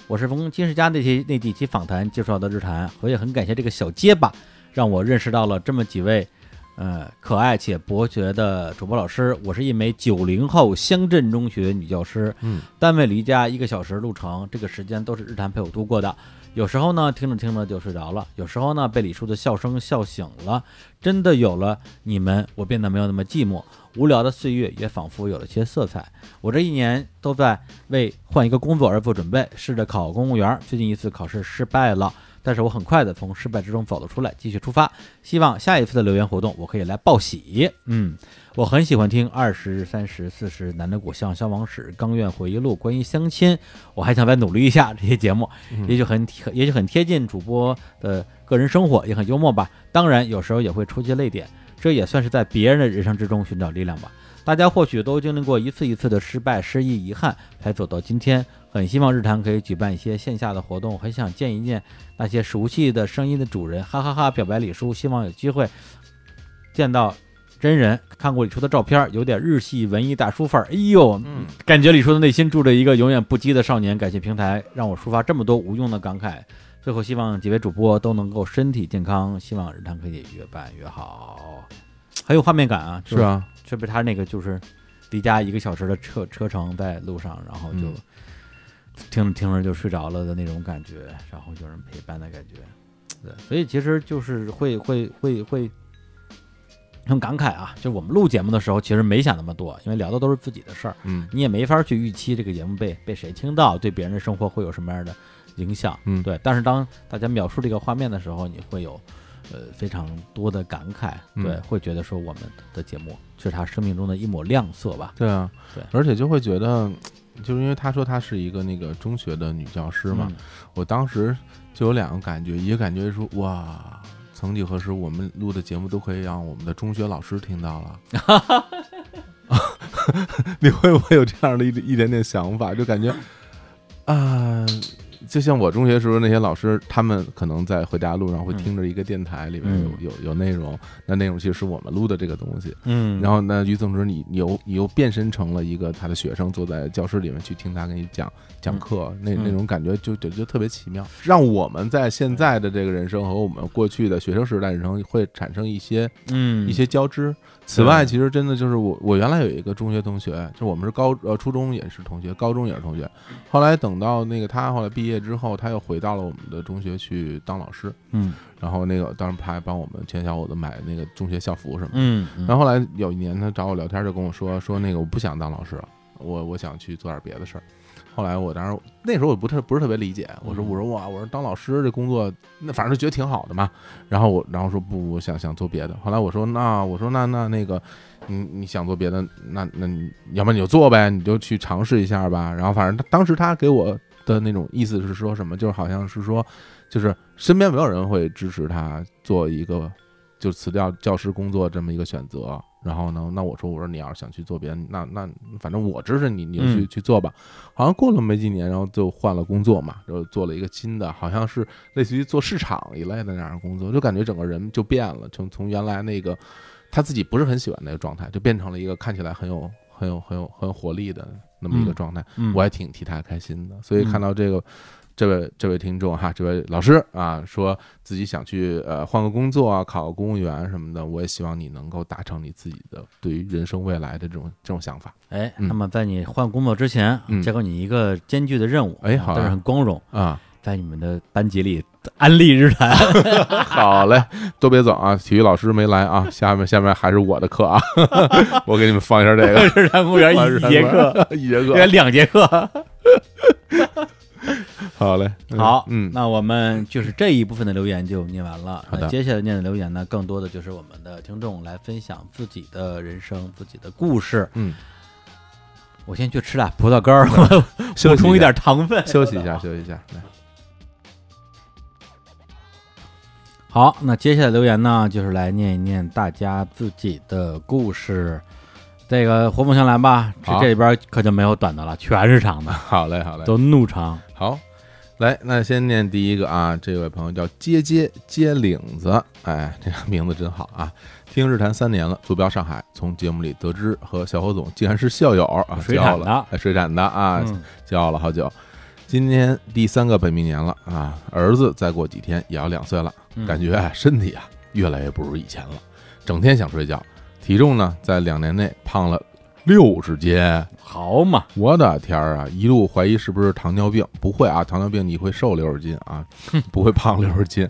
我是从金世佳那期那几期访谈接触到的日坛，我也很感谢这个小结巴，让我认识到了这么几位。呃，可爱且博学的主播老师，我是一枚九零后乡镇中学女教师，嗯，单位离家一个小时路程，这个时间都是日坛陪我度过的。有时候呢，听着听着就睡着了；有时候呢，被李叔的笑声笑醒了。真的有了你们，我变得没有那么寂寞，无聊的岁月也仿佛有了些色彩。我这一年都在为换一个工作而做准备，试着考公务员。最近一次考试失败了，但是我很快的从失败之中走了出来，继续出发。希望下一次的留言活动，我可以来报喜。嗯，我很喜欢听二十三十四十南德古巷消亡史、钢院回忆录，关于相亲，我还想再努力一下这些节目，也许很贴也许很贴近主播的个人生活，也很幽默吧。当然，有时候也会出些泪点，这也算是在别人的人生之中寻找力量吧。大家或许都经历过一次一次的失败、失意、遗憾，才走到今天。很希望日坛可以举办一些线下的活动，很想见一见那些熟悉的声音的主人，哈哈哈表白李叔，希望有机会见到真人，看过李叔的照片，有点日系文艺大叔范儿。哎呦，嗯，感觉李叔的内心住着一个永远不羁的少年。感谢平台让我抒发这么多无用的感慨。最后，希望几位主播都能够身体健康，希望日坛可以越办越好，很有画面感啊！就是啊，这不是他那个就是离家一个小时的车车程在路上，然后就嗯听着听着就睡着了的那种感觉，然后有人陪伴的感觉，对，所以其实就是会会会会很感慨啊，就是我们录节目的时候其实没想那么多，因为聊的都是自己的事儿，嗯你也没法去预期这个节目被被谁听到，对别人的生活会有什么样的影响，嗯对。但是当大家描述这个画面的时候，你会有呃非常多的感慨，嗯对，会觉得说我们的节目是他生命中的一抹亮色吧，对啊，对而且就会觉得，就是因为他说他是一个那个中学的女教师嗯嘛，我当时就有两个感觉，一个感觉是哇。曾几何时，我们录的节目都可以让我们的中学老师听到了。 你会不会有这样的一一点点想法？就感觉啊，就像我中学时候那些老师，他们可能在回家路上会嗯听着一个电台里面有、嗯有有内容，那内容其实是我们录的这个东西。嗯然后呢，于总之你你又你又变身成了一个他的学生，坐在教室里面去听他给你讲嗯讲课，那那种感觉就就就特别奇妙，让我们在现 在的这个人生和我们过去的学生时代人生会产生一些嗯一些交织。此外，其实真的就是我我原来有一个中学同学，就我们是高呃初中也是同学，高中也是同学，后来等到那个他后来毕业之后，他又回到了我们的中学去当老师，嗯然后那个当时他还帮我们全小伙子买那个中学校服什么的。嗯，嗯然后后来有一年，他找我聊天，就跟我说说那个我不想当老师了，我我想去做点别的事儿。后来我当时那时候我不特不是特别理解，我说嗯我说哇，我说当老师这工作，那反正觉得挺好的嘛。然后我然后说不，我想想做别的。后来我说那我说那那那个，你你想做别的，那那你要不然你就做呗，你就去尝试一下吧。然后反正他当时他给我的那种意思是说什么，就是好像是说，就是身边没有人会支持他做一个就辞掉教师工作这么一个选择。然后呢，那我说我说你要是想去做别的，那那反正我支持你，你就嗯去、去做吧。好像过了没几年，然后就换了工作嘛，就做了一个新的，好像是类似于做市场一类的那样的工作，就感觉整个人就变了，从从原来那个他自己不是很喜欢那个状态，就变成了一个看起来很有很有很有很有活力的那么一个嗯状态。嗯我还挺替他开心的。所以嗯看到这个，这位这位听众哈，这位老师啊，说自己想去呃换个工作啊，考个公务员什么的，我也希望你能够达成你自己的对于人生未来的这种这种想法哎，嗯那么在你换工作之前嗯，交给你一个艰巨的任务，哎啊好啊但是很光荣，啊。在你们的班级里安利日坛。 好嘞，都别走啊，体育老师没来啊，下面下面还是我的 课啊，我给你们放一下这个日坛公园放一一下节课， 一节原来课， 两节课。好嘞，嗯好，嗯，那我们就是这一部分的留言就念完了。好的那接下来念的留言呢，更多的就是我们的听众来分享自己的人生、自己的故事。嗯，我先去吃俩葡萄干儿，我 休息补充一点糖分。休息一下，休息一下，来好，那接下来留言呢，就是来念一念大家自己的故事。这个活蹦向来吧，这好这里边可就没有短的了，全是长 的，好嘞，好嘞，都怒长。好，来，那先念第一个啊，这位朋友叫接接接领子，哎，这个名字真好啊！听日坛三年了，坐标上海，从节目里得知和小侯总竟然是校友啊，水交产了，的哎水产的啊，嗯骄傲了好久。今年第三个本命年了啊，儿子再过几天也要两岁了，嗯感觉啊身体啊越来越不如以前了，整天想睡觉，体重呢在两年内胖了六十斤。好嘛，我的天儿啊！一路怀疑是不是糖尿病，不会啊，糖尿病你会瘦六十斤 啊，不会胖六十斤。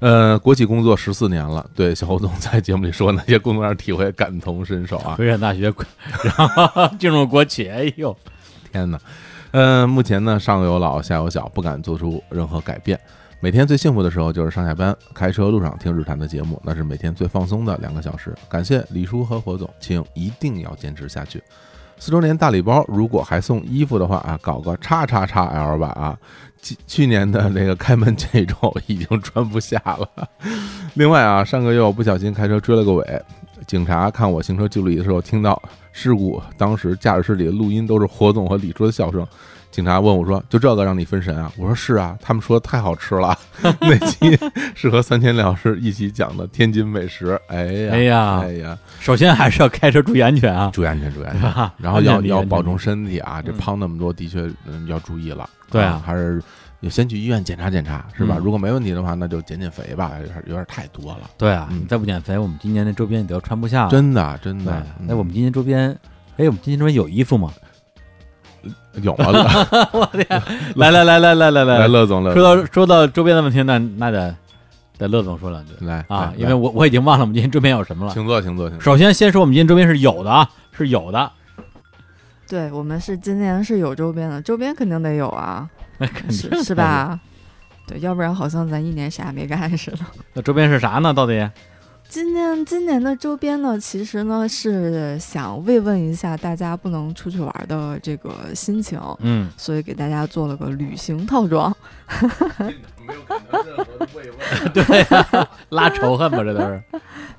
呃，国企工作十四年了，对小侯总在节目里说那些工作上体会感同身 受啊！水产大学，然后 进入国企，哎呦， 天哪，呃，目前呢上有老下有小，不敢做出任何改变。每天最幸福的时候就是上下班开车路上听日坛的节目，那是每天最放松的两个小时。感谢李叔和火总，请一定要坚持下去。四周年大礼包，如果还送衣服的话啊，搞个叉叉叉 L 吧啊！去去年的那个开门 这一周已经穿不下了。另外啊，上个月我不小心开车追了个尾，警察看我行车记录仪的时候，听到事故当时驾驶室里的录音都是火总和李叔的笑声。警察问我说：“就这个让你分神啊？”我说：“是啊，他们说太好吃 了。”那期是和三千老师一起讲的天津美食。哎呀，哎呀哎呀，首先还是要开车注意安全啊，注意安全，注意安全。啊然后要安全第一要安全保第一重身体啊，这嗯胖那么多，的确嗯要注意了。对啊啊，还是也先去医院检查检查，是吧？嗯如果没问题的话，那就减减肥吧，有点有点太多了，对啊，嗯你再不减肥，我们今年的周边你都要穿不下了。真的真对的。嗯那我们今年周边，哎，我们今年周边有衣服吗？有 了，来来来来来来来来，乐总乐说总到说到周边的问题，那那得得乐总说两句来来，啊因为我我已经忘了我们今天周边有什么来了。请坐，请坐，请坐。首先先说我们今天周边是有的啊，是有的， 对我们是今年是有周边的，周边肯定得有啊，那肯定是是？吧？对，要不然好像咱一年啥也没干似的。那周边是啥呢？到底？今年今年的周边呢，其实呢是想慰问一下大家不能出去玩的这个心情，嗯，所以给大家做了个旅行套装。 对呀，拉仇恨吧，这都 是。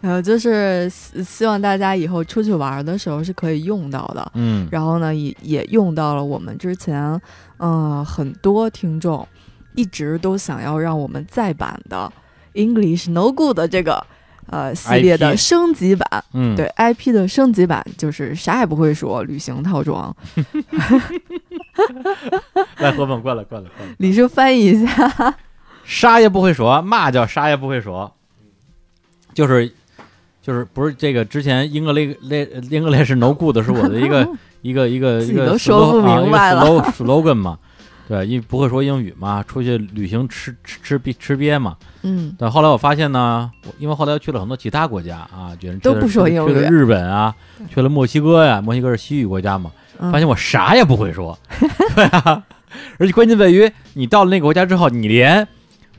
还有就是希希望大家以后出去玩的时候是可以用到的。嗯，然后呢，也也用到了我们之前，嗯、很多听众一直都想要让我们再版的 English No Good 的这个呃系列的 IP 升级版，嗯，对 IP 的升级版就是啥也不会说，旅行套 装。来，何总过来，过来，过来。李叔翻译一下，啥也不会说，嘛叫啥也不会说，就是就是不是这个之前英格雷雷英格雷是 no good 是我的一 个一个一个自己一个都说不 slogan- 明白了啊、一个 slogan slogan 嘛，对，因为不会说英语嘛，出去旅行吃吃吃瘪吃瘪嘛。嗯，但后来我发现呢，我因为后来又去了很多其他国家啊，觉得都不说英语去了日本啊，去了墨西哥呀、墨西哥是西语国家嘛，嗯发现我啥也不会说， 对啊，而且关键在于你到了那个国家之后，你连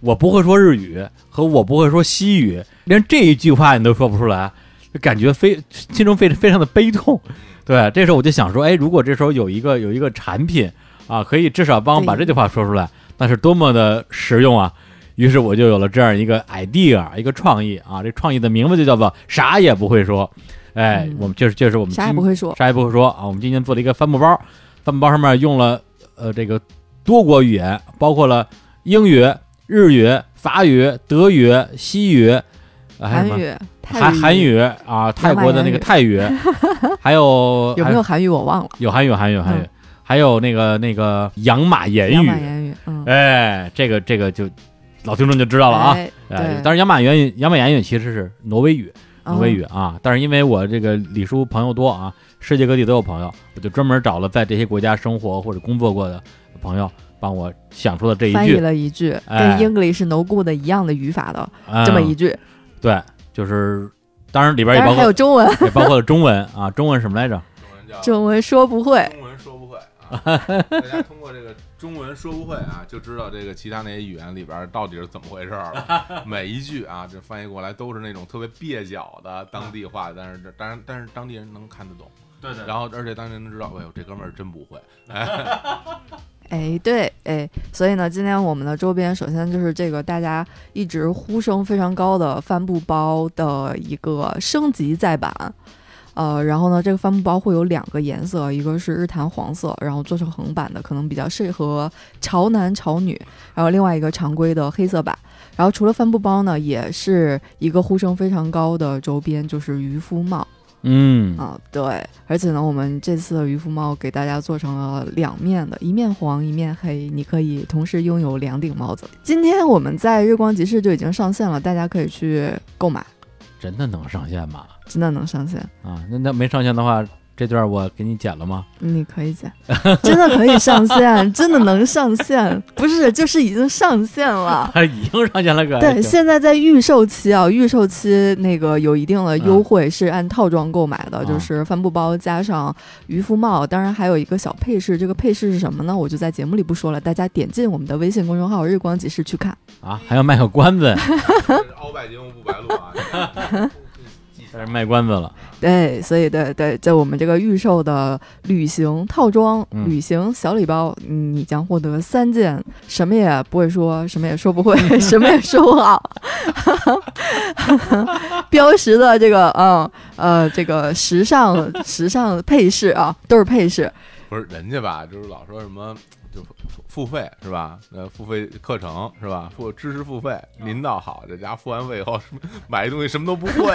我不会说日语和我不会说西语，连这一句话你都说不出来，就感觉非心中非非常的悲痛。嗯对，这时候我就想说，哎，如果这时候有一个有一个产品啊，可以至少帮我把对这句话说出来，那是多么的实用啊！于是我就有了这样一个 idea，一个创意啊，这创意的名字就叫做“啥也不会说”。哎嗯，我们这是这是我们啥也今不会说。啥也不会说啊。我们今天做了一个帆布包，帆布包上面用了呃这个多国语言，包括了英语、日语、法语、德语、西语，呃、还有韩什么语、泰韩韩语啊，泰国的那个泰 语，还有有没有韩语我忘了，有韩语，韩语，韩语，还有那个那个养马言两语马，言语，嗯，哎，这个这个就老听众就知道了啊。哎，哎对，当然，养马言语，养马言语其实是挪威语，挪威嗯语啊。但是因为我这个李叔朋友多啊，世界各地都有朋友，我就专门找了在这些国家生活或者工作过的朋友，帮我想出了这一翻译句，了一句哎跟 English no good 一样的语法的嗯这么一句，对，就是当然里边当也包然还有括中文， 也包括了中文啊，中文什么来着？中文叫中文说不会，中文说不会 啊，大家通过这个中文说不会啊，就知道这个其他那些语言里边儿到底是怎么回事儿了。每一句啊，这翻译过来都是那种特别蹩脚的当地话，但是这当然但是当地人能看得懂，对对然后而且当地人知道，哎呦这哥们儿真不 会。哎，对，哎，所以呢，今天我们的周边首先就是这个大家一直呼声非常高的帆布包的一个升级再版。呃，然后呢，这个帆布包会有两个颜色，一个是日坛黄色，然后做成横版的，可能比较适合潮男潮女；然后另外一个常规的黑色版。然后除了帆布包呢，也是一个呼声非常高的周边，就是渔夫帽。嗯，啊、对，而且呢，我们这次的渔夫帽给大家做成了两面的，一面黄，一面黑，你可以同时拥有两顶帽子。今天我们在日光集市就已经上线了，大家可以去购买， 真的能上线吗？真的能上线，啊，那那没上线的话，这段我给你剪了吗？嗯你可以剪，真的可以上线，啊真的能上线，不是，就是已经上线了。啊已经上线了个，对，现在在预售期啊，预售期那个有一定的优惠，是按套装购买的，啊就是帆布包加上渔夫帽，当然还有一个小配饰。这个配饰是什么呢？我就在节目里不说了，大家点进我们的微信公众号“日光集市”去看。啊，还要卖个关 子，这是鳌拜节目不白录 啊！记下开始卖关子了。对，哎所以对对，在我们这个预售的旅行套装、嗯旅行小礼包，嗯你将获得三件什么也不会说、什么也说不会、 什么也说不好， 标识的这个嗯呃这个时尚时尚配饰啊，都是配饰，不是人家吧，就是老说什么就付付费是吧？呃，付费课程是吧？付知识付费，您倒好，这家付完费以后，什么买一东西什么都不会，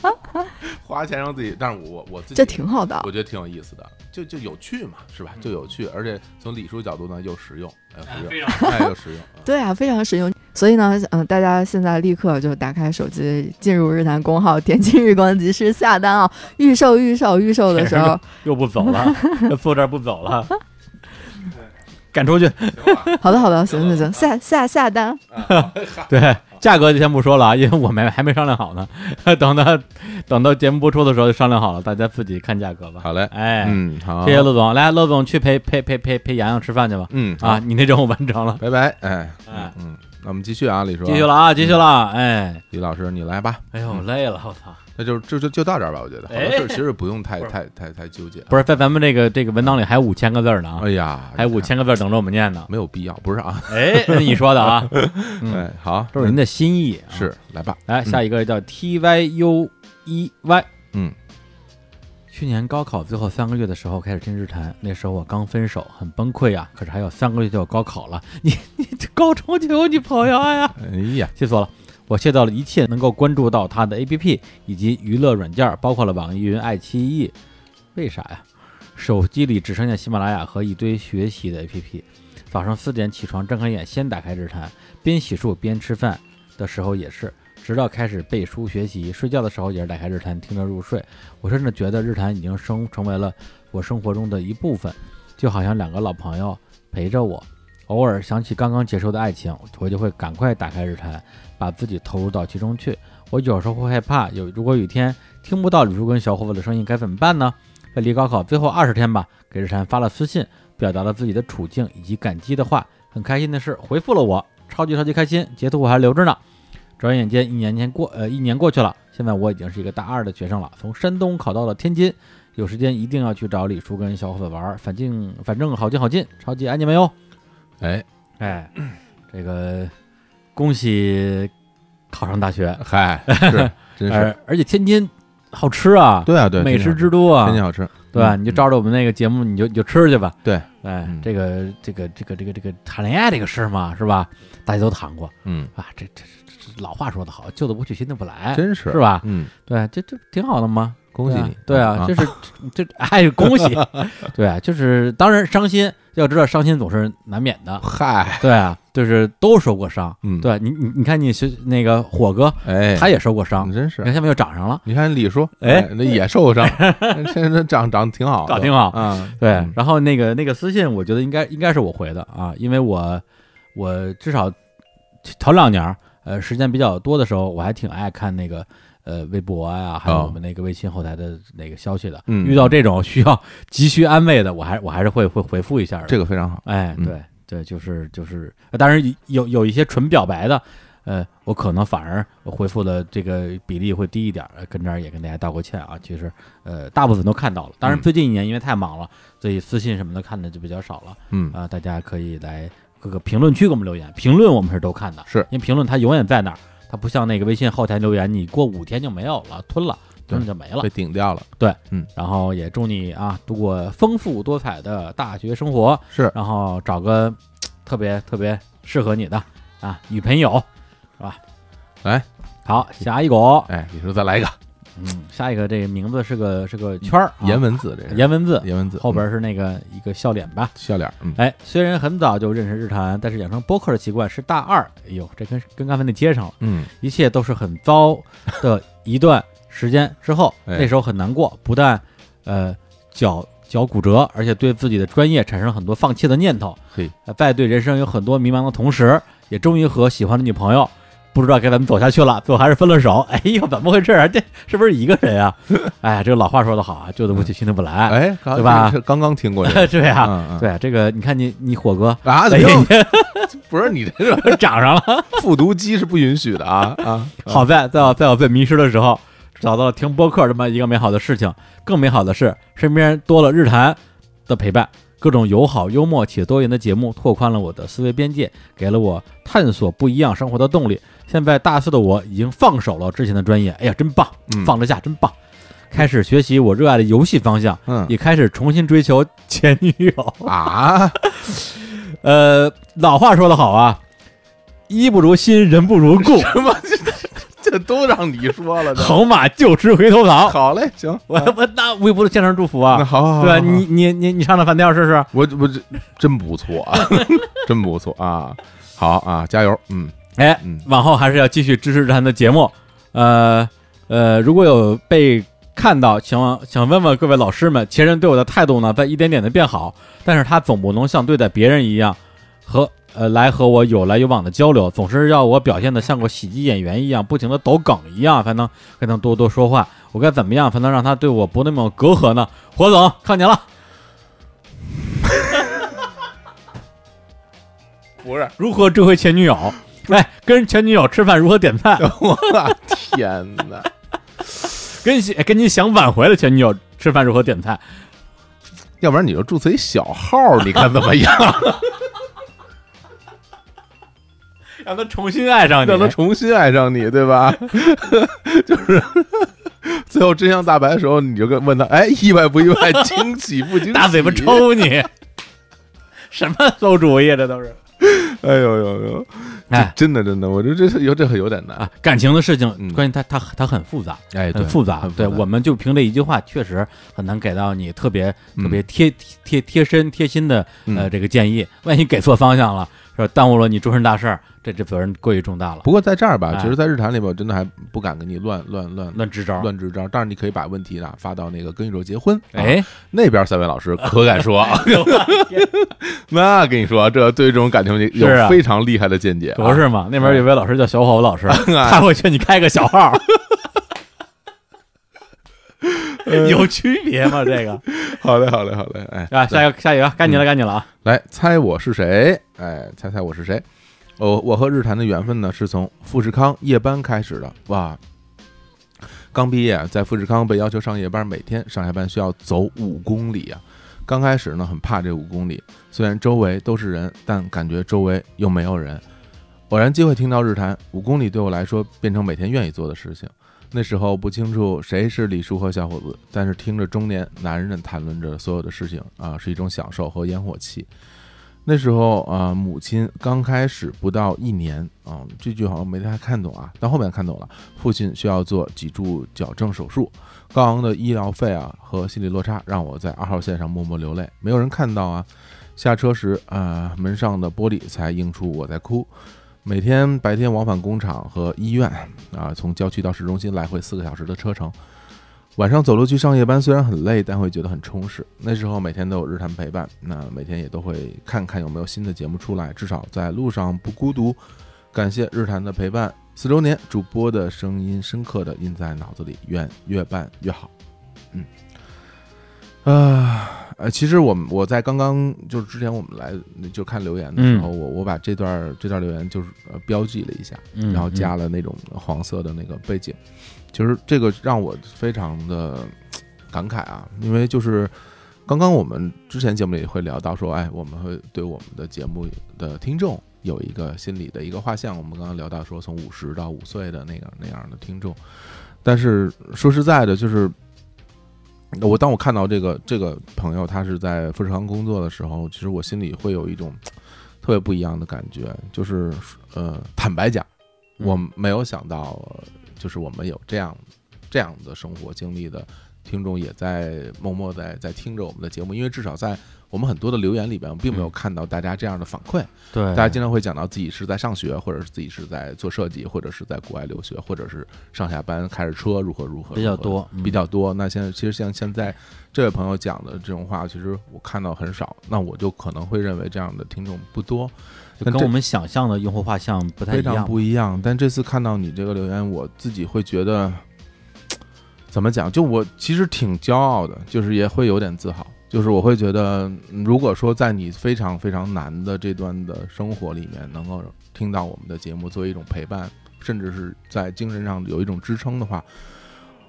花钱让自己，但是我我自己这挺好的。我觉得挺有意思的，就就有趣嘛，是嗯吧？就有趣，而且从礼数角度呢又实用，哎又实用，哎又实用，嗯对啊，非常实用。所以呢，嗯、大家现在立刻就打开手机，进入日坛公号，点击日光集市下单啊！预售、预售、预售的 时啊候， 又不走 了，又坐这儿不走了，赶出去。行吧好的，好的，行行行，下下下单。对，价格就先不说了啊，因为我们还没商量好呢。等到等到节目播出的时候就商量好了，大家自己看价格吧。好嘞，哎，嗯，好，谢谢乐总，来，乐总去陪陪陪陪陪洋洋吃饭去吧。嗯啊，，你那任务完成了好，拜拜，哎，哎嗯，嗯那我们继续啊，李叔，继续了，啊，继续了。哎，李老师你来吧，哎呦，累了，我操！嗯那就就就就到这儿吧，我觉得好多哎事儿其实不用太 不是太太太纠 结。不是，在咱们这个这个文档里还有五千个字儿呢啊，哎呀，还有五千个字儿等着我们念呢。没有必要，不是啊？哎，那你说的啊，嗯 哎，好，都是您的心意啊。是来吧？来，下一个叫 T Y U E Y。嗯，去年高考最后三个月的时候开始听日坛，那时候我刚分手，很崩溃啊。可是还有三个月就要高考了， 你你这高中就有女朋友呀、 哎呀，谢死我了！我卸掉了一切能够关注到他的 APP 以及娱乐软件，包括了网易云、爱奇艺。为啥呀？手机里只剩下喜马拉雅和一堆学习的 APP。早上四点起床，睁开眼先打开日坛，边洗漱边吃饭的时候也是，直到开始背书学习。睡觉的时候也是打开日坛听着入睡。我甚至觉得日坛已经生成为了我生活中的一部分，就好像两个老朋友陪着我。偶尔想起刚刚结束的爱情，我就会赶快打开日坛，把自己投入到其中去。我有时候会害怕，有如果有一天听不到吕叔跟小伙子的声音，该怎么办呢？在离高考最后二十天吧，给日坛发了私信，表达了自己的处境以及感激的话。很开心的是，回复了我，超级超级开心，截图我还留着呢。转眼间一年前过，呃，一年过去了，现在我已经是一个大二的学生了，从山东考到了天津。有时间一定要去找李叔跟小伙子玩儿，反正反正好近好近，超级爱你们哟！哎哎，这个恭喜考上大学，嗨，是真是而而且天津好吃啊，对啊，对，美天食津之都好吃啊天，津好吃，对吧？嗯你就照着我们那个节目，你就你就吃去吧。对，哎嗯，这个这个这个这个这个谈恋爱这个事儿嘛，是吧？大家都谈过嗯，啊，这这这这老话说得好，旧的不去，新的不来，真是是吧？嗯，对，这这挺好的嘛。恭喜你，对啊，对啊就是 这哎，恭 喜，对啊，就是当然伤心，要知道伤心总是难免的，嗨，对啊，就是都受过伤，哎嗯，，对你你你看你学那个火哥，哎，他也受过伤你，真你是，看下面又长上了，你看李叔，哎那也受 过伤，这这长长得挺好的，搞挺好，啊，对嗯，然后那个那个私信，我觉得应该应该是我回的啊，因为我我至少头两年儿呃时间比较多的时候，我还挺爱看那个呃微博啊，还有哦我们那个微信后台的那个消息的。嗯遇到这种需要急需安慰的，我还我还是会会回复一下的。这个非常好，哎，嗯对对，就是就是，呃当然有有一些纯表白的，呃，我可能反而回复的这个比例会低一点儿，呃跟这儿也跟大家道个歉啊。其实，呃，大部分都看到了，当然嗯最近一年因为太忙了，所以私信什么的看的就比较少了嗯，啊、大家可以来各个评论区给我们留言，评论我们是都看的，是因为评论它永远在那儿，它不像那个微信后台留言，你过五天就没有了，吞了，吞了就没了被。顶掉了，嗯然后也祝你啊度过丰富多彩的大学生活，是然后找个嘖特别特别适合你的啊女朋友，是吧？来，好，下一个，哦哎，李叔再来一个嗯嗯，下一个这个名字是个是个圈儿、啊，颜文字，这是颜文字，颜文字后边是那个一个笑脸吧。嗯笑脸，嗯，哎，虽然很早就认识日坛，但是养成播客的习惯是大二。哎呦，这跟跟刚才那接上了，嗯，一切都是很糟的一段时间之后， 哎那时候很难过，不但呃脚脚骨折，而且对自己的专业产生很多放弃的念头嘿，呃在对人生有很多迷茫的同时，也终于和喜欢的女朋友。不知道该怎么走下去了，最后还是分了手。 哎呦，怎么回事啊？这是不是一个 人啊？哎，这个老话说得好啊，旧的不去，新的不来。哎，刚对吧这刚刚听过这个， 对啊，嗯，嗯对啊，这个你看你你火哥啊，怎哎么呀又 不是你这个 长上了， 复读机是不允许的啊啊，啊 好在在我在我最迷失的时候，找到了听播客这么一个美好的事情。更美好的是，身边多了日坛的陪伴，各种友好、幽默且多元的节目，拓宽了我的思维边界，给了我探索不一样生活的动力。现在大四的我已经放手了之前的专业，哎呀，真棒，嗯放得下，真棒。开始学习我热爱的游戏方向，嗯也开始重新追求前女友。啊， 呃，老话说得好啊，衣不如新，人不如故，什么这这这都让你说了，这好马就吃回头草。好嘞，行，我我 那微博的现场祝福那啊，好好好，对吧？好你你你你上那饭店试试。我我这真不错，啊， 真不错啊！好啊，加油！嗯哎，嗯，往后还是要继续支持咱的节目。呃呃，如果有被看到，请问想问问各位老师们，前任对我的态度呢，在一点点的变好，但是他总不能像对待别人一样，和呃来和我有来有往的交流，总是要我表现的像个喜剧演员一样，不停的抖梗一样，才能才能多多说话。我该怎么样才能让他对我不那么隔阂呢？火总，看您了。不是，如何追回前女友？哎，跟前女友吃饭如何点菜？ 我的天哪！跟喜跟你想挽回的前女友吃饭如何点菜？要不然你就注册一小号，你看怎么样？ 让他重新爱上你让。他重新爱上你，对吧？ 就是最后真相大白的时候，你就跟问他，哎，意外不意外，惊喜不惊喜？ 大嘴巴！抽你，什么馊主意？啊这都是哎呦呦呦！哎真的真的，我觉得这是有这很有点难。啊，感情的事嗯情，关键它它它很复杂，哎，对很复杂很。复对，杂我们就凭这一句话，确实很难给到你特别特别贴贴贴身贴心的呃嗯这个建议。万一给错方向了，是吧？耽误了你终身大事儿，这这责任过于重大了。不过在这儿吧，哎其实，在日坛里边，我真的还不敢给你乱乱乱乱支招，乱支招，但是你可以把问题呢发到那个跟宇宙结婚，啊，哎，那边三位老师可敢 说， 那跟你说，这对这种感情有是啊非常厉害的见解、啊，可不是嘛，那边有位老师叫小伙 老师，他会劝你开个小号，有区别吗？这个好嘞，好嘞，好嘞，哎，啊，下一个，下一个，该你了，该你了啊！来猜我是谁？哎，猜猜我是谁？我我和日坛的缘分呢，是从富士康夜班开始的。哇，刚毕业，在富士康被要求上夜班，每天上下班需要走五公里啊。刚开始呢，很怕这五公里，虽然周围都是人，但感觉周围又没有人。偶然机会听到日坛，五公里对我来说变成每天愿意做的事情。那时候不清楚谁是李叔和小伙子，但是听着中年男人谈论着所有的事情啊，是一种享受和烟火气。那时候啊、母亲刚开始不到一年啊，这句好像没太看懂啊，但后面看懂了。父亲需要做脊柱矫正手术，高昂的医疗费啊和心理落差让我在二号线上默默流泪，没有人看到啊。下车时啊、门上的玻璃才映出我在哭。每天白天往返工厂和医院啊，从郊区到市中心来回四个小时的车程。晚上走路去上夜班，虽然很累，但会觉得很充实。那时候每天都有日坛陪伴，那每天也都会看看有没有新的节目出来，至少在路上不孤独。感谢日坛的陪伴，四周年，主播的声音深刻的印在脑子里，愿越办越好。嗯，啊、呃，其实我们我在刚刚就是之前我们来就看留言的时候，我我把这段儿这段留言就是呃标记了一下，嗯然后加了那种黄色的那个背景。其实这个让我非常的感慨啊，因为就是刚刚我们之前节目里也会聊到说，哎，我们会对我们的节目的听众有一个心理的一个画像。我们刚刚聊到说，从五十到五岁的那个那样的听众，但是说实在的，就是我当我看到这个这个朋友他是在富士康工作的时候，其实我心里会有一种特别不一样的感觉，就是呃，坦白讲，嗯我没有想到，呃就是我们有这样这样的生活经历的听众，也在默默在在听着我们的节目，因为至少在我们很多的留言里边，我并没有看到大家这样的反馈。嗯对，大家经常会讲到自己是在上学，或者是自己是在做设计，或者是在国外留学，或者是上下班开着车如何如何，比较如何多，嗯比较多。那现在其实像现在这位朋友讲的这种话，其实我看到很少，那我就可能会认为这样的听众不多，就但跟这我们想象的用户画像不太一非常样。不一样。但这次看到你这个留言，我自己会觉得怎么讲？就我其实挺骄傲的，就是也会有点自豪。就是我会觉得，嗯如果说在你非常非常难的这段的生活里面，能够听到我们的节目作为一种陪伴，甚至是在精神上有一种支撑的话，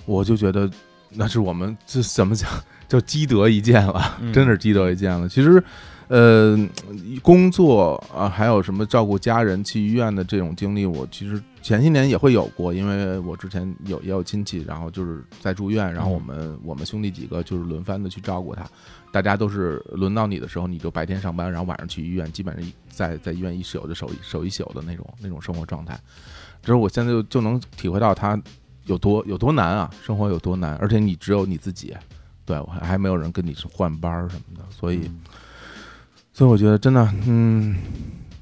我就觉得那是我们这怎么讲，就积德一件了，嗯真是积德一件了。其实，呃，工作啊，还有什么照顾家人、去医院的这种经历，我其实前些年也会有过，因为我之前有也有亲戚，然后就是在住院，然后我们、我们兄弟几个就是轮番的去照顾他，大家都是轮到你的时候，你就白天上班，然后晚上去医院，基本上一在在医院一宿就守一守一宿的那种那种生活状态。只是我现在就就能体会到他有多有多难啊，生活有多难，而且你只有你自己，对我还还没有人跟你是换班儿什么的，所以。嗯所以我觉得真的，嗯，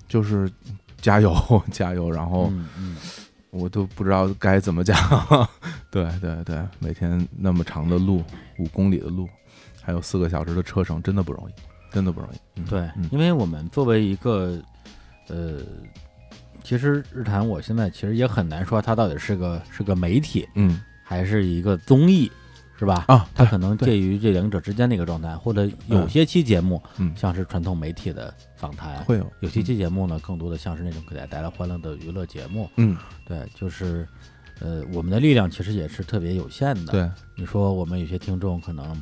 就是加油 加油，然后嗯嗯，我都不知道该怎么讲。 对对对，每天那么长的路，五公里的路，还有四个小时的车程，真的不容易，真的不容易。嗯、对嗯，因为我们作为一个，呃，其实日坛我现在其实也很难说它到底是个是个媒体嗯还是一个综艺，是吧？啊，它可能对介于这两者之间的一个状态，或者有嗯些期节目嗯像是传统媒体的访谈，会有嗯有些期节目呢更多的像是那种给大家带来欢乐的娱乐节目。嗯，对，就是，呃，我们的力量其实也是特别有限的。，对，你说我们有些听众可能，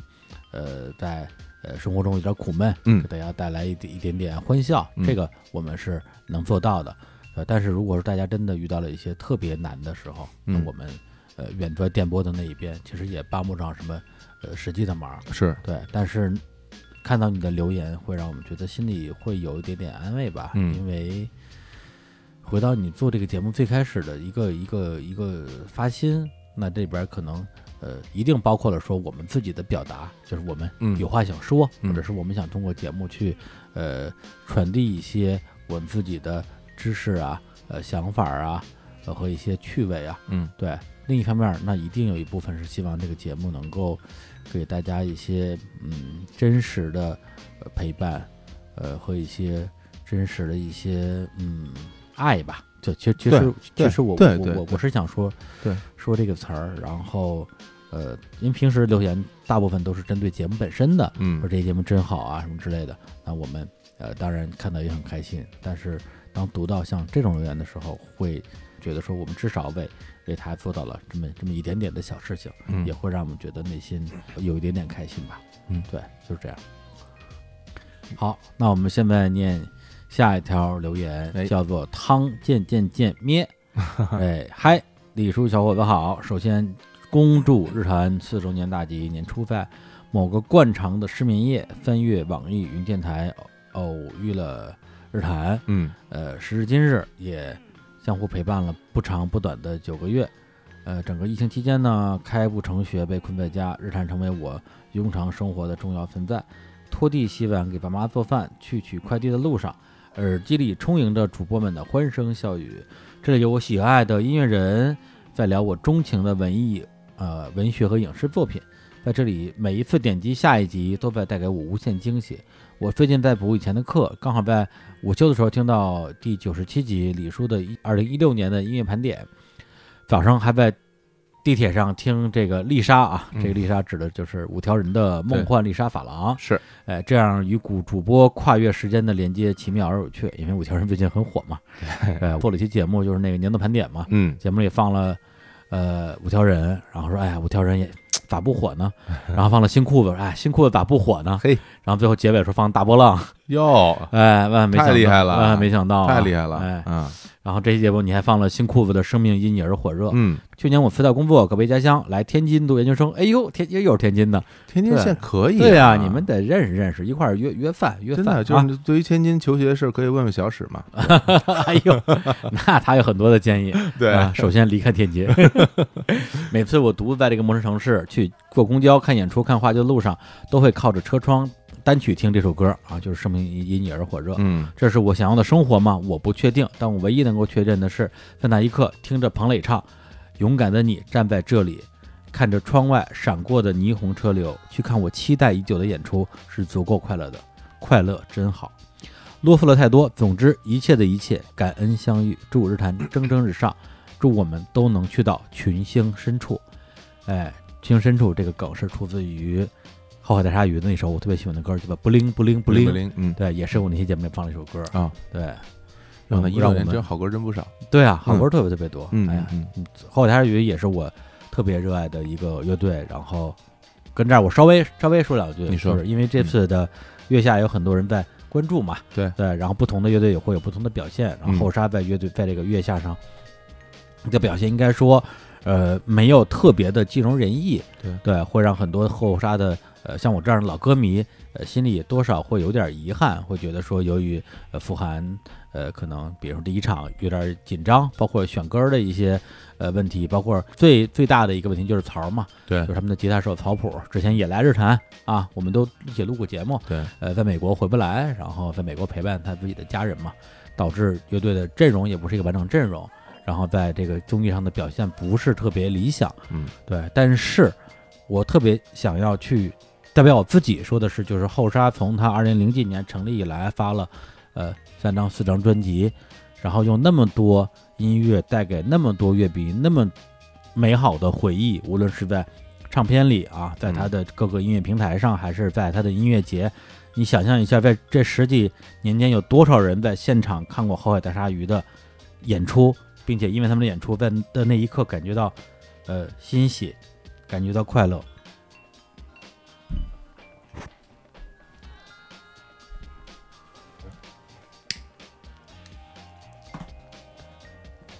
呃，在呃生活中有点苦闷，嗯给大家带来一点一点点欢笑，嗯这个我们是能做到的。呃，但是如果是大家真的遇到了一些特别难的时候，那嗯我们呃远在电波的那一边，其实也帮不上什么呃实际的忙。是，对，但是看到你的留言，会让我们觉得心里会有一点点安慰吧，嗯因为回到你做这个节目最开始的一个一个一个发心，那这边可能呃一定包括了说我们自己的表达，就是我们嗯有话想说，嗯或者是我们想通过节目去呃传递一些我们自己的知识啊、呃想法啊、呃和一些趣味啊，嗯对，另一方面儿，那一定有一部分是希望这个节目能够给大家一些嗯真实的呃陪伴，呃和一些真实的一些嗯爱吧。就其实其实对其实我对我对我对我是想说，对说这个词儿，然后呃，因为平时留言大部分都是针对节目本身的，嗯说这节目真好啊什么之类的。那我们呃当然看到也很开心，但是当读到像这种留言的时候，会觉得说我们至少为为他做到了这么这么一点点的小事情，嗯也会让我们觉得内心有一点点开心吧。嗯对，就是这样。好，那我们现在念下一条留言，哎 叫做“汤见见见咩”。哎，嗨，李叔小伙子好，首先恭祝日坛四周年大吉！年初在某个惯常的失眠夜，翻阅网易云电台，偶偶遇了日坛。嗯，呃，时至今日也相互陪伴了不长不短的九个月。呃，整个疫情期间呢，开不成学，被困在家，日坛成为我庸常生活的重要存在。拖地、洗碗、给爸妈做饭，去取快递的路上，耳机里充盈着主播们的欢声笑语。这里有我喜爱的音乐人在聊我钟情的文艺、呃文学和影视作品。在这里，每一次点击下一集都在带给我无限惊喜。我最近在补以前的课，刚好在午休的时候听到第九十七集李叔的二零一六年的音乐盘点，早上还在地铁上听这个丽莎啊，嗯这个丽莎指的就是五条人的《梦幻丽莎法郎》，是，哎，这样与古主播跨越时间的连接奇妙而有趣，因为五条人最近很 火嘛，呃，做了一期节目就是那个年度盘点嘛，嗯，节目里放了呃五条人，然后说哎呀五条人也咋不火 呢？然后放了新裤子，哎新裤子咋不火呢？嘿，然后最后结尾说放大波浪，哟，哎，万万没想到太厉害了万万没想到、太厉害了，哎，嗯然后这期节目你还放了新裤子的《生命因你而火热》嗯，去年我辞掉工作，搁回家乡来天津读研究生，哎呦，天又又是天津的，天津县可以，对呀，啊你们得认识认识，一块儿约约饭约真饭，的就啊是对于天津求学的事儿，可以问问小史嘛， 哎 呦，那他有很多的建议。对啊，首先离开天津。 每次我独自在这个陌生城市去坐公交、看演出、看话剧的路上，都会靠着车窗单曲听这首歌啊，就是《生命因你而火热》。嗯这是我想要的生活吗？我不确定，但我唯一能够确认的是，在那一刻，听着彭磊唱《勇敢的你站在这里》，看着窗外闪过的霓虹车流，去看我期待已久的演出，是足够快乐的。快乐真好。啰嗦了太多，总之一切的一切，感恩相遇，祝日坛蒸蒸日上，祝我们都能去到群星深处。哎，群星深处这个梗是出自于《后海大鲨鱼》的那首我特别喜欢的歌，叫做《不灵不灵不灵》。灵，嗯对，也是我那期节目里放了一首歌啊，对，嗯用的一六年让我真们好歌真不少，对啊，好嗯歌特别特别多。嗯哎呀，嗯后台鱼也是我特别热爱的一个乐队，然后跟这儿我稍微稍微说两句，你说就是因为这次的月下有很多人在关注嘛，嗯对对，然后不同的乐队也会有不同的表现，然后嗯后沙在乐队在这个月下上的表现应该说。呃，没有特别的尽如人意，对会让很多后沙的呃，像我这样的老歌迷，呃，心里多少会有点遗憾，会觉得说，由于呃，富含呃，可能比如说第一场有点紧张，包括选歌的一些呃问题，包括最最大的一个问题就是曹儿嘛，对就是他们的吉他手曹普，之前也来日坛啊，我们都一起录过节目，对，呃，在美国回不来，然后在美国陪伴他自己的家人嘛，导致乐队的阵容也不是一个完整阵容，然后在这个综艺上的表现不是特别理想，嗯，对，但是我特别想要去代表我自己说的是，就是后沙从他二零零几年成立以来发了呃三张四张专辑，然后用那么多音乐带给那么多乐迷那么美好的回忆，无论是在唱片里啊，在他的各个音乐平台上，还是在他的音乐节。你想象一下，在这十几年间，有多少人在现场看过《后海大鲨鱼》的演出，并且因为他们的演出，在的那一刻感觉到，呃，欣喜，感觉到快乐。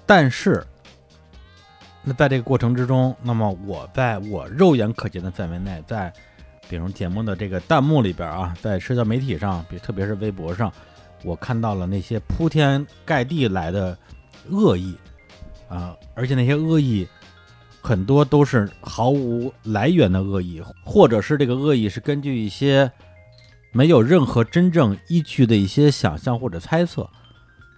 但是，那在这个过程之中，那么我在我肉眼可见的范围内，在比如节目的这个弹幕里边啊，在社交媒体上，比特别是微博上，我看到了那些铺天盖地来的恶意啊、而且那些恶意很多都是毫无来源的恶意，或者是这个恶意是根据一些没有任何真正依据的一些想象或者猜测，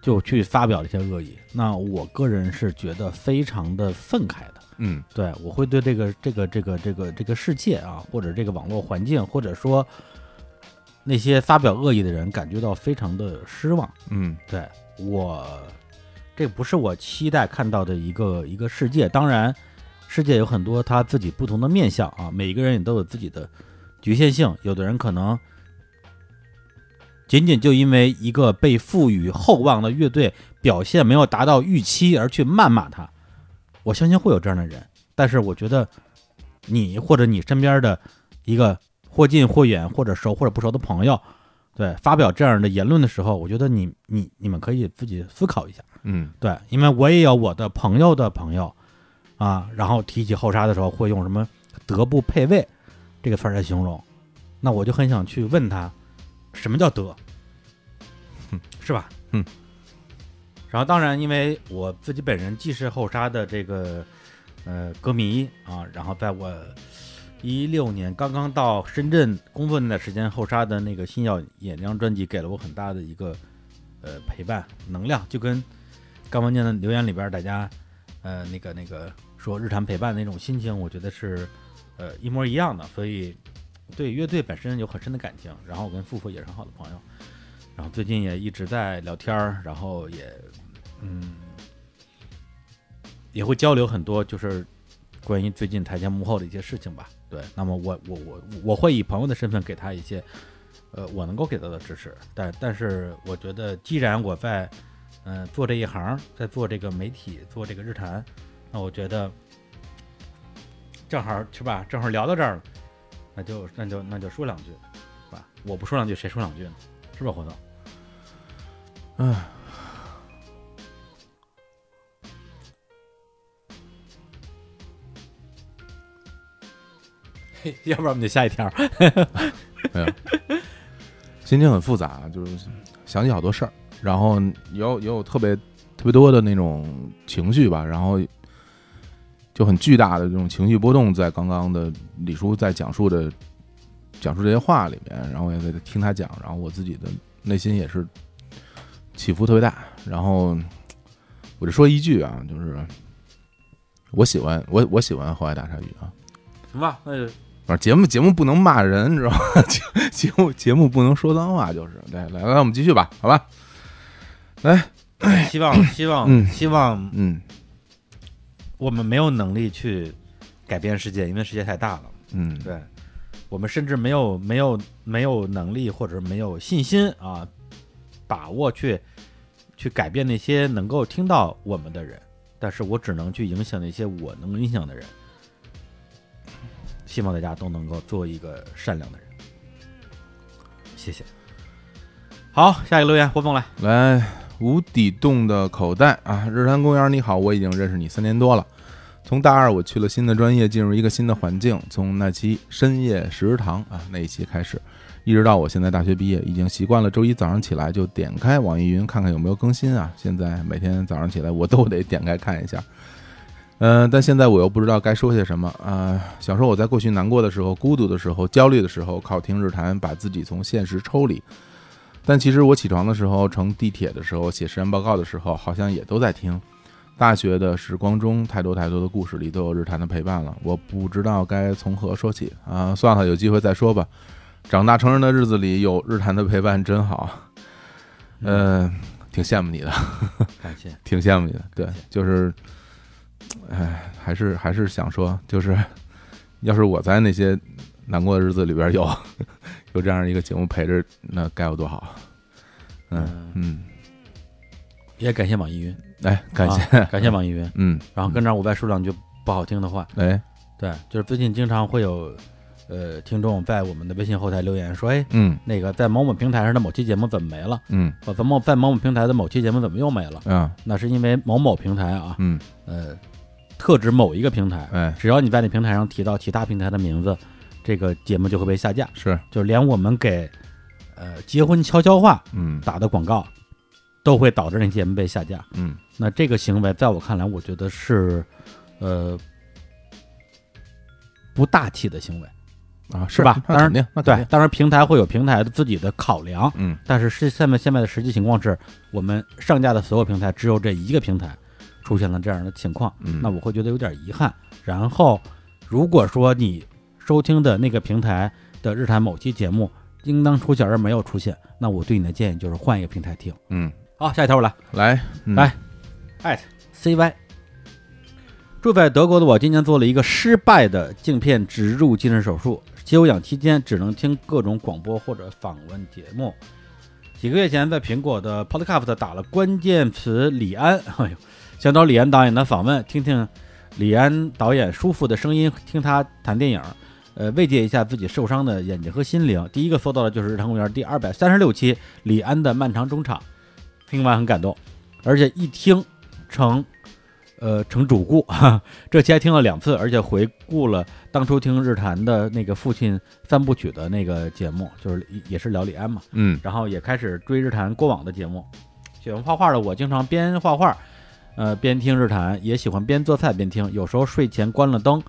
就去发表这些恶意。那我个人是觉得非常的愤慨的。嗯对，我会对这个这个这个这个这个世界啊，或者这个网络环境，或者说那些发表恶意的人，感觉到非常的失望。嗯对我，这不是我期待看到的一个一个世界。当然，世界有很多他自己不同的面相啊，每一个人也都有自己的局限性。有的人可能仅仅就因为一个被赋予厚望的乐队表现没有达到预期而去谩骂他，我相信会有这样的人。但是我觉得你或者你身边的一个或近或远或者熟或者不熟的朋友，对发表这样的言论的时候，我觉得你你你们可以自己思考一下。嗯对，因为我也有我的朋友的朋友，啊，然后提起后沙的时候会用什么“德不配位”这个词儿来形容。那我就很想去问他，什么叫德，是吧？嗯。然后当然，因为我自己本人既是后沙的这个呃歌迷啊，然后在我一六年刚刚到深圳工作那段时间，后沙的那个《星耀演亮》专辑给了我很大的一个呃陪伴能量，就跟刚文健的留言里边大家呃那个那个说日常陪伴的那种心情，我觉得是呃一模一样的，所以对乐队本身有很深的感情。然后我跟富富也是很好的朋友，然后最近也一直在聊天儿，然后也嗯也会交流很多，就是关于最近台前幕后的一些事情吧。对，那么我我我我会以朋友的身份给他一些，呃，我能够给到的支持。但但是我觉得，既然我在，嗯、做这一行，在做这个媒体，做这个日坛，那我觉得正好是吧？正好聊到这儿了，那就那就那就说两句，是吧？我不说两句，谁说两句呢？是吧，火总？ 要不然我们就下一条。 哎心情很复杂，就是想起好多事儿，然后也有也有特别特别多的那种情绪吧，然后就很巨大的这种情绪波动，在刚刚的李叔在讲述的讲述这些话里面，然后我也在听他讲，然后我自己的内心也是起伏特别大。然后我就说一句啊，就是我喜欢我我喜欢后海大鲨鱼啊，行吧，那就反正啊节目节目不能骂人，你知道吗？ 节节目节目不能说脏话，就是对。来来，我们继续吧，好吧？来，希望希望嗯希望嗯我们没有能力去改变世界，因为世界太大了。嗯，对，我们甚至没有没有没有能力或者没有信心啊，把握去去改变那些能够听到我们的人，但是我只能去影响那些我能影响的人。希望大家都能够做一个善良的人。谢谢。好，下一个留言，火总来。来无底洞的口袋啊！日坛公园，你好，我已经认识你三年多了。从大二我去了新的专业，进入一个新的环境。从那期深夜食堂啊那一期开始，一直到我现在大学毕业，已经习惯了周一早上起来就点开网易云看看有没有更新啊。现在每天早上起来我都得点开看一下。嗯、但现在我又不知道该说些什么啊、想说我在过去难过的时候、孤独的时候、焦虑的时候，靠听日坛把自己从现实抽离。但其实我起床的时候、乘地铁的时候、写实验报告的时候，好像也都在听。大学的时光中，太多太多的故事里都有日坛的陪伴了，我不知道该从何说起啊。算了，有机会再说吧。长大成人的日子里，有日坛的陪伴真好。嗯、挺羡慕你的，感谢。挺羡慕你的。对，就是，哎，还是还是想说，就是，要是我在那些难过的日子里边有 有这样一个节目陪着，那该有多好。嗯嗯，嗯。也感谢网易云，哎，感谢，啊感谢网易云。 嗯，然后跟这儿我再说两句不好听的话，哎，对，就是最近经常会有呃听众在我们的微信后台留言说，哎，嗯那个在某某平台上的某期节目怎么没了？嗯我在某在某某平台的某期节目怎么又没了？ 啊，那是因为某某平台啊，嗯，呃，特指某一个平台，哎，只要你在那平台上提到其他平台的名字，这个节目就会被下架，是，就连我们给呃结婚悄悄话嗯打的广告，都会导致那节目被下架。嗯那这个行为在我看来，我觉得是，呃，不大气的行为。啊，是吧那当然肯定，那肯对定，，当然平台会有平台的自己的考量，嗯但是是现在现在的实际情况是，我们上架的所有平台只有这一个平台出现了这样的情况，嗯，那我会觉得有点遗憾。然后，如果说你收听的那个平台的日坛某期节目应当出现而没有出现，那我对你的建议就是换一个平台听。嗯，好，下一条我来。来嗯来 CY。住在德国的我今年做了一个失败的镜片植入近视手术，休养期间只能听各种广播或者访问节目。几个月前在苹果的 Podcast 打了关键词李安，哎呦，想找李安导演的访问，听听李安导演舒服的声音，听他谈电影，呃，慰藉一下自己受伤的眼睛和心灵。第一个搜到的就是《日常公园》第二百三十六期李安的漫长中场，听完很感动，而且一听成呃成主顾。哈，这期还听了两次，而且回顾了当初听日坛的那个父亲三部曲的那个节目，就是也是聊李安嘛。嗯然后也开始追日坛过往的节目。喜欢画画的我，经常边画画，呃，边听日坛，也喜欢边做菜边听。有时候睡前关了灯，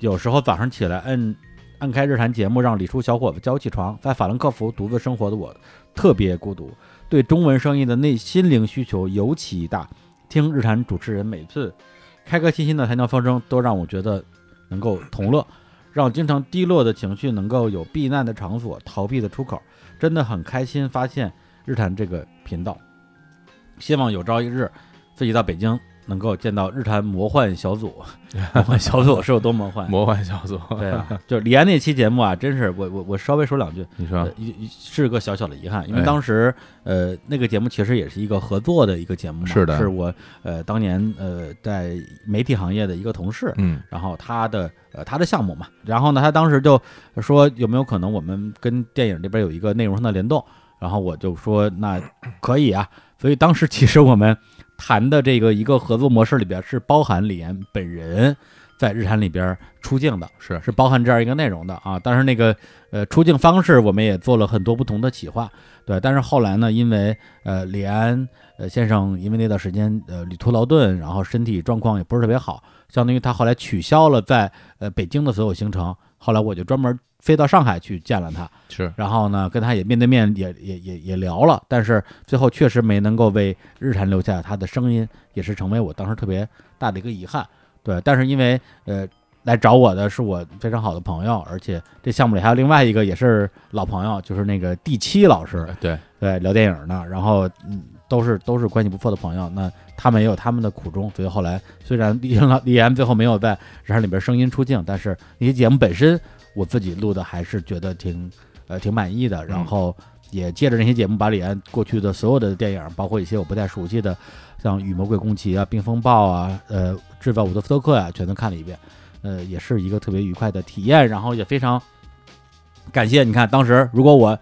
有时候早上起来摁按开日坛节目，让李叔小伙子叫我起床。在法兰克福独自生活的我，特别孤独，对中文生意的内心灵需求尤其大。听日坛主持人每次开开心心的谈笑风生，都让我觉得能够同乐，让我经常低落的情绪能够有避难的场所、逃避的出口。真的很开心，发现日坛这个频道。希望有朝一日自己到北京能够见到日坛魔幻 小组，魔幻小组是有多魔幻？魔幻小组，对啊，就是李安那期节目啊，真是我我我稍微说两句，你说呃一一是个小小的遗憾，因为哎当时呃那个节目其实也是一个合作的一个节目嘛，是的是我呃当年呃在媒体行业的一个同事，嗯然后他的呃他的项目嘛，然后呢，他当时就说有没有可能我们跟电影这边有一个内容上的联动，然后我就说那可以啊，所以当时其实我们谈的这个一个合作模式里边是包含李岩本人在日产里边出镜的，是是包含这样一个内容的啊。但是那个呃出镜方式，我们也做了很多不同的企划，对。但是后来呢，因为呃李安呃先生因为那段时间呃旅途劳顿，然后身体状况也不是特别好，相当于他后来取消了在呃北京的所有行程。后来我就专门飞到上海去见了他，是然后呢，跟他也面对面也也也也聊了，但是最后确实没能够为日产留下他的声音，也是成为我当时特别大的一个遗憾。对，但是因为呃来找我的是我非常好的朋友，而且这项目里还有另外一个也是老朋友，就是那个第七老师，对，对，聊电影呢，然后嗯，都是都是关系不错的朋友，那他们也有他们的苦衷，所以后来虽然李岩老李岩最后没有在然后里边声音出镜，但是那些节目本身我自己录的还是觉得挺呃挺满意的，然后也借着那些节目把李岩过去的所有的电影，包括一些我不太熟悉的，像《与魔鬼共骑》啊、《冰风暴》啊、呃《制造伍德福特克》啊，全都看了一遍，呃，也是一个特别愉快的体验，然后也非常感谢你看当时如果我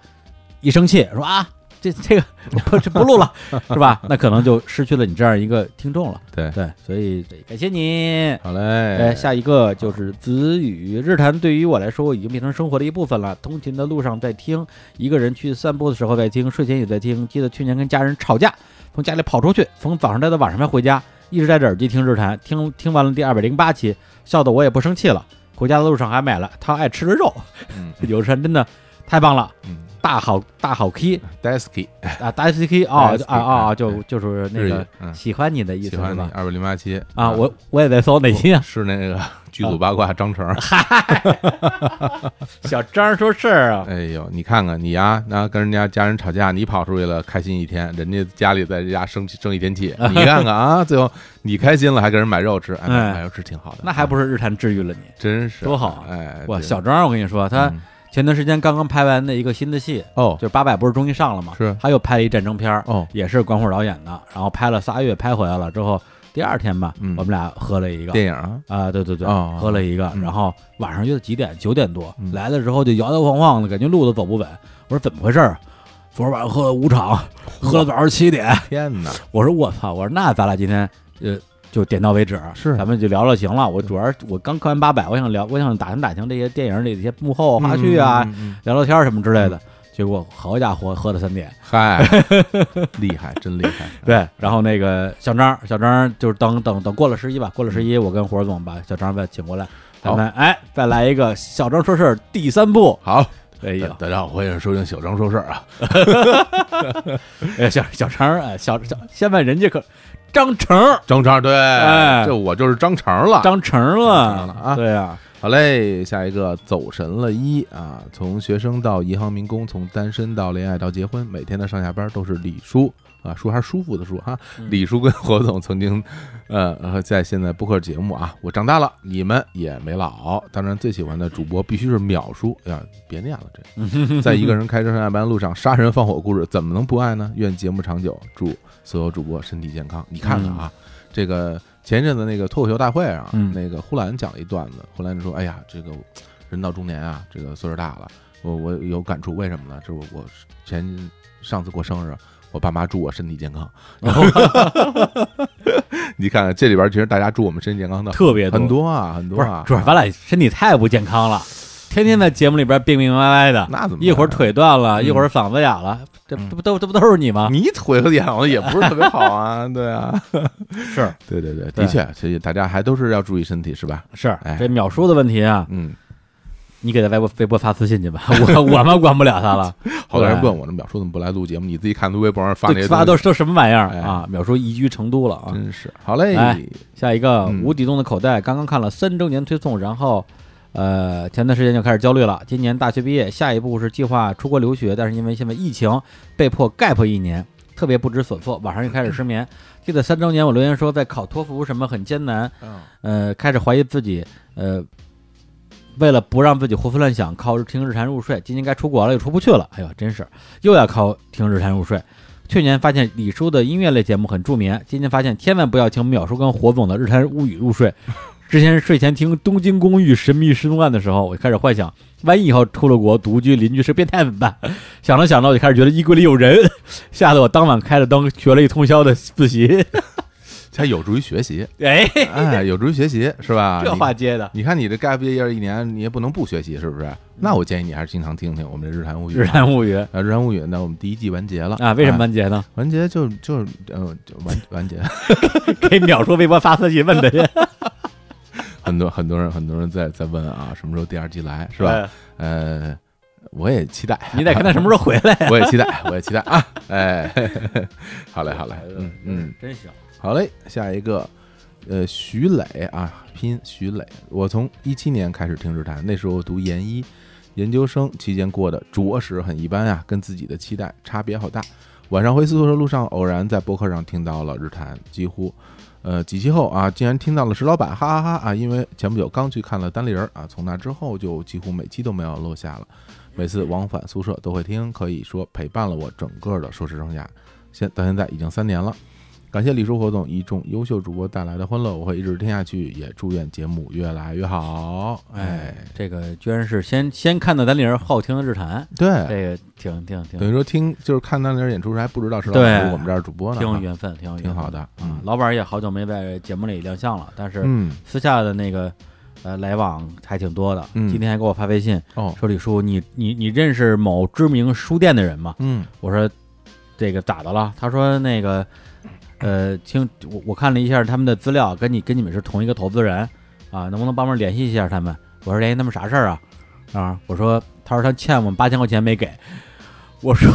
一生气说啊。这这个不 这不录了，是吧？那可能就失去了你这样一个听众了。对对，所以感谢你。好嘞，呃，下一个就是子语日谈，对于我来说，我已经变成生活的一部分了。通勤的路上在听，一个人去散步的时候在听，睡前也在听。记得去年跟家人吵架，从家里跑出去，从早上待到晚上才回家，一直戴着耳机听日谈，听听完了第二百零八期，笑得我也不生气了。回家的路上还买了他爱吃的肉，嗯有日谈真的太棒了，嗯大好大好 key ，Desky 啊，大 S K 啊啊哎啊，就就是那日个语，嗯，喜欢你的意思喜是欢你吧？二百零八期啊，我我也在搜哪期啊？是那个剧组八卦张成， 小张说事儿啊，哎呦，你看看你呀，那跟人家家人吵架，你跑出去了，开心一天，人家家里在家生气生一天 气，你看看啊，最后你开心了还给人买肉吃，哎，哎买肉吃挺好的，那还是不是日坛治愈了你？真是多好啊哎，哇，对小张，我跟你说，他嗯前段时间刚刚拍完的一个新的戏，哦就是《八佰》不是终于上了吗？是他又拍了一战争片儿，哦，也是管虎导演的，然后拍了仨月，拍回来了之后，第二天吧，嗯我们俩喝了一个。电影啊，啊，对对对，哦喝了一个，嗯然后晚上约的几点？九点多嗯来的时候就摇摇晃晃的，感觉路都走不稳。我说怎么回事儿啊？昨儿晚上喝了五场，喝到早上七点。天哪，我说我操，我说那咱俩今天呃就点到为止，啊是咱们就聊聊行了。我主要是我刚看完八百，我想聊，我想打听打听这些电影里的一些幕后花絮啊，嗯，嗯嗯聊聊天儿什么之类的。结果好家伙，喝到三点，嗨， 厉害，真厉害， 对，然后那个小张，小张就是等等等过了十一吧，过了十嗯一，我跟胡总把小张再请过来，咱们哎再来一个小张说事儿第三部，好，哎呀，大家好，欢迎收听小张说事儿啊， 哎小小张哎小小先问人家可张成儿张成，对，哎这我就是张成了，张成张儿成了了啊对啊，好嘞，下一个走神了一啊，从学生到银行民工，从单身到恋爱到结婚，每天的上下班都是李叔啊，叔还是舒服的叔哈、嗯李叔跟火总曾经，呃，呃在现在播客节目啊，我长大了，你们也没老。当然，最喜欢的主播必须是淼叔，哎呀，别念了 这。在一个人开车上下班路上，杀人放火故事怎么能不爱呢？愿节目长久，祝所有主播身体健康。你看看啊，这个前一阵子那个脱口秀大会啊，嗯那个呼兰讲了一段子，呼兰就说：“哎呀，这个人到中年啊，这个岁数大了，我我有感触，为什么呢？这我我前上次过生日，我爸妈祝我身体健康。然 后 你看看这里边，其实大家祝我们身体健康的特别很多啊，很多不是啊，主要咱俩身体太不健康了，天天在节目里边病病歪歪的，嗯那怎么办啊一会儿腿断了，嗯一会儿嗓子哑了，这嗯这不都这不都是你吗？你腿和眼睛也不是特别好啊，对啊，是对对对，的对确，所以大家还都是要注意身体，是吧？是哎，这淼叔的问题啊，嗯，你给他微博微博发私信去吧， 我 我们管不了他了，好多人对问我，这淼叔怎么不来录节目？你自己看微博上发那这些发东都西，是都什么玩意儿哎啊？淼叔移居成都了啊！真是好嘞来，下一个嗯无底洞的口袋，刚刚看了三周年推送，然后。呃，前段时间就开始焦虑了。今年大学毕业，下一步是计划出国留学，但是因为现在疫情，被迫 gap 一年，特别不知所措。晚上又开始失 眠。记得三周年我留言说，在考托福什么很艰难，嗯呃，开始怀疑自己，呃，为了不让自己胡思乱想，靠听日谈入睡。今年该出国了，又出不去了，哎呦，真是又要靠听日谈入睡。去年发现李叔的音乐类节目很助眠，今年发现千万不要听淼叔跟火总的日谈物语入睡。之前睡前听《东京公寓》神秘失踪案的时候，我就开始幻想，万一以后出了国独居，邻居是变态怎么办？ 想着想着，我就开始觉得衣柜里有人， 吓得我当晚开着灯学了一通宵的自习。 才有助于学习，哎， 哎，有助于学习是吧？ 这你话接的，你看你这 gap year 一年，你也不能不学习，是不是？那我建议你还是经常听听我们这日谈物语。日谈物语。啊，日谈物语，那我们第一季完结了啊？为什哎么完结呢？完结就就 呃就完完结？ 给秒叔微博发私信问的人很多很多人很多人在在问啊，什么时候第二季来是吧？？呃，我也期待，哎啊你得看他什么时候回来。 我也期待，我也期待啊！哎， 嘿嘿嘿好嘞，好嘞，嗯嗯。，真行。好嘞，下一个，呃，徐磊啊，拼徐磊。我从一七年开始听日坛，那时候读研一，研究生期间过得着实很一般啊，跟自己的期待差别好大。晚上回宿舍路上，偶然在博客上听到了日坛，几乎，呃，几期后啊，竟然听到了石老板，哈哈哈啊！因为前不久刚去看了单立人啊，从那之后就几乎每期都没有落下了。每次往返宿舍都会听，可以说陪伴了我整个的硕士生涯，现到现在已经三年了。感谢李叔、火总一众优秀主播带来的欢乐，我会一直听下去，也祝愿节目越来越好。哎哎，，这个居然是先先看的单立人，后听的日坛，对，这个哎挺挺挺等于说听就是看那人演出时还不知道是老对师我们这儿主播呢，挺有缘分，挺有缘分挺好的啊嗯。老板儿也好久没在节目里亮相了，但是嗯，私下的那个呃来往还挺多的。嗯今天还给我发微信哦，说：“李叔，你你你认识某知名书店的人吗？”嗯我说这个咋的了？他说那个呃，听我我看了一下他们的资料，跟你跟你们是同一个投资人啊，能不能帮忙联系一下他们？我说联系他们啥事儿啊？啊，我说他说他欠我们八千块钱没给，我说。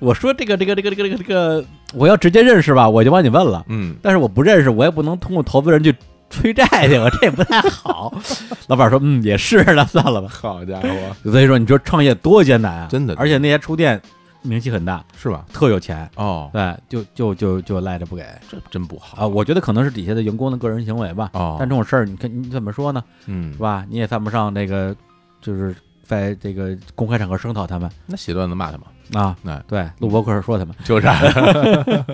我说这个这个这个这个这个这个，我要直接认识吧，我就帮你问了。嗯，但是我不认识，我也不能通过投资人去催债去，我这也不太 好。老板说，嗯，也是，那算了吧。好家伙，所以说，你说创业多艰难啊！真的而且那些书店名气很大，是吧？特有钱，哦，对，就就就就赖着不给这真不好啊！我觉得可能是底下的员工的个人行为吧。哦，但这种事儿，你看你怎么说呢？嗯是，吧？你也犯不上那个，就是在这个公开场合声讨他们那写段子骂他嘛，啊哎。对，录播课时说他们。就是啊 嗯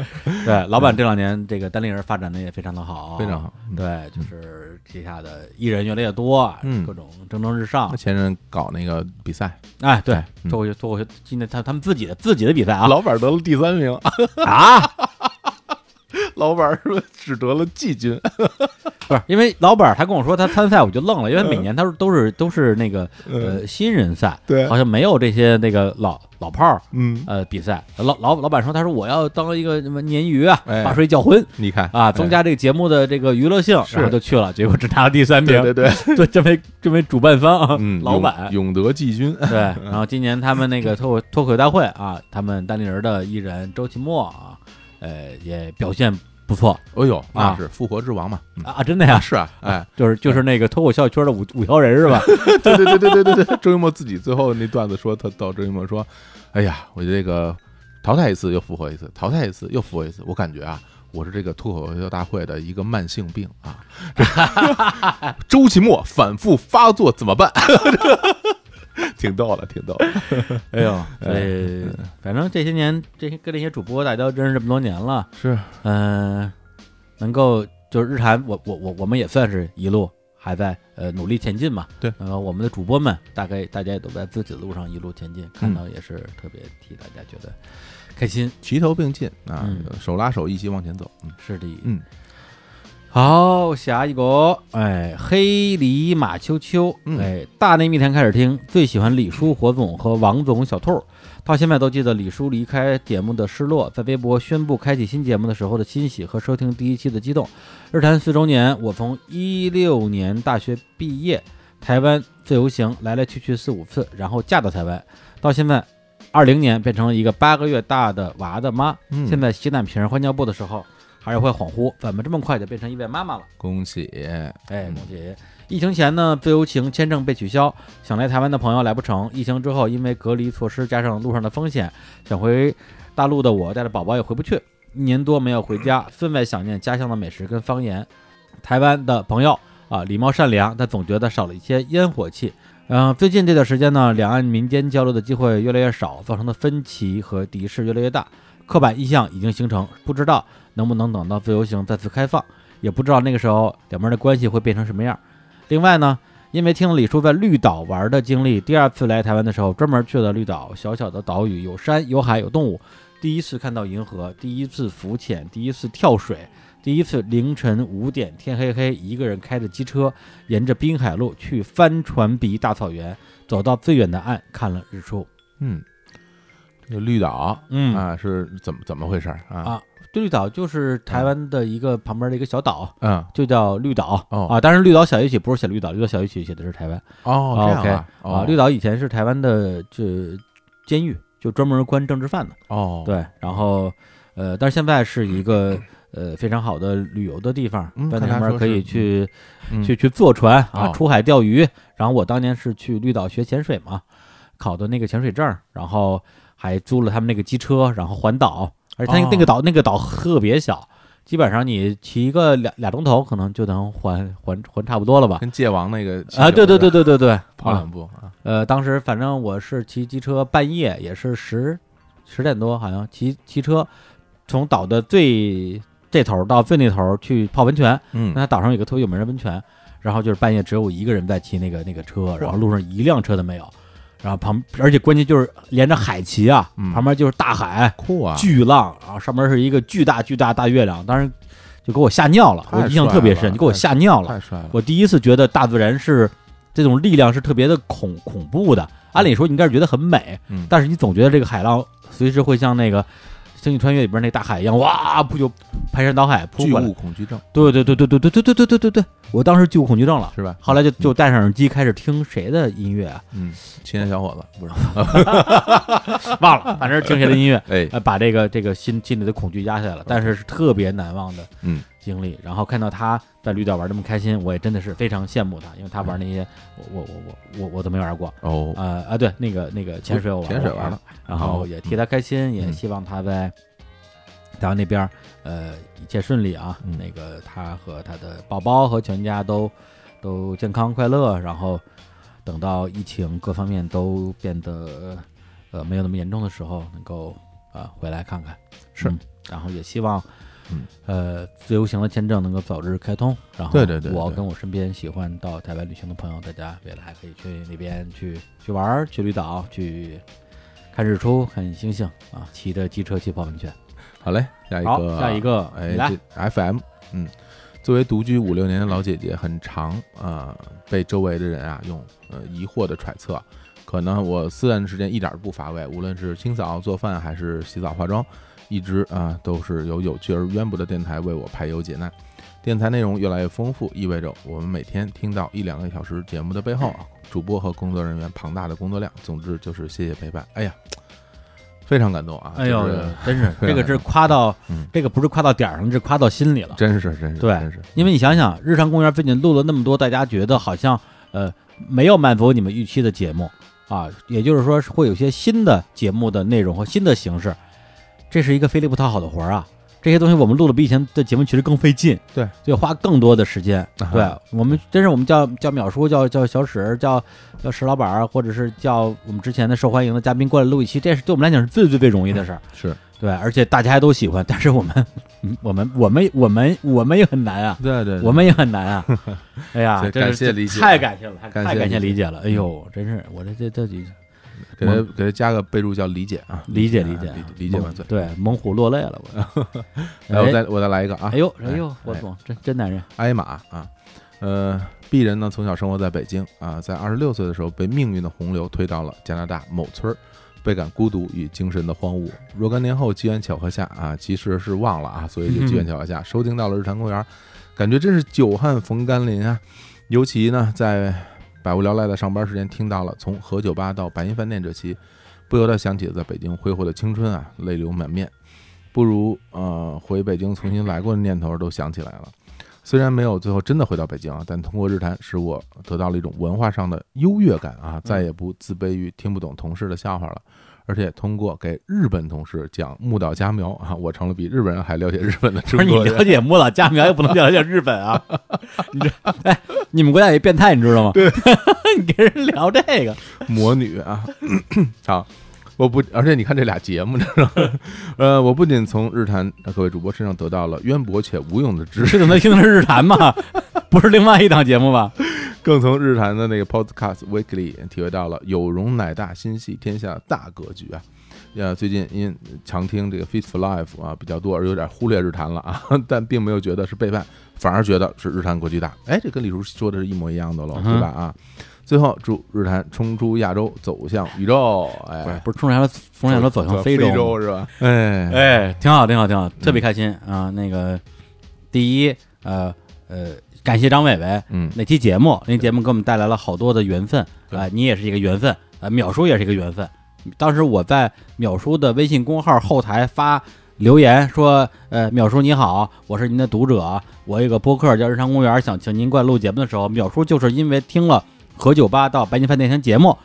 对，老板这两年这个单立人发展的也非常的好，非常。好。嗯对，就是旗下的艺人越来越多，啊嗯各种蒸蒸日上那。前任搞那个比赛，哎，对，嗯做过去做过去，今天他他们自己的自己的比赛啊老板得了第三名， 啊！ 老板说只得了季军，不是，因为老板儿他跟我说他参赛，我就愣了，因为每嗯年他都是都是那个呃新人赛，对好像没有这些那个老老炮儿 嗯，呃比赛。老老老板说，他说我要当一个什么鲶鱼啊，哎把水搅浑你看哎啊，增加这个节目的这个娱乐性，然后就去了，结果只拿了第三对对名，对，对，这为这为主办方啊，嗯，老板。永永德季军，对， 然后今年他们那个 脱口脱口大会啊，他们单立人的艺人周奇墨啊，呃，也表现不错哎呦，那啊是复活之王嘛，嗯啊，啊真的呀，是啊，哎，就是就是那个脱口秀圈的五五条 人是吧？对对对对对对对， 周渝墨自己最后那段子说，他到周渝墨说，哎呀，我这个淘汰一次又复活一次，淘汰一次又复活一次，我感觉啊，我是这个脱口秀大会的一个慢性病啊， 周奇墨反复发作怎么办？ 挺逗的，挺逗的， 哎 呦，呃，反正这些年，这些跟这些主播大家都认识这么多年了，呃是，嗯、能够就是日坛，我我我我们也算是一路，还在呃努力前进嘛。对，呃，我们的主播们大概大家也都在自己的路上一路前进，看到也是特别替大家觉得开心。嗯齐头并进啊，嗯手拉手一起往前走。嗯，是的，嗯，好，下一个，哎，黑梨马秋秋，嗯哎，大内密谈开始听，最喜欢李叔、火总和王总、小兔儿，到现在都记得李叔离开节目的失落，在微博宣布开启新节目的时候的欣喜和收听第一期的激动。日坛四周年，我从一六年大学毕业，台湾自由行来来去去四五次，然后嫁到台湾，到现在二零年变成了一个八个月大的娃的妈，嗯现在洗奶瓶换尿布的时候，还是会恍惚，怎么这么快就变成一位妈妈了？恭喜，哎，嗯孟姐姐，疫情前呢，自由行签证被取消，想来台湾的朋友来不成；疫情之后，因为隔离措施加上路上的风险，想回大陆的我带着宝宝也回不去，一年多没有回家，分外想念家乡的美食跟方言。台湾的朋友啊，礼貌善良，但总觉得少了一些烟火气。嗯、最近这段时间呢，两岸民间交流的机会越来越少，造成的分歧和敌视越来越大，刻板印象已经形成，不知道能不能等到自由行再次开放。也不知道那个时候两边的关系会变成什么样。另外呢，因为听李叔在绿岛玩的经历，第二次来台湾的时候专门去了绿岛，小小的岛屿有山有海有动物，第一次看到银河，第一次浮潜，第一次跳水，第一次凌晨五点天黑黑，一个人开着机车沿着滨海路去帆船鼻大草原，走到最远的岸看了日出。嗯，这个绿岛嗯啊是怎么怎么回事儿啊？啊绿岛就是台湾的一个旁边的一个小岛，嗯，就叫绿岛、哦啊。当然，绿岛小鱼曲不是写绿岛，绿岛小鱼曲写的是台湾。哦，这样啊，啊哦，，绿岛以前是台湾的这监狱，就专门关政治犯的。哦，，对，然后呃，但是现在是一个呃非常好的旅游的地方嗯，在看那来边说可以是去嗯去去坐船啊，哦出海钓鱼。然后我当年是去绿岛学潜水嘛，考的那个潜水证，然后还租了他们那个机车，然后环岛。而且它那个那哦个岛那个岛特别小，基本上你骑一个俩俩钟头，可能就能环环环差不多了吧？跟界王那个啊，对对对，对对对对，跑啊两步啊，呃，当时反正我是骑机车，半夜也是十十点多，好像骑骑车从岛的最这头到最那头去泡温泉。嗯那岛上有一个特别有名的温泉，然后就是半夜只有我一个人在骑那个那个车，然后路上一辆车都没有，然后旁而且关键就是连着海骑啊，嗯旁边就是大海，酷啊，巨浪，然后上面是一个巨大巨大大月亮，当时就给我吓尿了，我太印象帅特别了深，就给我太吓尿了。太帅了，我第一次觉得大自然是这种力量是特别的恐恐怖的。按理说你应该是觉得很美，嗯但是你总觉得这个海浪随时会像那个《星际穿越》里边那大海一样，哇，扑就排山倒海扑巨过来物。恐惧症对对对对对对对对对对对对，我当时巨物恐惧症了。是吧？后来就就戴上耳机开始听谁的音乐啊？嗯，青年小伙子不是，忘了，反正听谁的音乐，哎，呃，把这个这个心心里的恐惧压下来了，但是是特别难忘的嗯经历。然后看到他在绿岛玩那么开心，我也真的是非常羡慕他，因为他玩那些我我我我我我都没玩过。哦，呃啊，对，那个那个潜水我玩潜水过玩了，嗯然后也替他开心，也希望他在台湾那边儿呃一切顺利啊。嗯那个他和他的宝宝和全家都都健康快乐，然后等到疫情各方面都变得呃没有那么严重的时候，能够呃回来看看。是嗯然后也希望嗯。呃，自由行的签证能够早日开通，然后对对对我对跟我身边喜欢到台湾旅行的朋友，大家未来还可以去那边去去玩儿，去绿岛，去看日出，看星星啊，骑着机车去泡温泉。好嘞，下一好，个，下一个，哎你来，这，FM，嗯，作为独居五六年的老姐姐，很常啊、呃被周围的人啊用呃疑惑的揣测，可能我私人时间一点儿都不乏味，无论是清扫、做饭还是洗澡、化妆，一直啊、都是有有趣而渊博的电台为我排忧解难。电台内容越来越丰富，意味着我们每天听到一两个小时节目的背后哎啊，主播和工作人员庞大的工作量。总之就是谢谢陪伴。哎呀，非常感动啊！哎呦就是，真 是非常这个是夸到嗯，这个不是夸到点儿上，这是夸到心里了。真是真是对真是，因为你想想，日常公园最近录了那么多，大家觉得好像呃没有满足你们预期的节目啊，也就是说会有一些新的节目的内容和新的形式，这是一个费力不讨好的活儿啊。这些东西我们录的比以前的节目其实更费劲，对，就花更多的时间。啊对我们真是我们叫叫淼叔，叫叫小史，叫叫石老板儿，或者是叫我们之前的受欢迎的嘉宾过来录一期，这是对我们来讲是最最最容易的事儿。嗯是对，而且大家还都喜欢，但是我们，嗯我们，我们，我们，我们也很难啊，对对，对我们也很难啊。哎呀，所以真感是谢理解太感谢了，太感谢太感谢理理解解了。哎呦，真是我这这这这给他给他加个备注叫理解啊，理解理啊解理理解万岁。对，猛虎落泪了，我。 来，我再我再来一个啊哎，呦哎呦，哎我总真真男人，挨骂啊。呃鄙人呢从小生活在北京啊，在二十六岁的时候被命运的洪流推到了加拿大某村儿，倍感孤独与精神的荒芜。若干年后，机缘巧合下啊，其实是忘了啊，所以就机缘巧合下收听到了日坛公园，感觉真是久旱逢甘霖啊。尤其呢，在百无聊赖的上班时间，听到了从何酒吧到白银饭店这期，不由得想起了在北京挥霍的青春啊，泪流满面。不如呃回北京重新来过的念头都想起来了。虽然没有最后真的回到北京啊，但通过日坛使我得到了一种文化上的优越感嗯啊，再也不自卑于听不懂同事的笑话了。而且通过给日本同事讲木岛佳苗啊，我成了比日本人还了解日本的中不是你国人。了解莫老家苗，也不能 了解日本啊。你这哎，你们国家有一变态，你知道吗？对， 你跟人聊这个，魔女啊， 好，我不，而且你看这俩节目，知道吗？ 呃，我不仅从日坛呃各位主播身上得到了渊博且无用的知识，这怎么听的是日坛吗？ 不是另外一档节目吧？更从日坛的那个 Podcast Weekly 体会到了有容乃大、心系天下的大格局啊。呃，最近因常听这个 Fit for Life 啊比较多，而有点忽略日坛了啊， 但并没有觉得是背叛，反而觉得是日坛格局大。哎，这跟李叔说的是一模一样的喽，嗯哼对吧？啊，最后祝日坛冲出亚洲，走向宇宙。哎，不是冲着头，冲着头走向非非洲吗。是吧？哎哎，挺好，挺好，挺好，特别开心啊！那个，第一，呃呃，感谢张伟伟嗯，那期节目，那期节目给我们带来了好多的缘分对啊、你也是一个缘分啊、淼叔也是一个缘分。当时我在淼叔的微信公号后台发留言说，呃，淼叔你好，我是您的读者，我有一个播客叫《日常公园》，想请您过来录节目的时候，淼叔就是因为听了何酒吧到白金饭店前节目，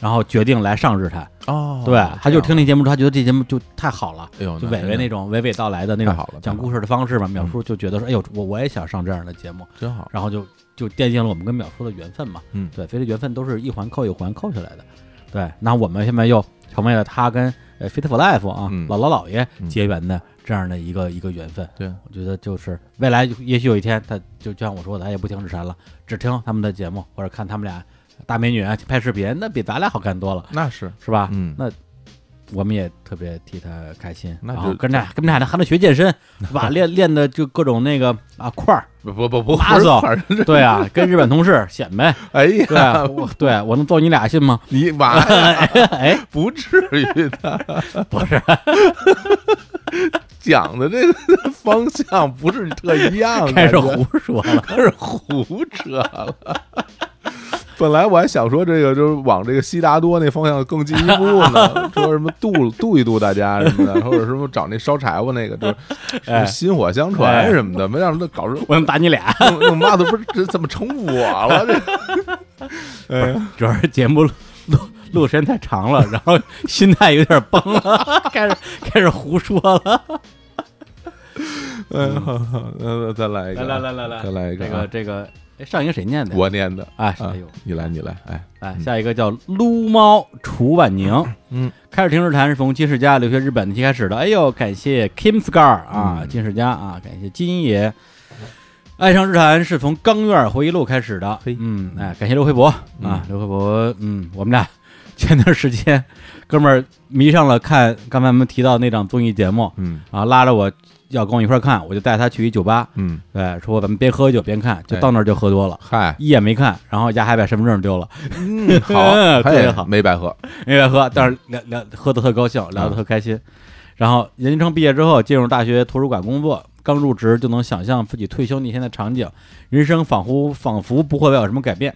然后决定来上日坛。哦对，他就听那，那节目之后，他觉得这节目就太好了。哎呦，就伟伟那种种娓娓道来的那太种好了讲太好故事的方式嘛，淼嗯叔就觉得说，哎呦，我我也想上这样的节目，真好，然后就就奠定了我们跟淼叔的缘分嘛。嗯对，所以这缘分都是一环扣一环扣下来的。对，那我们现在又成为了他跟呃 Fit for Life 啊、嗯姥姥姥爷嗯结缘的这样的一个一个缘分。对，我觉得就是未来也许有一天，他就就像我说的，他也不听日产了，只听他们的节目或者看他们俩大美女啊拍视频，那比咱俩好看多了，那是，是吧？嗯，那我们也特别替他开心，那然就后跟他跟他俩还能学健 身，对吧？练练的就各种那个啊块儿，不不不不，拉手反正是对啊，跟日本同事显摆，哎呀，对啊，我对我能揍你俩信吗？你妈呀， 哎，不至于的，不是， 讲的这个方向不是特一样的， 开始感觉胡说了，开始胡扯了。本来我还想说这个，就是往这个 悉达多那方向更进一步呢，说什么渡渡一渡大家什 么的，或者什么找那烧柴火那个，就是哎薪火相传什么的，没让他搞成我能打 你俩。弄弄妈的不是这怎么成我 了？这，哎呀，主要是节目录录录时间太长了，然后心态有点崩了， 开始开始胡说了。嗯哎呀，好好那再来一个，来再，来一这啊个这个，哎上一个谁念的？我念的，哎，啊哎呦，你来，你来，哎，哎，下一个叫撸猫楚婉宁，嗯，开始听日谈是从金世佳留学日本那期开始的，哎呦，感谢 Kim Scar 啊，嗯金世佳啊，感谢金爷。爱上日坛是从《钢院回忆录》开始的嘿，嗯，哎，感谢刘辉博嗯啊，刘辉博，嗯，我们俩前段时间，哥们儿迷上了看刚才我们提到那档综艺节目嗯啊，拉着我要跟我一块儿看，我就带他去一酒吧，嗯，对，说咱们边喝酒边看，就哎到那儿就喝多了，嗨，一眼没看，然后丫还把身份证丢了，嗯， 好，嗯特别嘿好没白喝，没白喝，但是聊聊喝的特高兴，聊的特开嗯心。然后研究生毕业之后进入大学图书馆工作，刚入职就能想象自己退休那天的场景，人生仿佛仿佛不会有什么改变。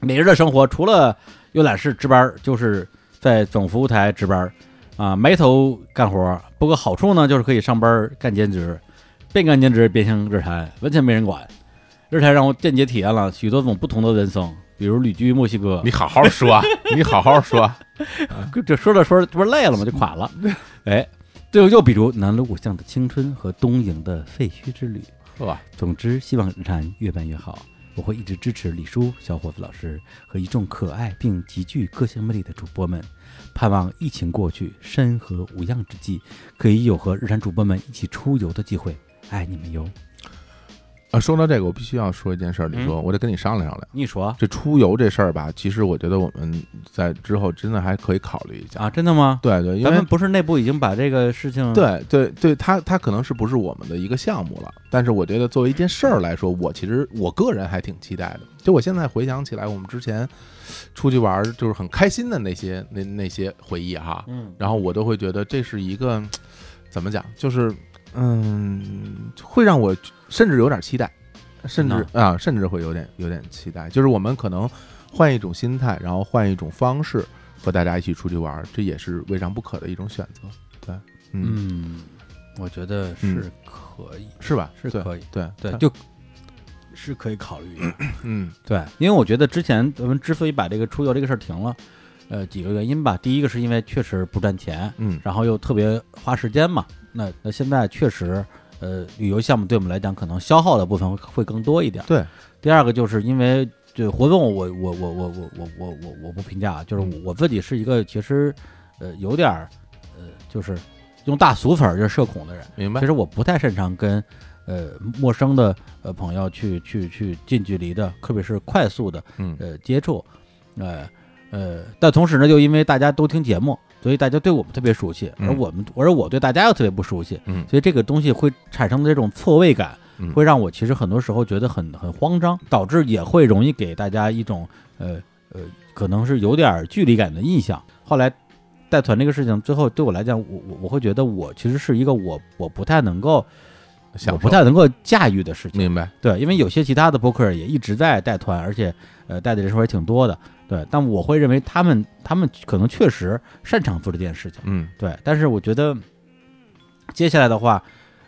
每日的生活除了浏览室值班儿，就是在总服务台值班儿啊，埋头干活儿。不过好处呢，就是可以上班儿干兼职，边干兼职边听日坛，完全没人管。日坛让我间接体验了许多种不同的人生，比如旅居墨西哥，啊你好好 说，啊你好好说，就说着说着，这不是累了吗？就 垮了。哎，最后又比如南锣鼓巷的青春和东营的废墟之旅。呵，总之，希望日坛越办越好。我会一直支持李叔、小伙子老师和一众可爱并极具个性魅力的主播们，盼望疫情过去、山河无恙之际，可以有和日坛主播们一起出游的机会。爱你们哟！啊，说到这个，我必须要说一件事儿，李叔，我得跟你商量商量。嗯你说这出游这事儿吧，其实我觉得我们在之后真的还可以考虑一下。啊，真的吗？对对，因咱为们不是内部已经把这个事情对对对，它它可能是不是我们的一个项目了，但是我觉得作为一件事儿来说，我其实我个人还挺期待的。就我现在回想起来，我们之前出去玩儿就是很开心的那些那那些回忆哈，嗯，然后我都会觉得这是一个怎么讲，就是嗯，会让我甚至有点期待，甚至啊，甚至会有点有点期待。就是我们可能换一种心态，然后换一种方式和大家一起出去玩儿，这也是未尝不可的一种选择。对，嗯，嗯， 我觉得是可以，是吧？是对可以，对对，它就是可以考虑一下。嗯 对，因为我觉得之前咱们之所以把这个出游这个事儿停了，呃，几个原因吧。第一个是因为确实不赚钱，嗯然后又特别花时间嘛。那那现在确实，呃，旅游项目对我们来讲，可能消耗的部分会会更多一点。对。第二个就是因为对活动我，我我我我我我我我不评价啊，就是我嗯我自己是一个其实，呃，有点儿，呃，就是用大俗词儿就是社恐的人。明白其。实我不太擅长跟呃陌生的呃朋友去去去近距离的，特别是快速的嗯呃接触，呃呃，但同时呢，又因为大家都听节目，所以大家对我们特别熟悉，嗯而我们而我对大家又特别不熟悉，嗯所以这个东西会产生的这种错位感嗯，会让我其实很多时候觉得很很慌张，导致也会容易给大家一种呃呃，可能是有点距离感的印象。后来带团这个事情，最后对我来讲，我我我会觉得我其实是一个我我不太能够，我享不受太能够驾驭的事情。明白。对，因为有些其他的播客也一直在带团，而且呃带的人数也挺多的。对，但我会认为他们他们可能确实擅长做这件事情。嗯对，但是我觉得接下来的话，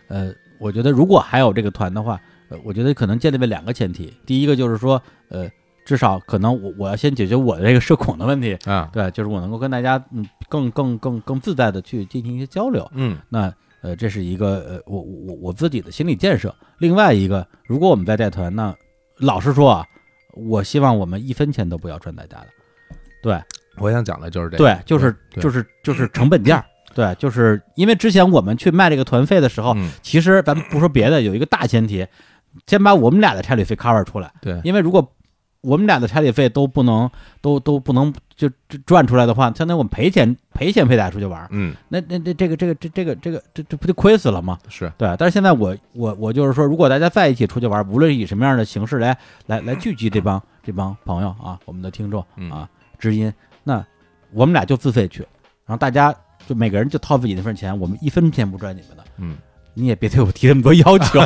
呃，我觉得如果还有这个团的话，呃，我觉得可能建立了两个前提，第一个就是说，呃，至少可能我我要先解决我的这个社恐的问题，啊，对，就是我能够跟大家嗯更更更更自在的去进行一些交流，嗯那呃，这是一个呃，我我我自己的心理建设。另外一个，如果我们在带团，那老实说啊，我希望我们一分钱都不要赚大家的。我想讲的就是这个。对，就是对就是就是成本价。对，就是因为之前我们去卖这个团费的时候，嗯其实咱们不说别的，有一个大前提，先把我们俩的差旅费 cover 出来。对因为如果我们俩的差旅费都不能都都不能就就赚出来的话，相当于我们赔钱赔钱陪大家出去玩儿，嗯那那那这个这个这这个这个这这不就亏死了吗？是对，啊但是现在我我我就是说，如果大家在一起出去玩，无论以什么样的形式来来来聚集这帮这帮朋友啊，我们的听众嗯啊，知音，那我们俩就自费去，然后大家就每个人就掏自己那份钱，我们一分钱不赚你们的，嗯。你也别对我提那么多 要求，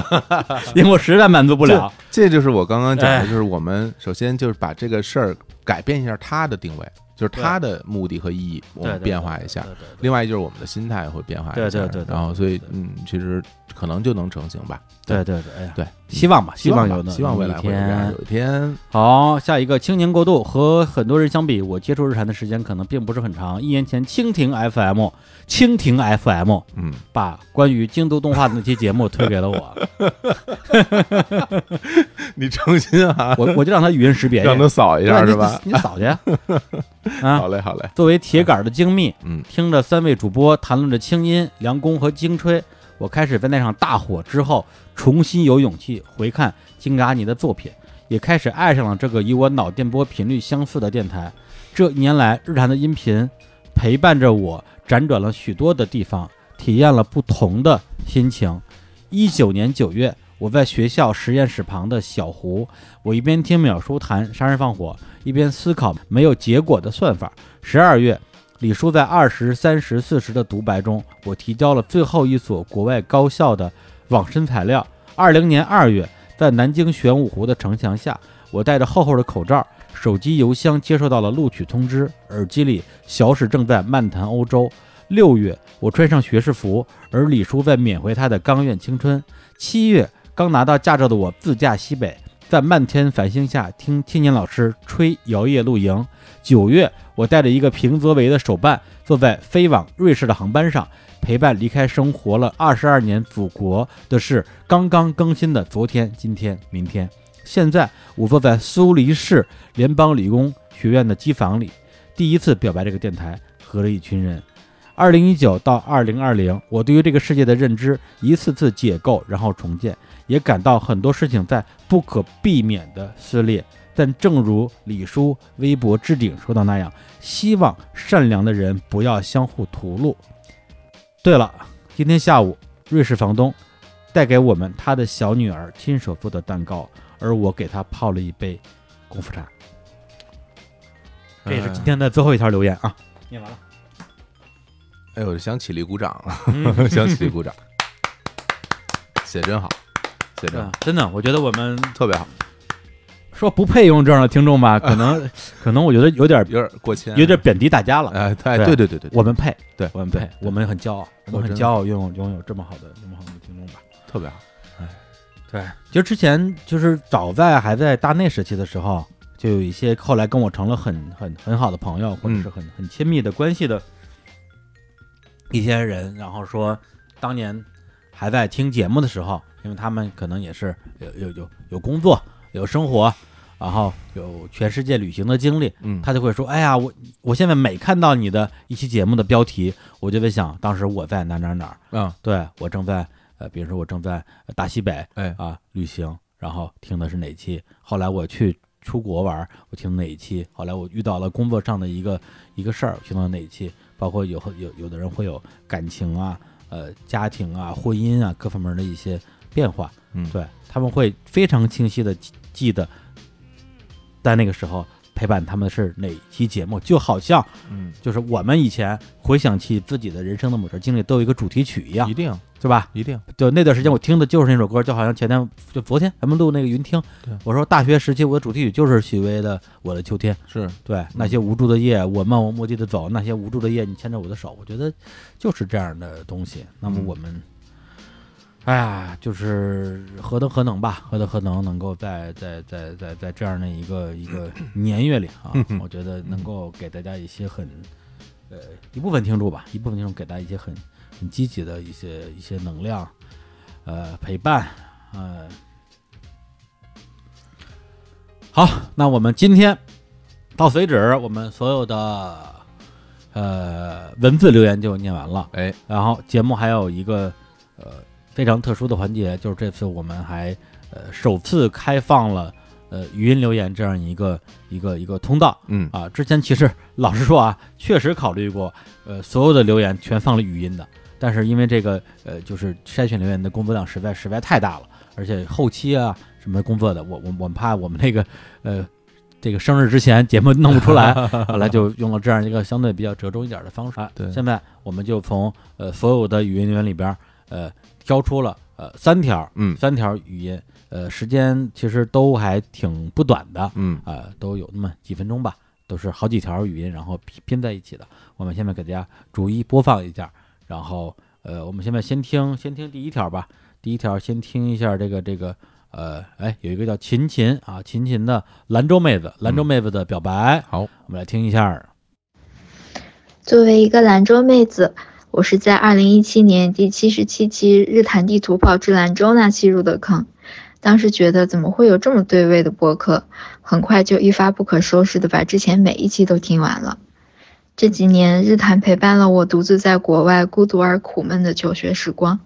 因为我实在满足不了。这就是我刚刚讲哎的，就是我们首先就是把这个事儿改变一下它的定位，就是它的目的和意义，我对们对变化一下对。对对对另外就是我们的心态会变化一下，对对对对然后所以对对嗯，其实可能就能成型吧。对对对，哎呀，对，希望吧，希望吧有的，希望未来有一会有这样天有一天，好，下一个青年过渡。和很多人相比，我接触日坛的时间可能并不是很长。一年前，蜻蜓 FM，蜻蜓 FM 嗯，把关于京都动画的那期节目推给了我， 你诚心啊，我我就让他语音识别，让他扫一下对是吧？你你 扫去啊！啊好嘞，好嘞，作为铁杆的精密，嗯听着三位主播谈论着清音、梁工和京吹，我开始在那场大火之后，重新有勇气回看金嘎尼的作品，也开始爱上了这个与我脑电波频率相似的电台。这一年来，日坛的音频陪伴着我，辗转了许多的地方，体验了不同的心情。一九年九月，我在学校实验室旁的小湖，我一边听淼叔谈《杀人放火》，一边思考没有结果的算法。十二月，李叔在二十三十四十的独白中，我提交了最后一所国外高校的网申材料。二零年二月，在南京玄武湖的城墙下，我戴着厚厚的口罩，手机邮箱接收到了录取通知，耳机里小史正在漫谈欧洲。六月，我穿上学士服，而李叔在缅怀他的刚愿青春。七月，刚拿到驾照的我自驾西北，在漫天繁星下听青年老师吹摇曳露营。九月，我带着一个平泽唯的手办，坐在飞往瑞士的航班上，陪伴离开生活了二十二年祖国的是刚刚更新的昨天、今天、明天。现在我坐在苏黎世联邦理工学院的机房里，第一次表白这个电台和了一群人。二零一九到二零二零，我对于这个世界的认知一次次解构，然后重建，也感到很多事情在不可避免的撕裂。但正如李叔微博置顶说的那样，希望善良的人不要相互屠戮。对了，今天下午，瑞士房东带给我们他的小女儿亲手做的蛋糕，而我给她泡了一杯功夫茶。这也是今天的最后一条留言啊，念完了。哎呦，想起立鼓掌了，嗯 想起立鼓 掌，写真好，写真好，啊真的，我觉得我们特别好，说不配用这样的听众吧，可能可能我觉得有点啊有点过谦，啊有点贬低大家了。哎，对对对对对对，我们配，对我们配，我们很骄傲，我们很真的骄傲拥有拥有这么好的这么好的哎听众吧。特别好，哎对，其实之前就是早在还在大内时期的时候，就有一些后来跟我成了很很很好的朋友，或者是很很亲密的关系的一些人，然后说当年还在听节目的时候，因为他们可能也是有有有有工作、有生活，然后有全世界旅行的经历，嗯，他就会说：“哎呀，我我现在每看到你的一期节目的标题，我就会想，当时我在哪儿哪儿哪儿，啊，对我正在呃，比如说我正在呃大西北，哎啊旅行，然后听的是哪期？后来我去出国玩，我听哪一期？后来我遇到了工作上的一个一个事儿，我听到哪一期？包括有有有的人会有感情啊、呃家庭啊、婚姻啊各方面的一些变化，嗯，对他们会非常清晰的记得，在那个时候陪伴他们是哪一期节目，就好像嗯，就是我们以前回想起自己的人生的某段经历，都有一个主题曲一样一，定对吧？一定，就那段时间我听的就是那首歌，就好像前天就昨天咱们录那个云听对，我说大学时期我的主题曲就是许巍的《我的秋天》，是对那些无助的夜，我漫无目的的走，那些无助的夜，你牵着我的手，我觉得就是这样的东西。那么嗯我们，哎呀，就是何德何能吧，何德何能能够在在在在在这样的一个一个年月里 啊，我觉得能够给大家一些很呃一部分听众吧，一部分听众给大家一些很很积极的一些一些能量，呃，陪伴，呃。好，那我们今天到此为止，我们所有的呃文字留言就念完了。哎，然后节目还有一个呃非常特殊的环节，就是这次我们还呃首次开放了呃语音留言这样一个一个一个通道嗯，啊。之前其实老实说啊，确实考虑过，呃所有的留言全放了语音的，但是因为这个呃就是筛选留言的工作量实在实在太大了，而且后期啊什么工作的，我我我们怕我们那个呃。这个生日之前节目弄不出 来，后来就用了这样一个相对比较折中一点的方式。啊对现在我们就从呃所有的语音留言里边儿，呃挑出了呃三条，嗯三条语音，呃时间其实都还挺不短的，嗯，呃都有那么几分钟吧，都是好几条语音然后拼拼在一起的。我们现在给大家逐一播放一下，然后呃我们现在先听先听第一条吧，第一条先听一下这个这个。呃，哎，有一个叫琴琴啊，琴琴的兰州妹子，兰州妹子的表白，嗯好，我们来听一下。作为一个兰州妹子，我是在二零一七年第七十七期《日坛地图跑至兰州》那期入的坑。当时觉得怎么会有这么对味的播客，很快就一发不可收拾的把之前每一期都听完了。这几年，日坛陪伴了我独自在国外孤独而苦闷的求学时光。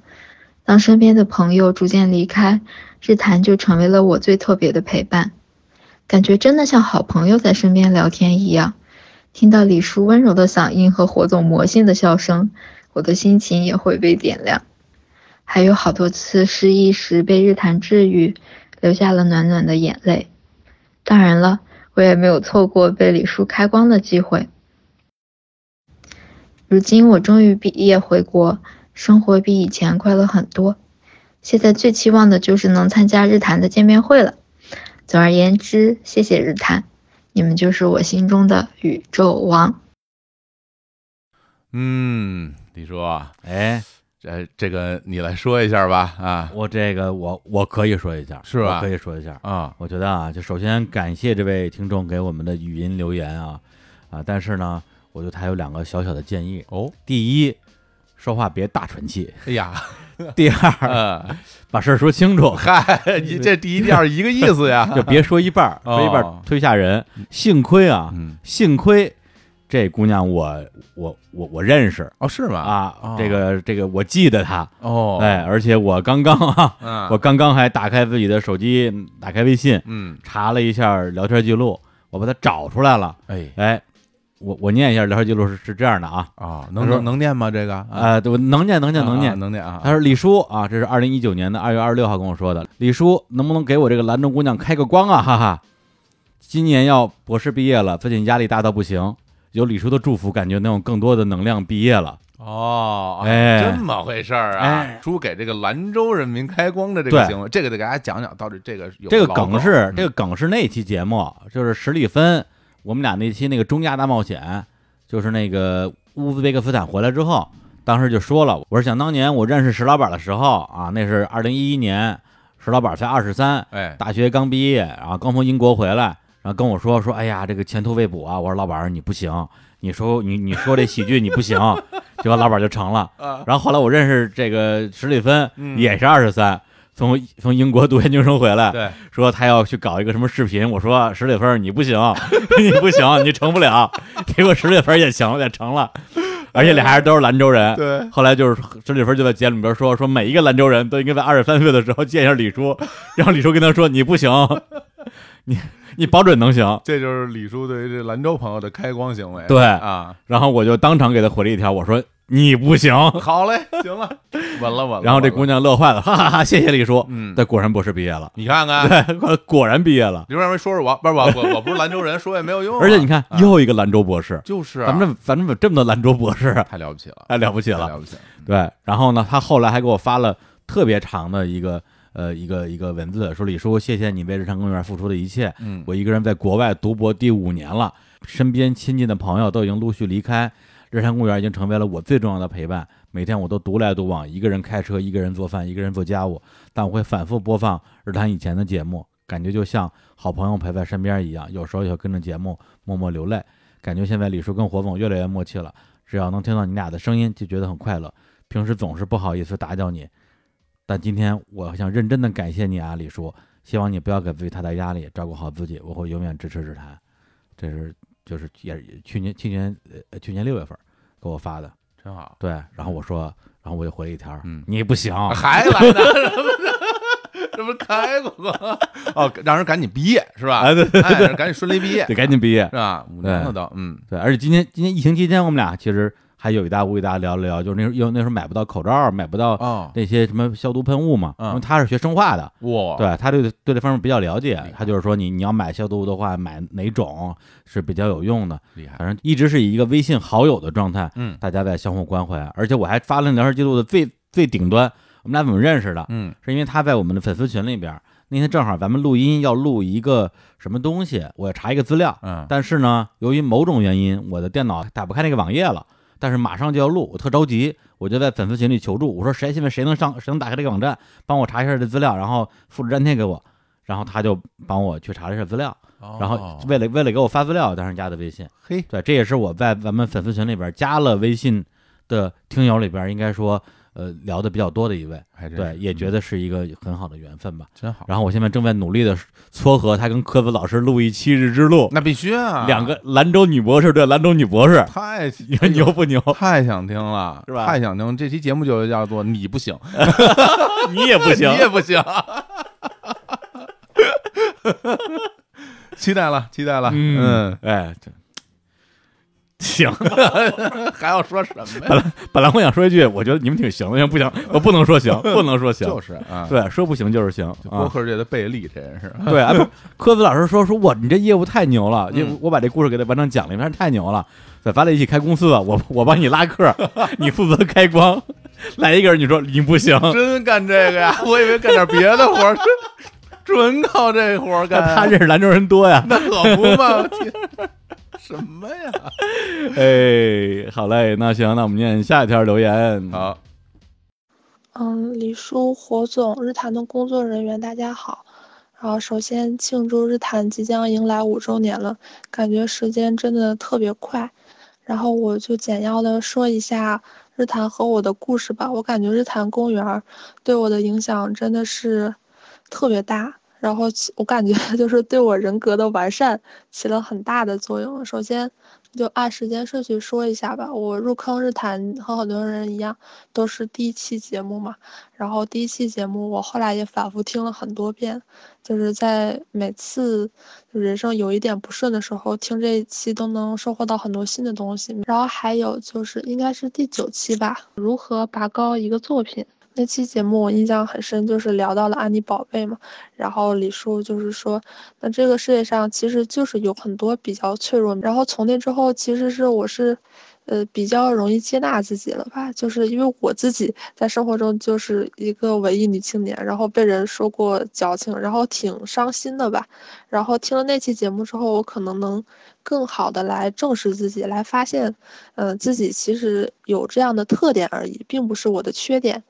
当身边的朋友逐渐离开，日坛就成为了我最特别的陪伴，感觉真的像好朋友在身边聊天一样。听到李叔温柔的嗓音和火总魔性的笑声，我的心情也会被点亮。还有好多次失意时被日坛治愈，流下了暖暖的眼泪。当然了，我也没有错过被李叔开光的机会。如今我终于毕业回国，生活比以前快乐很多。现在最期望的就是能参加日坛的见面会了。总而言之，谢谢日坛。你们就是我心中的宇宙王。嗯，李叔啊，哎，这这个你来说一下吧，啊我这个我我可以说一下，是吧我可以说一下。啊，我觉得啊，就首先感谢这位听众给我们的语音留言啊啊，但是呢，我对他有两个小小的建议。哦， 第一，说话别大喘气，哎呀，第二，嗯，把事儿说清楚，，哎嗨，你这第一、第二一个意思呀 就别说一半儿，说一半儿哦忒吓人。幸亏啊，嗯，幸亏这姑娘我我我我认识哦，是吗？，啊哦，这个这个我记得她，哦，哎，，而且我刚刚啊，嗯，我，刚刚还打开自己的手机，打开微信嗯，查了一下聊天记录，我把它找出来了。哎，哎，我我念一下聊天记录是是这样的啊，啊，能他说能能念吗？这个哎啊，呃，我能念能念能啊念啊，能念啊，他说：“李叔啊，这是二零一九年的二月二十六号跟我说的。李叔，能不能给我这个兰州姑娘开个光啊？ 哈哈，今年要博士毕业了，最近压力大到不行。有李叔的祝福，感觉能有更多的能量毕业了。哦，哎这么回事儿啊哎！叔给这个兰州人民开光的这个对行为，这个得给大家讲讲，到底这个有这个老梗梗嗯是这个个梗是那期节目，就是史蒂芬我们俩那期那个中亚大冒险，就是那个乌兹别克斯坦回来之后，当时就说了，我说想当年我认识石老板的时候啊，那是二零一一年，石老板才二十三，哎，大学刚毕业，然后刚从英国回来，然后跟我说说，哎呀，这个前途未卜啊！我说老板儿你不行，你说你你说这喜剧你不行，结果老板儿就 成了。然后后来我认识这个史蒂芬，啊嗯也是二十三，从从英国读研究生回来，对，说他要去搞一个什么视频，我说史蒂芬你不行， 你不行，你成不了。结果史蒂芬也行了，也成了，而且俩人都是兰州人，对，后来就是史蒂芬就在节目里边说，说每一个兰州人都应该在二十三岁的时候见一下李叔， 让李叔跟他说你不行，你你保准能行。这就是李叔对于这兰州朋友的开光行为。啊对啊，然后我就当场给他回了一条，我说你不行。 好嘞，行了，稳了稳了。 然后这稳了姑，娘乐坏了， 哈哈哈！谢谢李叔，嗯但果然博士毕业了，你看看，果 果然毕业了。刘让没说是我，不是我，我我不是兰州人，说也没有用啊。而且你看，啊又一个兰州博士，就是啊咱们这咱们这么多兰州博士，太了不起了， 太了不起太了。了不起了。嗯对，然后呢，他后来还给我发了特别长的一个呃一个一个文字，说李叔，谢谢你为日常公园付出的一切，嗯，我一个人在国外读博第五年了，身边亲近的朋友都已经陆续离开，日坛公园已经成为了我最重要的陪伴。每天我都独来独往，一个人开车，一个人做饭，一个人做家务，但我会反复播放日坛以前的节目，感觉就像好朋友陪在身边一样。有时候也会跟着节目默默流泪，感觉现在李叔跟火总越来越默契了，只要能听到你俩的声音，就觉得很快乐。平时总是不好意思打搅你，但今天我想认真的感谢你啊，李叔，希望你不要给自己太大压力，照顾好自己，我会永远支持日坛。这是就是也是去年去年呃去年六月份给我发的，真好，对，然后我说，然后我又回了一条，嗯你不行，还来呢， 这不是开过吗？哦，让人赶紧毕业是 吧？啊对哎，让人赶紧顺利毕业得赶紧毕业是。吧？五年了都，嗯，对，而且今天今天疫情期间，我们俩其实还有一搭无一搭聊了聊，就是那时候因为那时候买不到口罩，买不到哦，那些什么消毒喷雾嘛，嗯因为他是学生化的，哇， 对他对对这方面比较了解害，他就是说你你要买消毒的话，买哪种是比较有用的。厉害，反正一直是以一个微信好友的状态，嗯大家在相互关怀。而且我还发了聊天记录的最最顶端，我们俩怎么认识的？嗯是因为他在我们的粉丝群里边，那天正好咱们录音要录一个什么东西，我要查一个资料，嗯，但是呢，由于某种原因，我的电脑打不开那个网页了。但是马上就要录，我特着急，我就在粉丝群里求助，我说谁现在谁能上谁能打开这个网站，帮我查一下这资料，然后复制粘贴给我，然后他就帮我去查了一下资料，然后哦为了为了给我发资料，当时加的微信。嘿对，这也是我在咱们粉丝群里边加了微信的听友里边，应该说呃聊的比较多的一位，还真是对，也觉嗯得是一个很好的缘分吧。真好，然后我现在正在努力的撮合他跟科子老师录一期《日之路》，那必须啊，两个兰州女博士对兰州女博士，太你说牛不牛？太想听了，是吧太想听，这期节目就叫做你不行， 你也不 行你，也不行。期待了，期待了，嗯，哎，这行。 还要说什么呀？本来本来我想说一句，我觉得你们挺行的，但不行，我不能说行，不能说行，就是啊，对，说不行就是行就播啊。客界的贝利，这人是对，啊，不科子老师说说我你这业务太牛了，嗯因为我把这故事给他完整讲了一遍，太牛了。在咱俩一起开公司吧，我我帮你拉客，你负责开光，来一个人你说你不行，真干这个呀？ 我以为干点别的活儿， 纯靠这活儿他干。认识兰州人多呀。 那可不嘛！我天，什么呀？哎，好嘞，那行，那我们念下一条留言。好， 嗯，李叔、火总、日坛的工作人员，大家好。然后首先庆祝日坛即将迎来五周年了，感觉时间真的特别快。然后我就简要的说一下日坛和我的故事吧。我感觉日坛公园儿对我的影响真的是特别大，然后起我感觉 就是对我人格的完善起了很大的作用。首先，就按时间顺序说一下吧。我入坑日坛和很多人一样，都是第一期节目嘛。然后第一期节目我后来也反复听了很多遍，就是在每次人生有一点不顺的时候，听这一期都能收获到很多新的东西。然后还有就是应该是第九期吧，如何拔高一个作品。那期节目我印象很深，就是聊到了安妮宝贝嘛，然后李叔就是说，那这个世界上其实就是有很多比较脆弱，然后从那之后其实是我是，呃，比较容易接纳自己了吧，就是因为我自己在生活中就是一个文艺女青年，然后被人说过矫情，然后挺伤心的吧，然后听了那期节目之后，我可能能更好的来正视自己，来发现，嗯、自己其实有这样的特点而已，并不是我的缺点。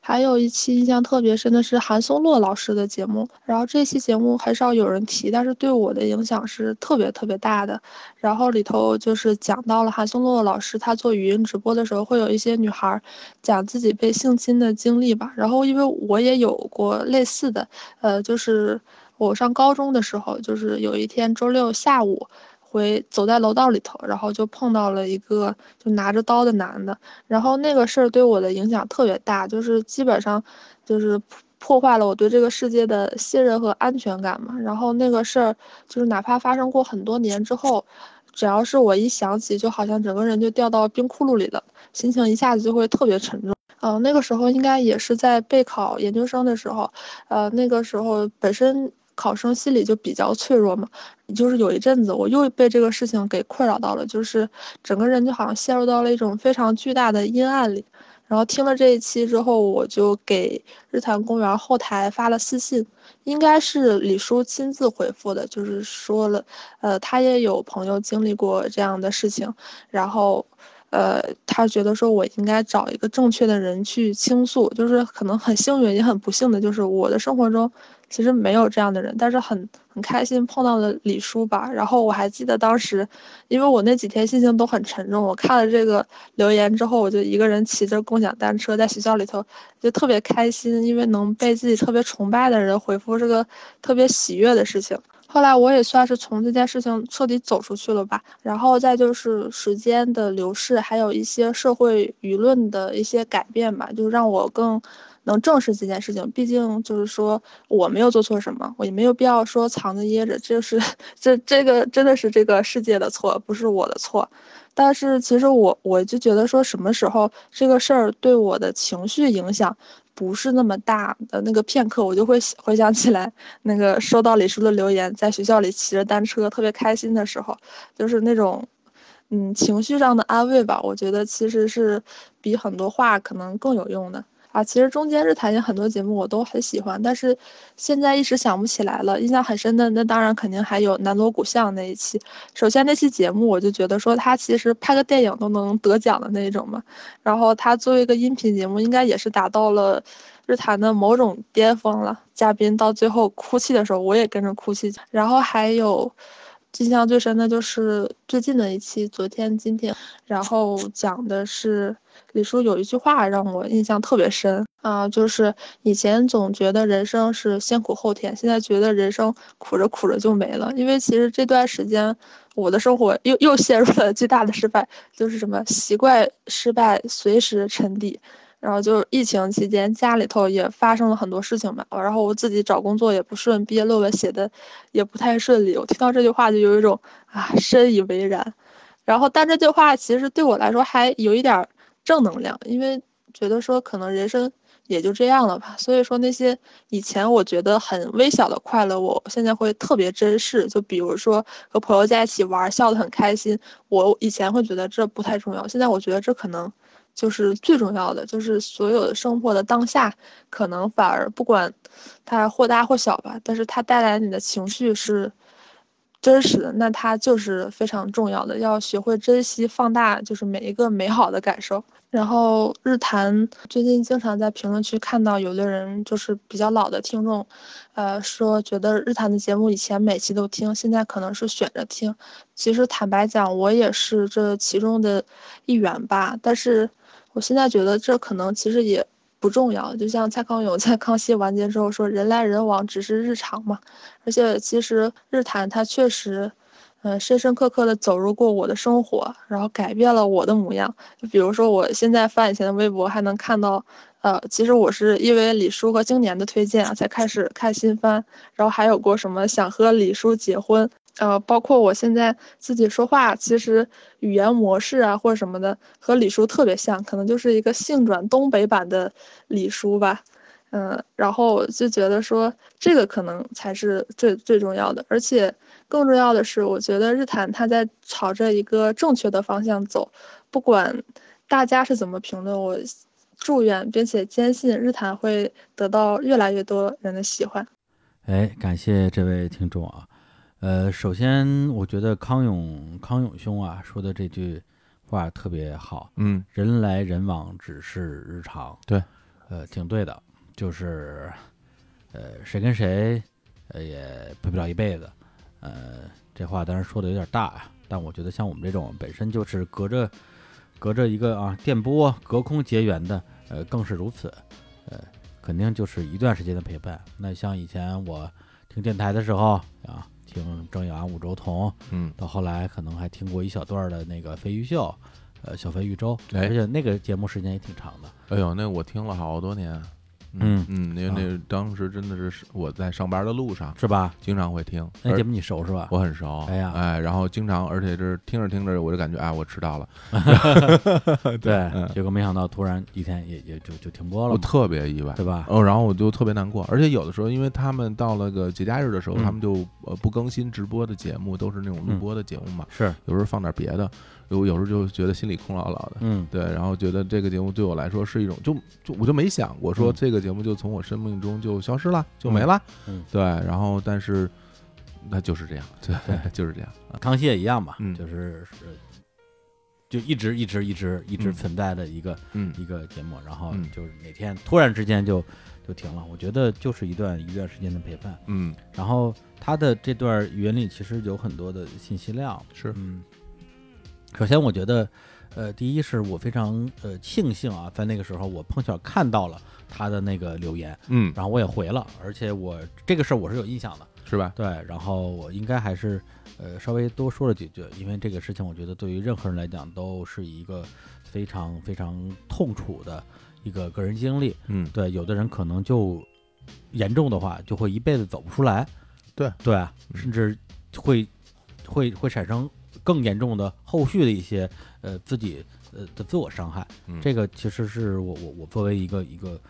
还有一期印象特别深的是韩松洛老师的节目，然后这期节目很少有人提，但是对我的影响是特别特别大的。然后里头就是讲到了韩松洛老师，他做语音直播的时候，会有一些女孩儿讲自己被性侵的经历吧。然后因为我也有过类似的，呃，就是我上高中的时候，就是有一天周六下午。回走在楼道里头，然后就碰到了一个就拿着刀的男的，然后那个事儿对我的影响特别大，就是基本上就是破破坏了我对这个世界的信任和安全感嘛。然后那个事儿就是哪怕发生过很多年之后，只要是我一想起，就好像整个人就掉到冰窟窿里了，心情一下子就会特别沉重。嗯、那个时候应该也是在备考研究生的时候，呃，那个时候本身考生心理就比较脆弱嘛，就是有一阵子我又被这个事情给困扰到了，就是整个人就好像陷入到了一种非常巨大的阴暗里。然后听了这一期之后，我就给日坛公园后台发了私信，应该是李叔亲自回复的，就是说了，呃，他也有朋友经历过这样的事情，然后。呃，他觉得说我应该找一个正确的人去倾诉，就是可能很幸运也很不幸的，就是我的生活中其实没有这样的人，但是很很开心碰到了李叔吧。然后我还记得当时，因为我那几天心情都很沉重，我看了这个留言之后，我就一个人骑着共享单车在学校里头，就特别开心，因为能被自己特别崇拜的人回复是个特别喜悦的事情。后来我也算是从这件事情彻底走出去了吧，然后再就是时间的流逝，还有一些社会舆论的一些改变吧，就是让我更能正视这件事情。毕竟就是说我没有做错什么，我也没有必要说藏着掖着，这是这这个真的是这个世界的错，不是我的错。但是其实我我就觉得说，什么时候这个事儿对我的情绪影响不是那么大的那个片刻，我就会回想起来那个收到李叔的留言，在学校里骑着单车特别开心的时候，就是那种，嗯，情绪上的安慰吧。我觉得其实是比很多话可能更有用的啊。其实中间日坛有很多节目我都很喜欢，但是现在一时想不起来了。印象很深的那当然肯定还有南锣鼓巷那一期。首先那期节目我就觉得说他其实拍个电影都能得奖的那一种嘛，然后他作为一个音频节目，应该也是达到了日坛的某种巅峰了。嘉宾到最后哭泣的时候，我也跟着哭泣。然后还有印象最深的就是最近的一期，昨天、今天，然后讲的是李叔有一句话让我印象特别深啊、就是以前总觉得人生是先苦后甜，现在觉得人生苦着苦着就没了，因为其实这段时间。我的生活又又陷入了巨大的失败，就是什么习惯失败，随时沉底。然后就是疫情期间，家里头也发生了很多事情嘛，然后我自己找工作也不顺，毕业论文写的也不太顺利。我听到这句话就有一种啊深以为然。然后，但这句话其实对我来说还有一点儿正能量，因为觉得说可能人生也就这样了吧。所以说那些以前我觉得很微小的快乐，我现在会特别珍视。就比如说和朋友在一起玩儿，笑得很开心，我以前会觉得这不太重要，现在我觉得这可能就是最重要的，就是所有的生活的当下，可能反而不管它或大或小吧，但是它带来你的情绪是真实的，那它就是非常重要的，要学会珍惜、放大，就是每一个美好的感受。然后日坛最近经常在评论区看到有的人就是比较老的听众，呃，说觉得日坛的节目以前每期都听，现在可能是选着听。其实坦白讲，我也是这其中的一员吧，但是。我现在觉得这可能其实也不重要，就像蔡康永在 《康熙》完结之后说“人来人往只是日常”嘛，而且其实日坛它确实。嗯，深深刻刻地走入过我的生活，然后改变了我的模样。就比如说，我现在翻以前的微博，还能看到，呃，其实我是因为李叔和经年的推荐啊，才开始看新番，然后还有过什么想和李叔结婚，呃，包括我现在自己说话，其实语言模式啊或者什么的，和李叔特别像，可能就是一个性转东北版的李叔吧。嗯，然后就觉得说这个可能才是最最重要的，而且更重要的是，我觉得日坛它在朝着一个正确的方向走，不管大家是怎么评论，我祝愿并且坚信日坛会得到越来越多人的喜欢。哎，感谢这位听众啊，呃，首先我觉得康永康永兄啊说的这句话特别好，嗯，人来人往只是日常，对，呃，挺对的。就是，呃，谁跟谁，呃，也陪不了一辈子。呃，这话当然说的有点大啊，但我觉得像我们这种本身就是隔着隔着一个啊电波隔空结缘的，呃，更是如此。呃，肯定就是一段时间的陪伴。那像以前我听电台的时候啊，听郑阳、五洲同，嗯，到后来可能还听过一小段的那个飞鱼秀，呃，小飞鱼粥，哎而且那个节目时间也挺长的。哎呦，那我听了好多年。嗯嗯，因为那个当时真的是我在上班的路上是吧？经常会听，那而节目你熟是吧？我很熟。哎呀哎，然后经常，而且就是听着听着，我就感觉哎，我迟到 了。对嗯，结果没想到突然一天也也就就停播了我嘛，特别意外，对吧？哦，然后我就特别难过，而且有的时候，因为他们到了个节假日的时候，嗯他们就呃不更新直播的节目，都是那种录嗯播的节目嘛，是，有时候放点别的，有有时候就觉得心里空落落的。嗯，对，然后觉得这个节目对我来说是一种，就就我就没想过说嗯这个节目就从我生命中就消失了，就没了。嗯嗯对，然后但是那就是这样，对，对就是这样啊。康熙也一样嘛，嗯就是是就一直一直一直一直嗯存在的一个、嗯一个节目，然后嗯就是哪天突然之间就就停了。我觉得就是一段一段时间的陪伴，嗯，然后他的这段语言里其实有很多的信息量，是嗯。首先，我觉得，呃，第一是我非常呃庆幸啊，在那个时候我碰巧看到了他的那个留言，嗯，然后我也回了，而且我这个事儿我是有印象的，是吧？对，然后我应该还是呃稍微多说了几句，因为这个事情我觉得对于任何人来讲都是一个非常非常痛楚的一个个人经历。嗯，对，有的人可能就严重的话，就会一辈子走不出来。对对啊，嗯甚至会会会产生更严重的后续的一些呃自己呃的自我伤害。嗯这个其实是我我我作为一个一个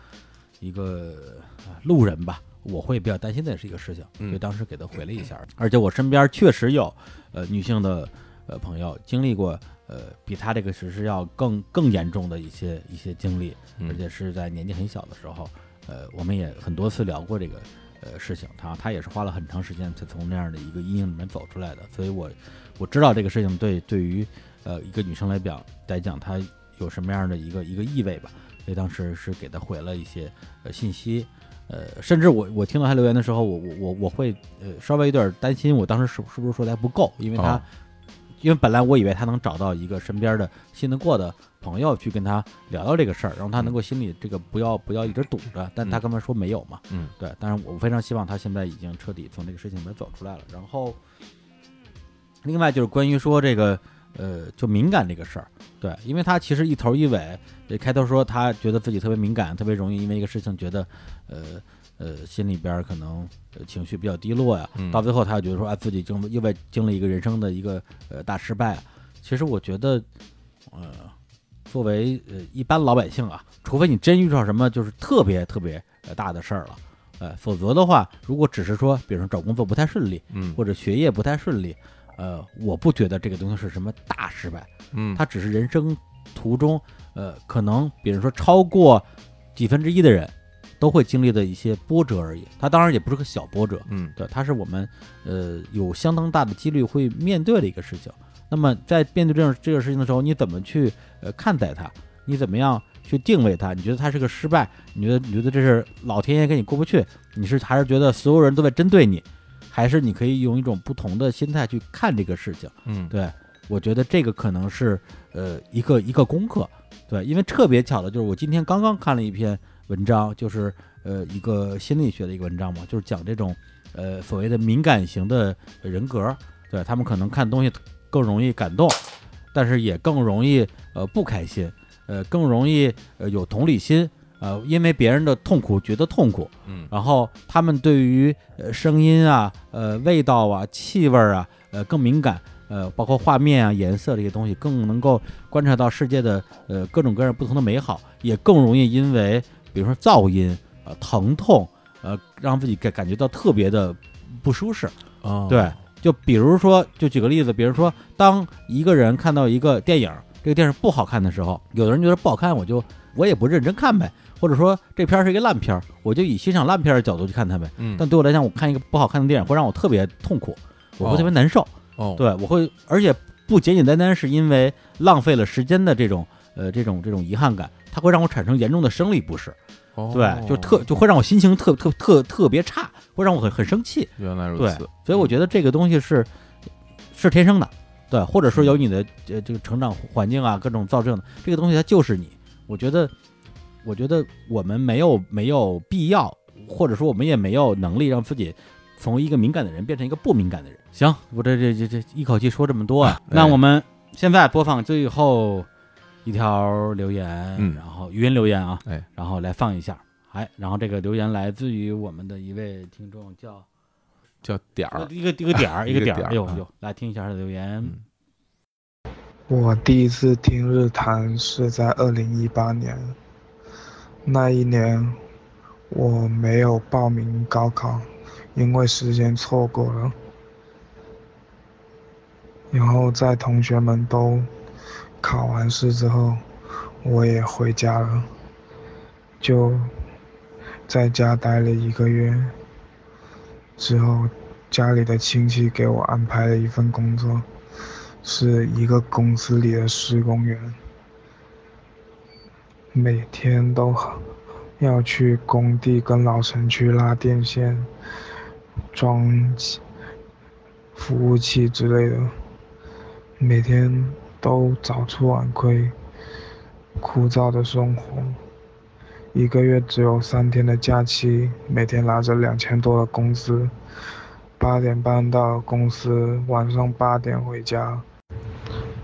一个呃路人吧，我会比较担心的也是一个事情，嗯所以当时给他回了一下。而且我身边确实有呃女性的呃朋友经历过。呃，比他这个其实要更更严重的一些一些经历，嗯而且是在年纪很小的时候，呃，我们也很多次聊过这个呃事情，他他也是花了很长时间才从那样的一个阴影里面走出来的，所以我我知道这个事情对对于呃一个女生来讲来讲，她有什么样的一个一个意味吧，所以当时是给她回了一些呃信息。呃，甚至我我听到她留言的时候，我我我我会呃稍微有点担心，我当时是是不是说的还不够，因为她、哦因为本来我以为她能找到一个身边的信得过的朋友去跟她聊聊这个事儿，让她能够心里这个不要不要一直堵着，但她嗯刚才说没有嘛，嗯，对，但是我非常希望她现在已经彻底从这个事情里面走出来了。然后，另外就是关于说这个呃，就敏感这个事儿，对，因为她其实一头一尾，呃开头说她觉得自己特别敏感，特别容易因为一个事情觉得呃呃心里边儿可能呃情绪比较低落呀、嗯到最后她又觉得说啊自己经因为经历一个人生的一个呃大失败、啊，其实我觉得呃。作为呃一般老百姓啊，除非你真遇上什么就是特别特别呃大的事儿了，呃，否则的话，如果只是说，比如说找工作不太顺利，嗯或者学业不太顺利，呃，我不觉得这个东西是什么大失败，嗯，它只是人生途中，呃，可能比如说超过几分之一的人都会经历的一些波折而已。它当然也不是个小波折，嗯对，它是我们呃有相当大的几率会面对的一个事情。那么在面对这种这个事情的时候，你怎么去呃看待它？你怎么样去定位它？你觉得它是个失败？你觉得你觉得这是老天爷跟你过不去？你是还是觉得所有人都在针对你？还是你可以用一种不同的心态去看这个事情？嗯，对我觉得这个可能是呃一个一个功课，对，因为特别巧的就是我今天刚刚看了一篇文章，就是呃一个心理学的一个文章嘛，就是讲这种呃所谓的敏感型的人格，对他们可能看东西更容易感动，但是也更容易呃不开心，呃更容易呃有同理心，呃因为别人的痛苦觉得痛苦，嗯然后他们对于呃声音啊、呃味道啊、气味儿啊，呃更敏感，呃包括画面啊、颜色这些东西，更能够观察到世界的呃各种各样不同的美好，也更容易因为比如说噪音、呃疼痛，呃让自己感感觉到特别的不舒适。哦对，就比如说，就举个例子，比如说，当一个人看到一个电影，这个电影不好看的时候，有的人觉得不好看，我就我也不认真看呗，或者说这片儿是一个烂片儿，我就以欣赏烂片儿的角度去看它呗。嗯，但对我来讲，我看一个不好看的电影会让我特别痛苦，我哦会特别难受。哦，对，我会，而且不简简单单是因为浪费了时间的这种呃这种这种遗憾感，它会让我产生严重的生理不适。哦对，就特就会让我心情特特特特别差，会让我很很生气。原来如对此，嗯所以我觉得这个东西是是天生的，对，或嗯者说有你的呃这个成长环境啊各种造成的，这个东西它就是你。我觉得，我觉得我们没有没有必要，或者说我们也没有能力让自己从一个敏感的人变成一个不敏感的人。行，我这这这这一口气说这么多啊，哎那我们现在播放最后一条留言，嗯然后语音留言啊，哎，然后来放一下。哎，然后这个留言来自于我们的一位听众，叫叫点儿，一个一个 点儿，一一个个点点儿儿，哎呦啊呦，来听一下他的留言嗯。我第一次听日坛是在二零一八年，那一年我没有报名高考，因为时间错过了。然后在同学们都考完试之后，我也回家了，就在家待了一个月。之后，家里的亲戚给我安排了一份工作。是一个公司里的施工员，每天都要去工地跟老城区拉电线、装起服务器之类的，每天都早出晚归，枯燥的生活。一个月只有三天的假期，每天拿着两千多的工资，八点半到公司，晚上八点回家。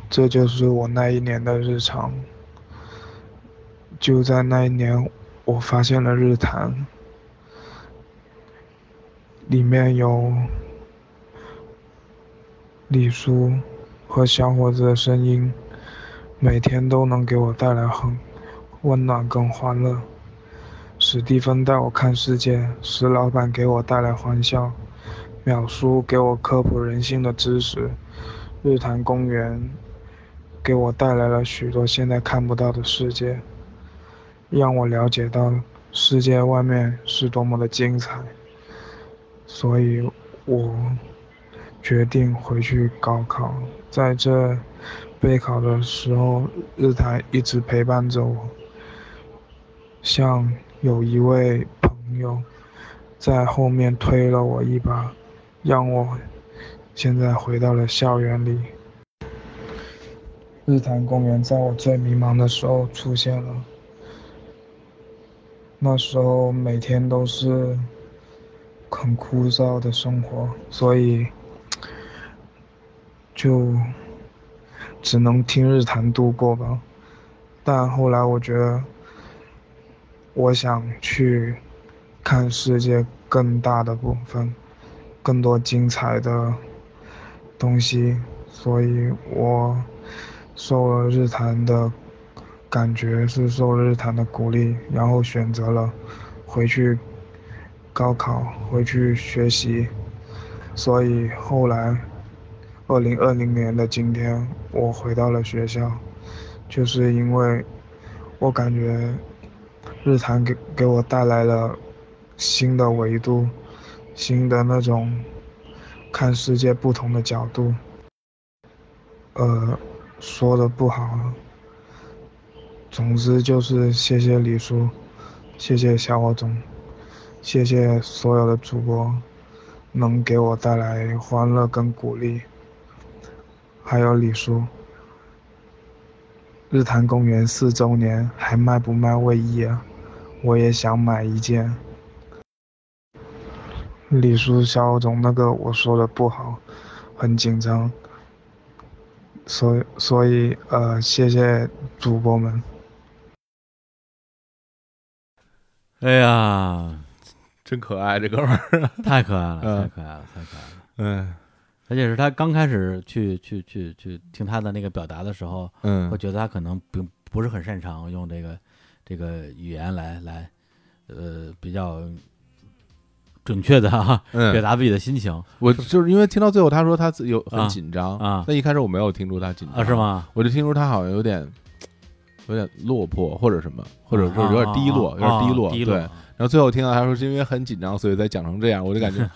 这就是我那一年的日常。就在那一年，我发现了日坛，里面有李叔和小伙子的声音，每天都能给我带来很温暖跟欢乐。史蒂芬带我看世界，石老板给我带来欢笑。秒叔给我科普人性的知识，日坛公园给我带来了许多现在看不到的世界，让我了解到世界外面是多么的精彩。所以，我决定回去高考。在这备考的时候，日坛一直陪伴着我，像有一位朋友。在后面推了我一把，让我现在回到了校园里。日坛公园在我最迷茫的时候出现了，那时候每天都是很枯燥的生活，所以就只能听日坛度过吧。但后来我觉得，我想去看世界更大的部分，更多精彩的东西，所以我受了日坛的感觉是受了日坛的鼓励，然后选择了回去高考，回去学习，所以后来，二零二零年的今天，我回到了学校，就是因为我感觉日坛给给我带来了新的维度，新的那种看世界不同的角度。呃，说的不好了。总之就是谢谢李叔，谢谢小火总，谢谢所有的主播，能给我带来欢乐跟鼓励，还有李叔，日坛公园四周年还卖不卖卫衣啊？我也想买一件。李叔、肖总那个我说的不好，很紧张，所以所以呃，谢谢主播们。哎呀，真可爱，这哥们儿， 太可爱了，嗯太可爱了，太可爱了！嗯而且是他刚开始去去去去听他的那个表达的时候，我嗯，觉得他可能不不是很擅长用这个这个语言来来，呃，比较准确的啊嗯表达自己的心情我就是因为听到最后，他说他自有啊很紧张啊那一开始我没有听出他紧张啊，是？吗？我就听出他好像有点有点落魄或者什么，或者说有点低落，啊有点低落，啊低对。落。然后最后听到他说是因为很紧张，所以才讲成这样，我就感 觉。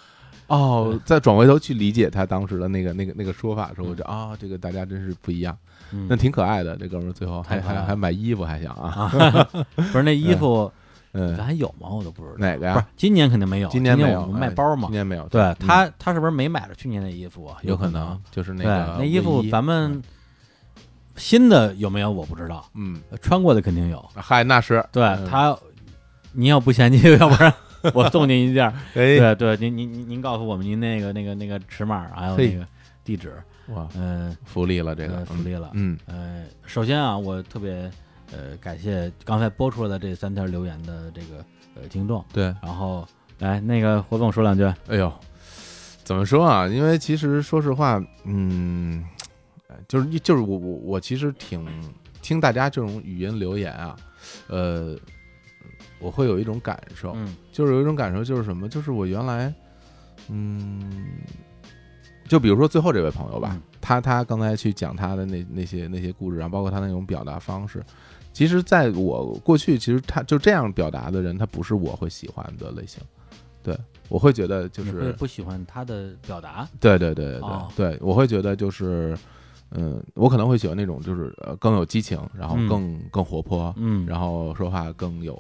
哦，再转回头去理解他当时的那个、那个、那个说法的时候，我就啊、这个大家真是不一样，嗯那挺可爱的。这哥们儿最后还太可爱还了还买衣服，还想啊，啊， 不是那衣服咱嗯，还有吗？我都不知道。哪个不是呀？今年肯定没有，今年没有呃我们卖包嘛今。年没有。对嗯他，他是不是没买着去年的衣服啊？有可可能能。就是那对，个那衣服卫咱们新的有没有我不知道，嗯，啊呃穿过的肯定有。嗨，那是对嗯他，你要不嫌弃，要 不然我送您一件儿。 哎对对，您您您您告诉我们您那个那个那个尺码，还有嘿那个地址，哇，嗯，福利了这个呃福利了嗯呃，首先啊，我特别呃感谢刚才播出来的这三条留言的这个呃听众，嗯，对，然后来那个火总说两句，哎呦，怎么说啊？因为其实说实话，嗯，呃就是就是我我我其实挺听大家这种语音留言啊，呃，我会有一种感受，嗯就是有一种感受就是什么？就是我原来，嗯，就比如说最后这位朋友吧，嗯他他刚才去讲他的那那些那些故事，然后包括他那种表达方式。其实，在我过去，其实他就这样表达的人，他不是我会喜欢的类型。对，我会觉得就你会是不喜欢他的表达，对对对对对、哦对，我会觉得就是，嗯，我可能会喜欢那种就是呃更有激情，然后嗯更、更活泼，嗯，然后说话更有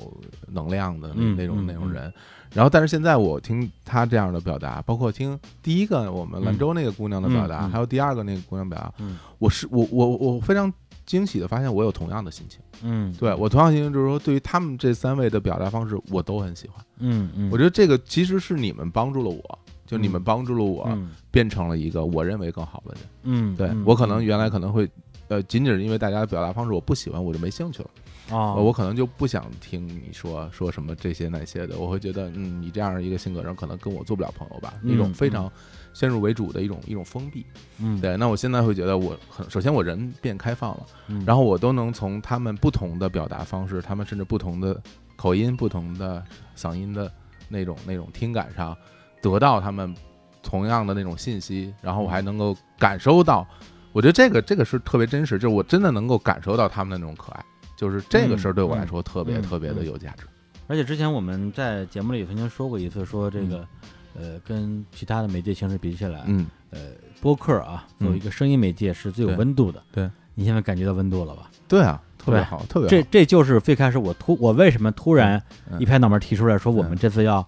能量的那嗯那种嗯那种嗯人。然后，但是现在我听他这样的表达，包括听第一个我们兰州那个姑娘的表达，嗯嗯嗯嗯还有第二个那个姑娘表达，嗯我是我我我非常惊喜的发现我有同样的心情。嗯，对我同样心情就是说，对于他们这三位的表达方式，我都很喜欢。嗯嗯，我觉得这个其实是你们帮助了我，就你们帮助了我，嗯变成了一个我认为更好的人。嗯，对、嗯我可能原来可能会。呃，仅仅是因为大家的表达方式我不喜欢，我就没兴趣了。哦，呃我可能就不想听你说说什么这些那些的，我会觉得，嗯，你这样一个性格人可能跟我做不了朋友吧，嗯一种非常先入为主的一种一种封闭。嗯对，那我现在会觉得我很，首先我人变开放了，嗯然后我都能从他们不同的表达方式，他们甚至不同的口音、不同的嗓音的那种那种听感上，得到他们同样的那种信息，然后我还能够感受到，我觉得这个这个是特别真实，就是我真的能够感受到他们的那种可爱，就是这个事儿对我来说特别、嗯特别的有价值。而且之前我们在节目里曾经说过一次，说这个，呃，跟其他的媒介形式比起来，嗯，呃，播客啊，嗯作为一个声音媒介是最有对温度的。对你现在感觉到温度了吧？对啊，特别对好，特别好。这这就是最开始我突我为什么突然嗯嗯一拍脑门提出来说我们这次要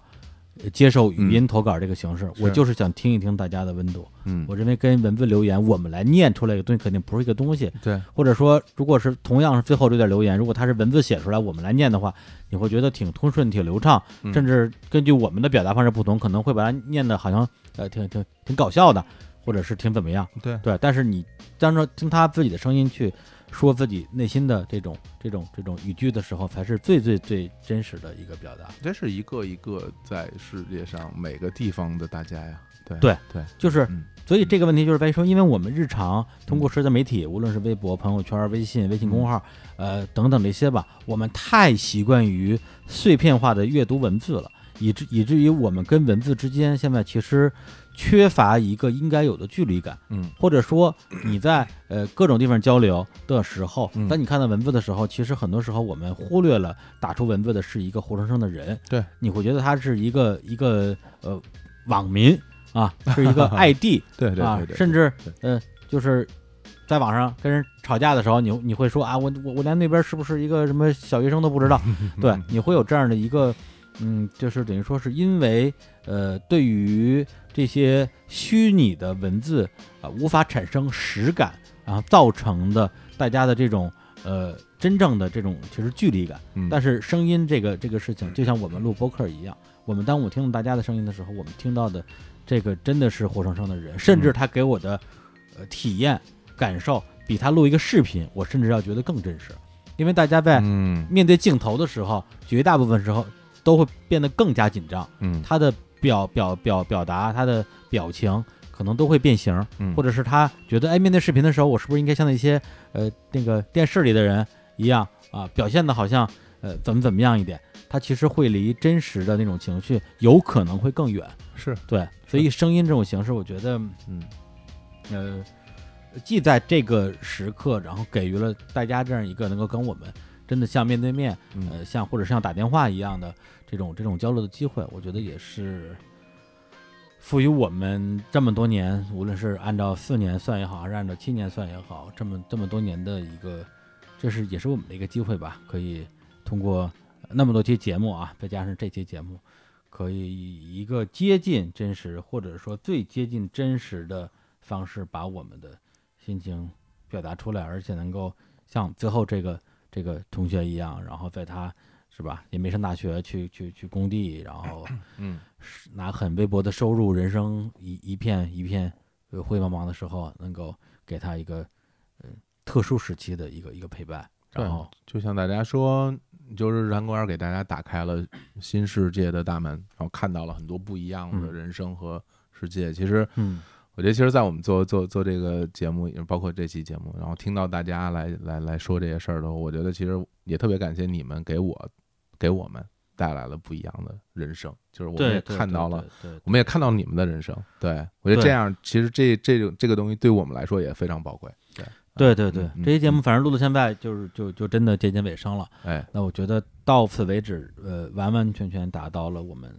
呃接受语音投稿这个形式，是我就是想听一听大家的温度。嗯，我认为跟文字留言我们来念出来的东西肯定不是一个东西，对或者说如果是同样是最后这段留言，如果它是文字写出来我们来念的话，你会觉得挺通顺、挺流畅，嗯甚至根据我们的表达方式不同，可能会把它念的好像呃挺挺挺搞笑的，或者是挺怎么样。对对，但是你当着听他自己的声音去说自己内心的这种这种这种语句的时候，才是最最最真实的一个表达。这是一个一个在世界上每个地方的大家呀，对对对，就是嗯所以这个问题就是在于说，因为我们日常通过社交媒体，无论是微博、朋友圈、微信、微信公众号，嗯呃等等这些吧，我们太习惯于碎片化的阅读文字了，以至以至于我们跟文字之间现在其实缺乏一个应该有的距离感，嗯或者说你在呃各种地方交流的时候嗯，当你看到文字的时候，其实很多时候我们忽略了打出文字的是一个活生生的人，对，你会觉得他是一个一个呃网民啊，是一个 ID。 对对啊对，对，甚至对呃，就是在网上跟人吵架的时候，你你会说啊，我我我连那边是不是一个什么小学生都不知道，对，你会有这样的一个，嗯，就是等于说是因为呃，对于这些虚拟啊的文字啊、无法产生实感，然后造成的大家的这种呃真正的这种其实距离感。嗯但是声音这个这个事情，就像我们录播客一样，我们当我听到大家的声音的时候，我们听到的这个真的是活生生的人，甚至他给我的呃体验感受，比他录一个视频，我甚至要觉得更真实，因为大家在嗯面对镜头的时候，绝大部分时候都会变得更加紧张，嗯他的表表表表达，他的表情可能都会变形，嗯，或者是他觉得，哎，面对视频的时候，我是不是应该像那些呃那个电视里的人一样啊，表现的好像呃怎么怎么样一点？他其实会离真实的那种情绪有可能会更远。是对，所以声音这种形式，我觉得，嗯，呃，既在这个时刻，然后给予了大家这样一个能够跟我们真的像面对面，嗯呃，像或者像打电话一样的这种这种交流的机会，我觉得也是赋予我们这么多年，无论是按照四年算也好，还是按照七年算也好，这么这么多年的一个，这是也是我们的一个机会吧，可以通过那么多期节目啊，再加上这期节目，可以以一个接近真实，或者说最接近真实的方式，把我们的心情表达出来，而且能够像最后这个这个同学一样，然后在他是吧，也没上大学，去去去工地，然后嗯是拿很微薄的收入，人生一一片一片呃灰茫茫的时候，能够给他一个嗯特殊时期的一个一个陪伴，对然后就像大家说，就是日坛公园给大家打开了新世界的大门，然后看到了很多不一样的嗯人生和世界。其实嗯我觉得，其实，在我们做做做这个节目，也包括这期节目，然后听到大家来来来说这些事儿的话，我觉得其实也特别感谢你们给我给我们带来了不一样的人生，就是我们也对对看到了，对对我们也看到你们的人生。对我觉得对这样，其实这这种这个东西对我们来说也非常宝贵。对对对嗯，嗯这期节目反正录到现在就是就就真的接近尾声了。哎，那我觉得到此为止，呃，完完全全达到了我们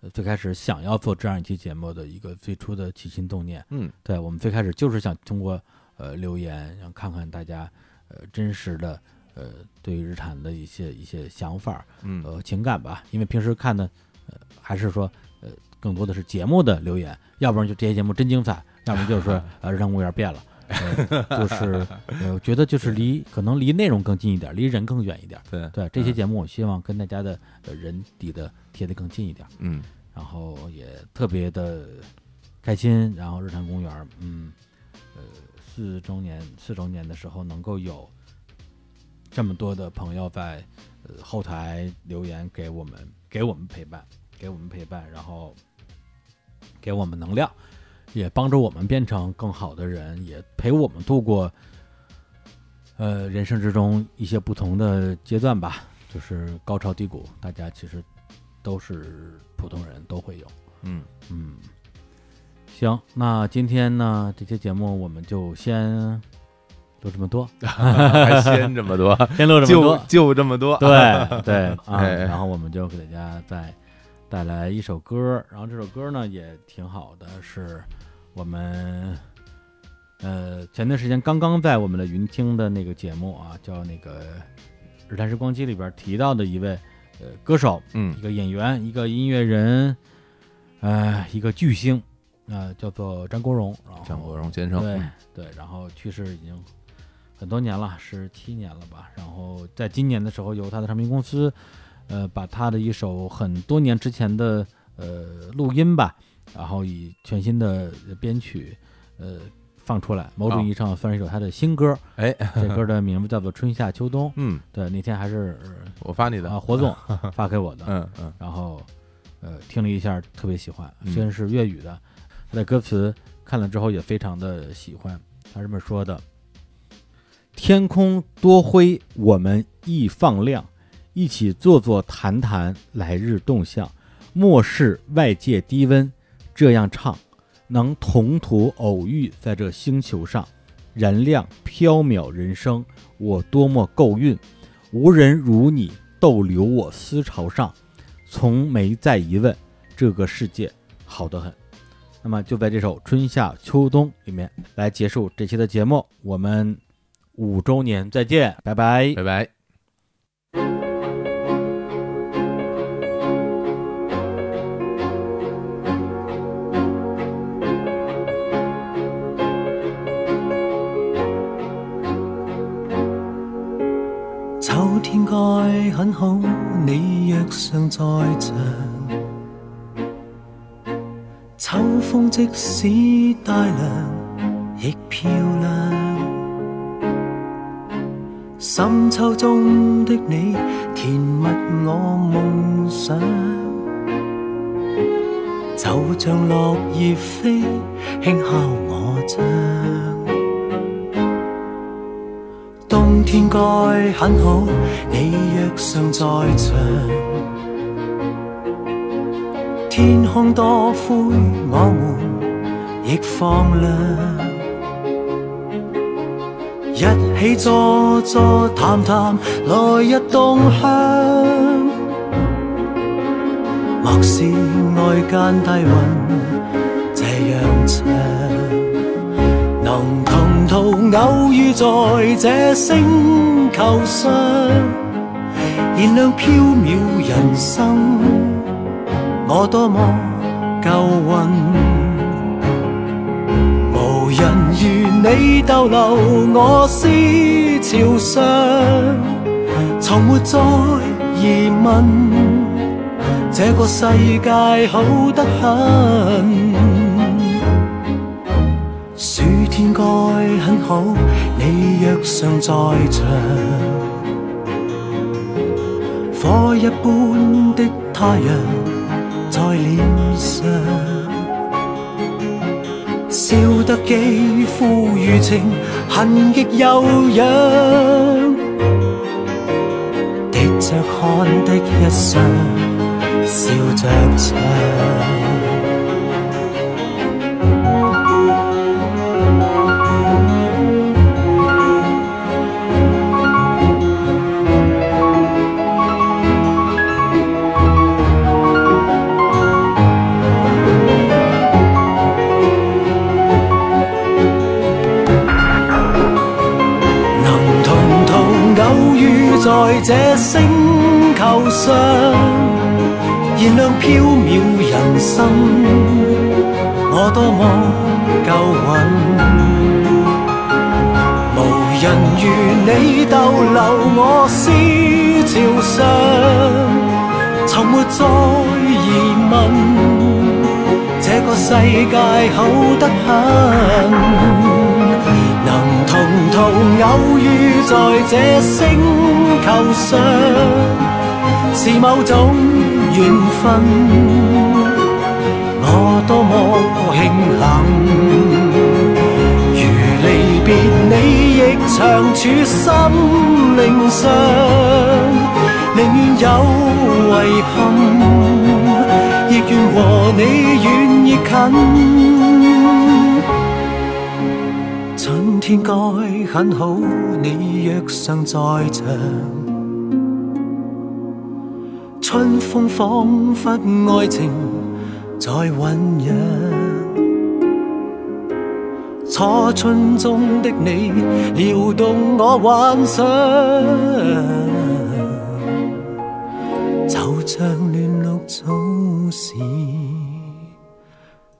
呃最开始想要做这样一期节目的一个最初的起心动念。嗯，对我们最开始就是想通过呃留言，想看看大家呃真实的呃对于日产的一些一些想法儿嗯呃情感吧，因为平时看的呃还是说呃更多的是节目的留言，要不然就这些节目真 精彩，要不然就是说呃日常公园变了。呃、就是，呃，我觉得就是离可能离内容更近一点，离人更远一点。对嗯对这期节目，我希望跟大家的呃人底的贴得更近一点，嗯然后也特别的开心。然后日坛公园，嗯，呃，四周年四周年的时候能够有这么多的朋友在呃后台留言给我们，给我们陪伴，给我们陪伴，然后给我们能量，也帮助我们变成更好的人，也陪我们度过呃人生之中一些不同的阶段吧。就是高潮低谷，大家其实都是普通人都会有。嗯，嗯，行，那今天呢这期节目我们就先录这么多， 还先这么多。先录这么就多，就这么多。对 对啊，哎然后我们就给大家再带来一首歌，然后这首歌呢也挺好的，是我们呃前段时间刚刚在我们的云听的那个节目啊，叫那个《日坛时光机》里边提到的一位呃歌手，嗯一个演员，一个音乐人，呃，一个巨星，呃，叫做张国荣，然后张国荣先生，嗯对对，然后去世已经很多年了，十七年了吧。然后在今年的时候，由他的唱片公司，呃，把他的一首很多年之前的呃录音吧，然后以全新的编曲，呃，放出来，某种意义上算是一首他的新歌。哦哎， 这歌的名字叫做《春夏秋冬》。嗯，对，那天还是呃我发你的啊，火 总发给我的。嗯嗯然后呃听了一下，特别喜欢，嗯虽然是粤语的，他的歌词看了之后也非常的喜欢。他这么说的：“天空多灰，我们亦放亮，一起坐坐谈谈来日动向，漠视外界低温，这样唱，能同途偶遇在这星球上，燃亮缥缈人生，我多么够运，无人如你逗留我思潮上。”从没再疑问这个世界好得很。那么就在这首《春夏秋冬》里面来结束这期的节目，我们五周年再见，拜拜。拜拜。春好，你若尚在场，秋风即使带凉，亦漂亮。深秋中的你，填密我梦想，就像落叶飞，轻敲我窗。冬天该很好，你若尚在场。天空多灰，我们亦放亮。一起坐坐谈谈，來日動向。莫是外間低温這樣長。能同途偶遇在這星球上，燃亮飄渺人生，我多麼夠運。無人如你逗留我思潮上，從沒再疑問，這個世界好得很。暑天該很好，你若尚在場。火一般的太陽在臉上，笑得肌膚如情，痕極有痒。滴着汗的一雙，笑着唱。能同途偶遇在這星球上，燃亮飄渺人生，我多麼夠運。無人如你逗留我思潮上，從沒再疑問，這個世界好得很。能同途偶遇在這星球上，是某種緣分，我多麼慶幸。如離別你，亦長處心靈上，寧願有遺憾，亦願和你遠亦近。春天該很好，你若尚在場。春風彷彿愛情在醖釀，初春中的你撩動我幻想，就像嫩綠草時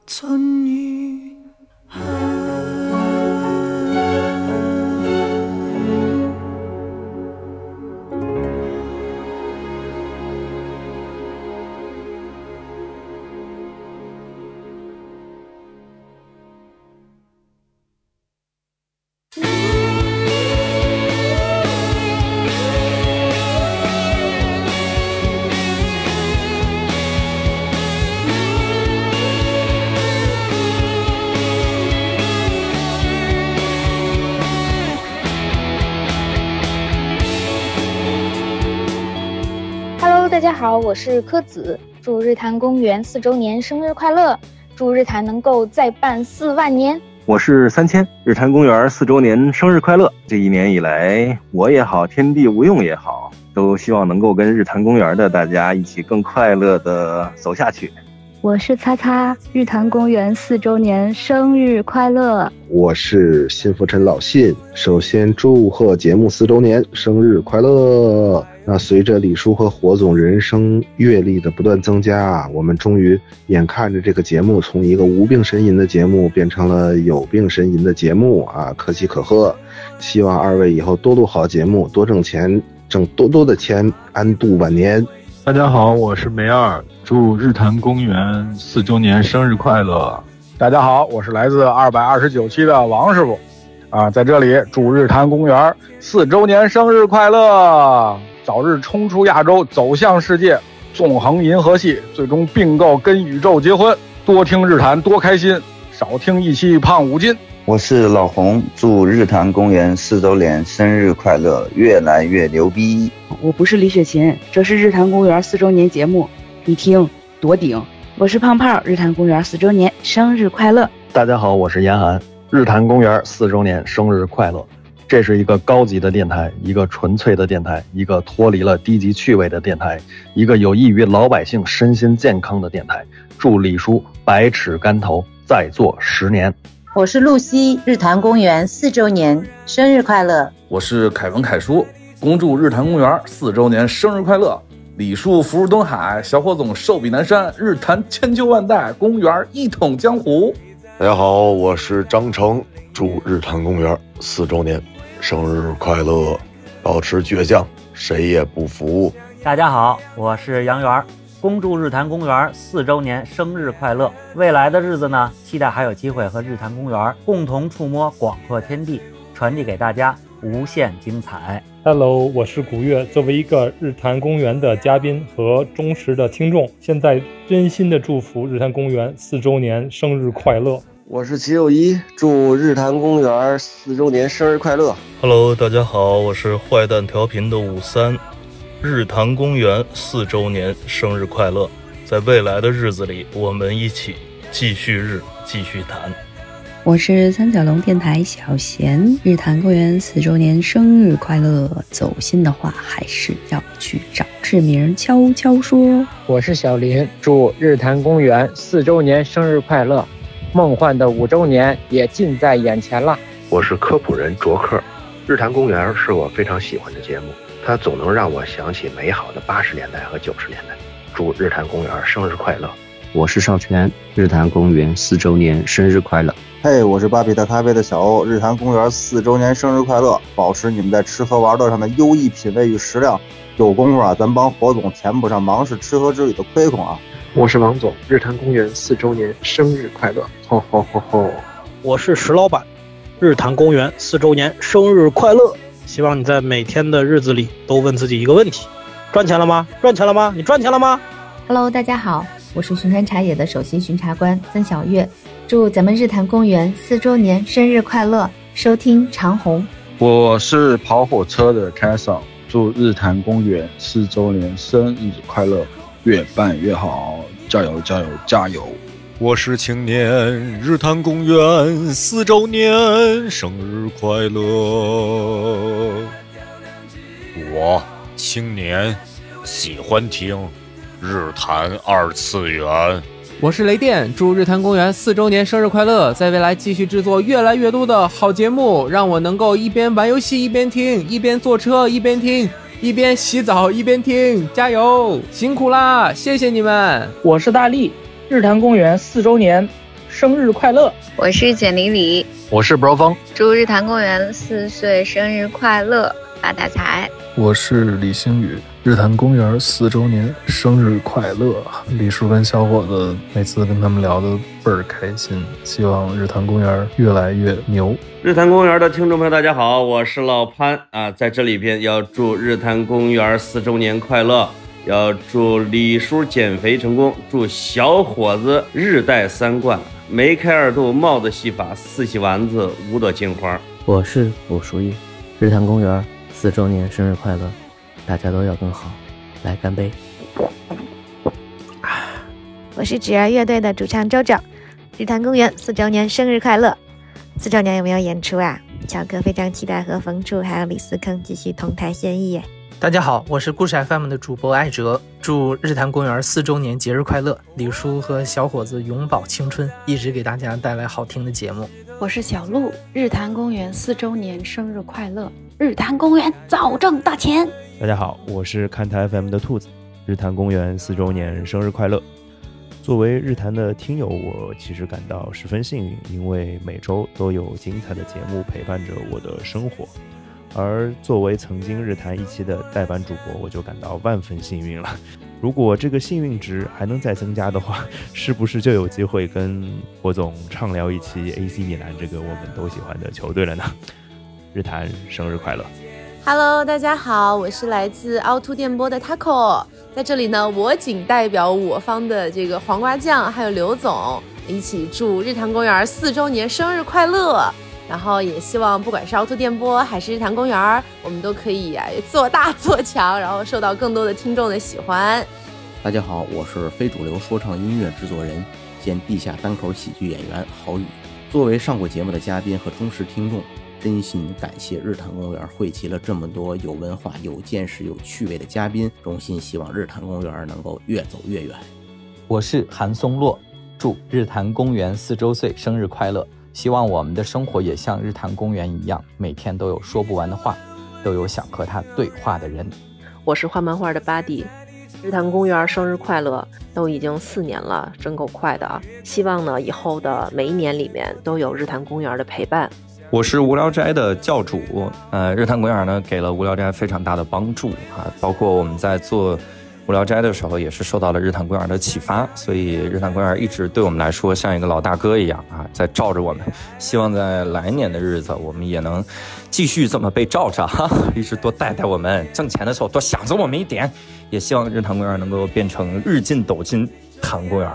春雨香。 Hello，大家好，我是柯子，祝日坛公园四周年生日快乐，祝日坛能够再办四万年。我是三千，日坛公园四周年生日快乐！这一年以来，我也好，天地无用也好，都希望能够跟日坛公园的大家一起更快乐的走下去。我是擦擦，日坛公园四周年生日快乐！我是信福臣老信。首先祝贺节目四周年生日快乐！那随着李叔和火总人生阅历的不断增加，我们终于眼看着这个节目从一个无病呻吟的节目变成了有病呻吟的节目啊，可喜可贺！希望二位以后多录好节目，多挣钱，挣多多的钱，安度晚年。大家好，我是梅二，祝日坛公园四周年生日快乐！大家好，我是来自二百二十九期的王师傅，啊，在这里祝日坛公园四周年生日快乐，早日冲出亚洲，走向世界，纵横银河系，最终并购跟宇宙结婚。多听日坛多开心，少听一期胖五斤。我是老红，祝日坛公园四周年生日快乐，越来越牛逼！我不是李雪琴，这是日坛公园四周年节目，你听多顶！我是胖胖，日坛公园四周年生日快乐！大家好，我是严寒，日坛公园四周年生日快乐！这是一个高级的电台，一个纯粹的电台，一个脱离了低级趣味的电台，一个有益于老百姓身心健康的电台。祝李叔百尺竿头再做十年。我是露西，日坛公园四周年生日快乐！我是凯文凯叔，恭祝日坛公园四周年生日快乐！李叔福如东海，小火总寿比南山，日坛千秋万代，公园一统江湖。大家好，我是张成，祝日坛公园四周年生日快乐！保持倔强，谁也不服。大家好，我是杨元，恭祝日坛公园四周年生日快乐！未来的日子呢，期待还有机会和日坛公园共同触摸广阔天地，传递给大家无限精彩。 Hello，我是古月。作为一个日坛公园的嘉宾和忠实的听众，现在真心的祝福日坛公园四周年生日快乐！我是齐友一，祝日坛公园四周年生日快乐！ Hello，大家好，我是坏蛋调频的五三。日坛公园四周年生日快乐！在未来的日子里，我们一起继续日，继续谈。我是三角龙电台小贤，日坛公园四周年生日快乐！走心的话还是要去找志明悄悄说。我是小林，祝日坛公园四周年生日快乐！梦幻的五周年也近在眼前啦！我是科普人卓克，日坛公园是我非常喜欢的节目。它总能让我想起美好的八十年代和九十年代。祝日坛公园生日快乐！我是少泉，日坛公园四周年生日快乐！嘿、hey,，我是巴比特咖啡的小欧，日坛公园四周年生日快乐！保持你们在吃喝玩乐上的优异品味与食量，有功夫啊，咱帮火总填补上忙是吃喝之旅的亏空啊！我是王总，日坛公园四周年生日快乐！吼吼吼吼！我是石老板，日坛公园四周年生日快乐！希望你在每天的日子里都问自己一个问题：赚钱了吗？赚钱了吗？你赚钱了吗？Hello，大家好，我是巡山茶野的首席巡查官曾小月，祝咱们日坛公园四周年生日快乐！收听长虹，我是跑火车的 K 嫂，祝日坛公园四周年生日快乐，越办越好，加油加油加油！我是青年，日坛公园四周年生日快乐！我青年喜欢听日坛二次元。我是雷电，祝日坛公园四周年生日快乐！在未来继续制作越来越多的好节目，让我能够一边玩游戏一边听，一边坐车一边听。一边洗澡一边听，加油，辛苦啦！谢谢你们。我是大力，日坛公园四周年生日快乐！我是简里里，我是 bro 风，祝日坛公园四岁生日快乐，发大财！我是李星宇，日坛公园四周年生日快乐！李叔跟小伙子每次跟他们聊的倍儿开心，希望日坛公园越来越牛。日坛公园的听众朋友，大家好，我是老潘啊，在这里边要祝日坛公园四周年快乐。要祝李叔减肥成功，祝小伙子日带三冠，梅开二度，帽子戏法，四喜丸子，五朵金花。我是武淑玉，日坛公园四周年生日快乐，大家都要更好，来干杯！我是纸儿乐队的主唱周周，日坛公园四周年生日快乐！四周年有没有演出啊？乔哥非常期待和冯处还有李思坑继续同台献艺。大家好，我是故事 FM 的主播艾哲，祝日坛公园四周年节日快乐！李叔和小伙子永葆青春，一直给大家带来好听的节目。我是小鹿，日坛公园四周年生日快乐！日坛公园早挣大钱！大家好，我是看台 FM 的兔子，日坛公园四周年生日快乐！作为日坛的听友，我其实感到十分幸运，因为每周都有精彩的节目陪伴着我的生活。而作为曾经日坛一期的代班主播，我就感到万分幸运了。 如果这个幸运值还能再增加的话，是不是就有机会跟霍总畅聊一期 AC 米兰这个我们都喜欢的球队了呢？日坛生日快乐！ Hello，大家好，我是来自凹凸电波的 Taco，在这里呢，我仅代表我方的这个黄瓜酱还有刘总一起祝日坛公园四周年生日快乐。然后也希望不管是凹凸电波还是日坛公园，我们都可以啊做大做强，然后受到更多的听众的喜欢。大家好，我是非主流说唱音乐制作人兼地下单口喜剧演员郝宇。作为上过节目的嘉宾和忠实听众。真心感谢日坛公园汇集了这么多有文化、有见识、有趣味的嘉宾，衷心希望日坛公园能够越走越远。我是韩松洛，祝日坛公园四周岁生日快乐！希望我们的生活也像日坛公园一样，每天都有说不完的话，都有想和他对话的人。我是画漫画的巴蒂，日坛公园生日快乐！都已经四年了，真够快的啊！希望呢，以后的每一年里面都有日坛公园的陪伴。我是无聊斋的教主，呃，日坛公园呢给了无聊斋非常大的帮助啊，包括我们在做无聊斋的时候，也是受到了日坛公园的启发，所以日坛公园一直对我们来说像一个老大哥一样啊，在罩着我们。希望在来年的日子，我们也能继续这么被罩着， 哈、啊，一直多带带我们，挣钱的时候多想着我们一点。也希望日坛公园能够变成日进斗金坛公园。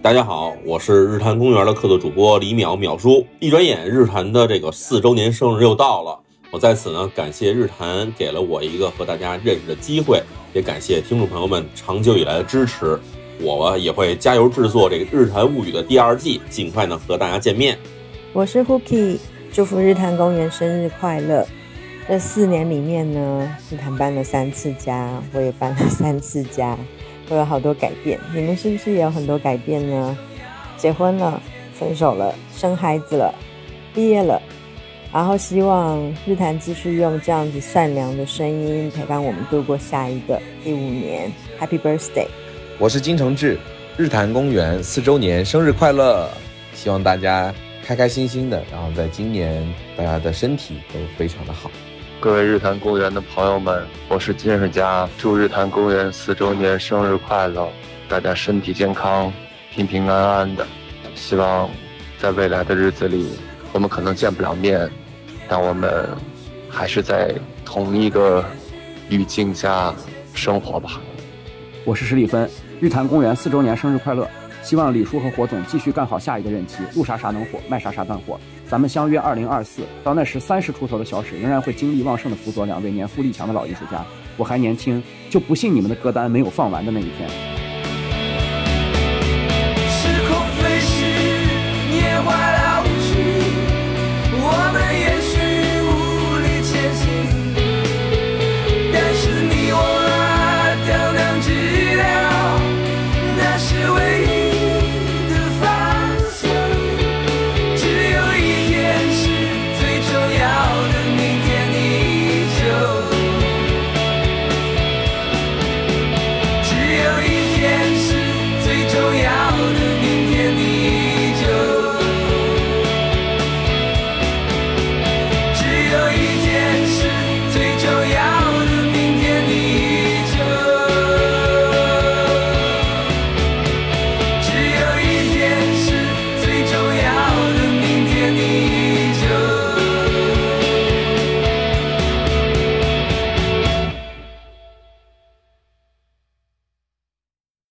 大家好，我是日坛公园的客座主播李淼淼叔。一转眼，日坛的这个四周年生日又到了，我在此呢感谢日坛给了我一个和大家认识的机会，也感谢听众朋友们长久以来的支持。我也会加油制作这个《日坛物语》的第二季，尽快呢和大家见面。我是 Hooky，祝福日坛公园生日快乐。这四年里面呢，日坛搬了三次家，我也搬了三次家。会有好多改变，你们是不是也有很多改变呢？结婚了，分手了，生孩子了，毕业了，然后希望日坛继续用这样子善良的声音陪伴我们度过下一个第五年。Happy birthday！我是金承志，日坛公园四周年生日快乐！希望大家开开心心的，然后在今年大家的身体都非常的好。各位日坛公园的朋友们，我是金世佳，祝日坛公园四周年生日快乐！大家身体健康，平平安安的。希望在未来的日子里，我们可能见不了面，但我们还是在同一个语境下生活吧。我是史蒂芬，日坛公园四周年生日快乐！希望李叔和火总继续干好下一个任期，录啥啥能火，卖啥啥办火。咱们相约二零二四，到那时三十出头的小史仍然会精力旺盛的辅佐两位年富力强的老艺术家。我还年轻，就不信你们的歌单没有放完的那一天。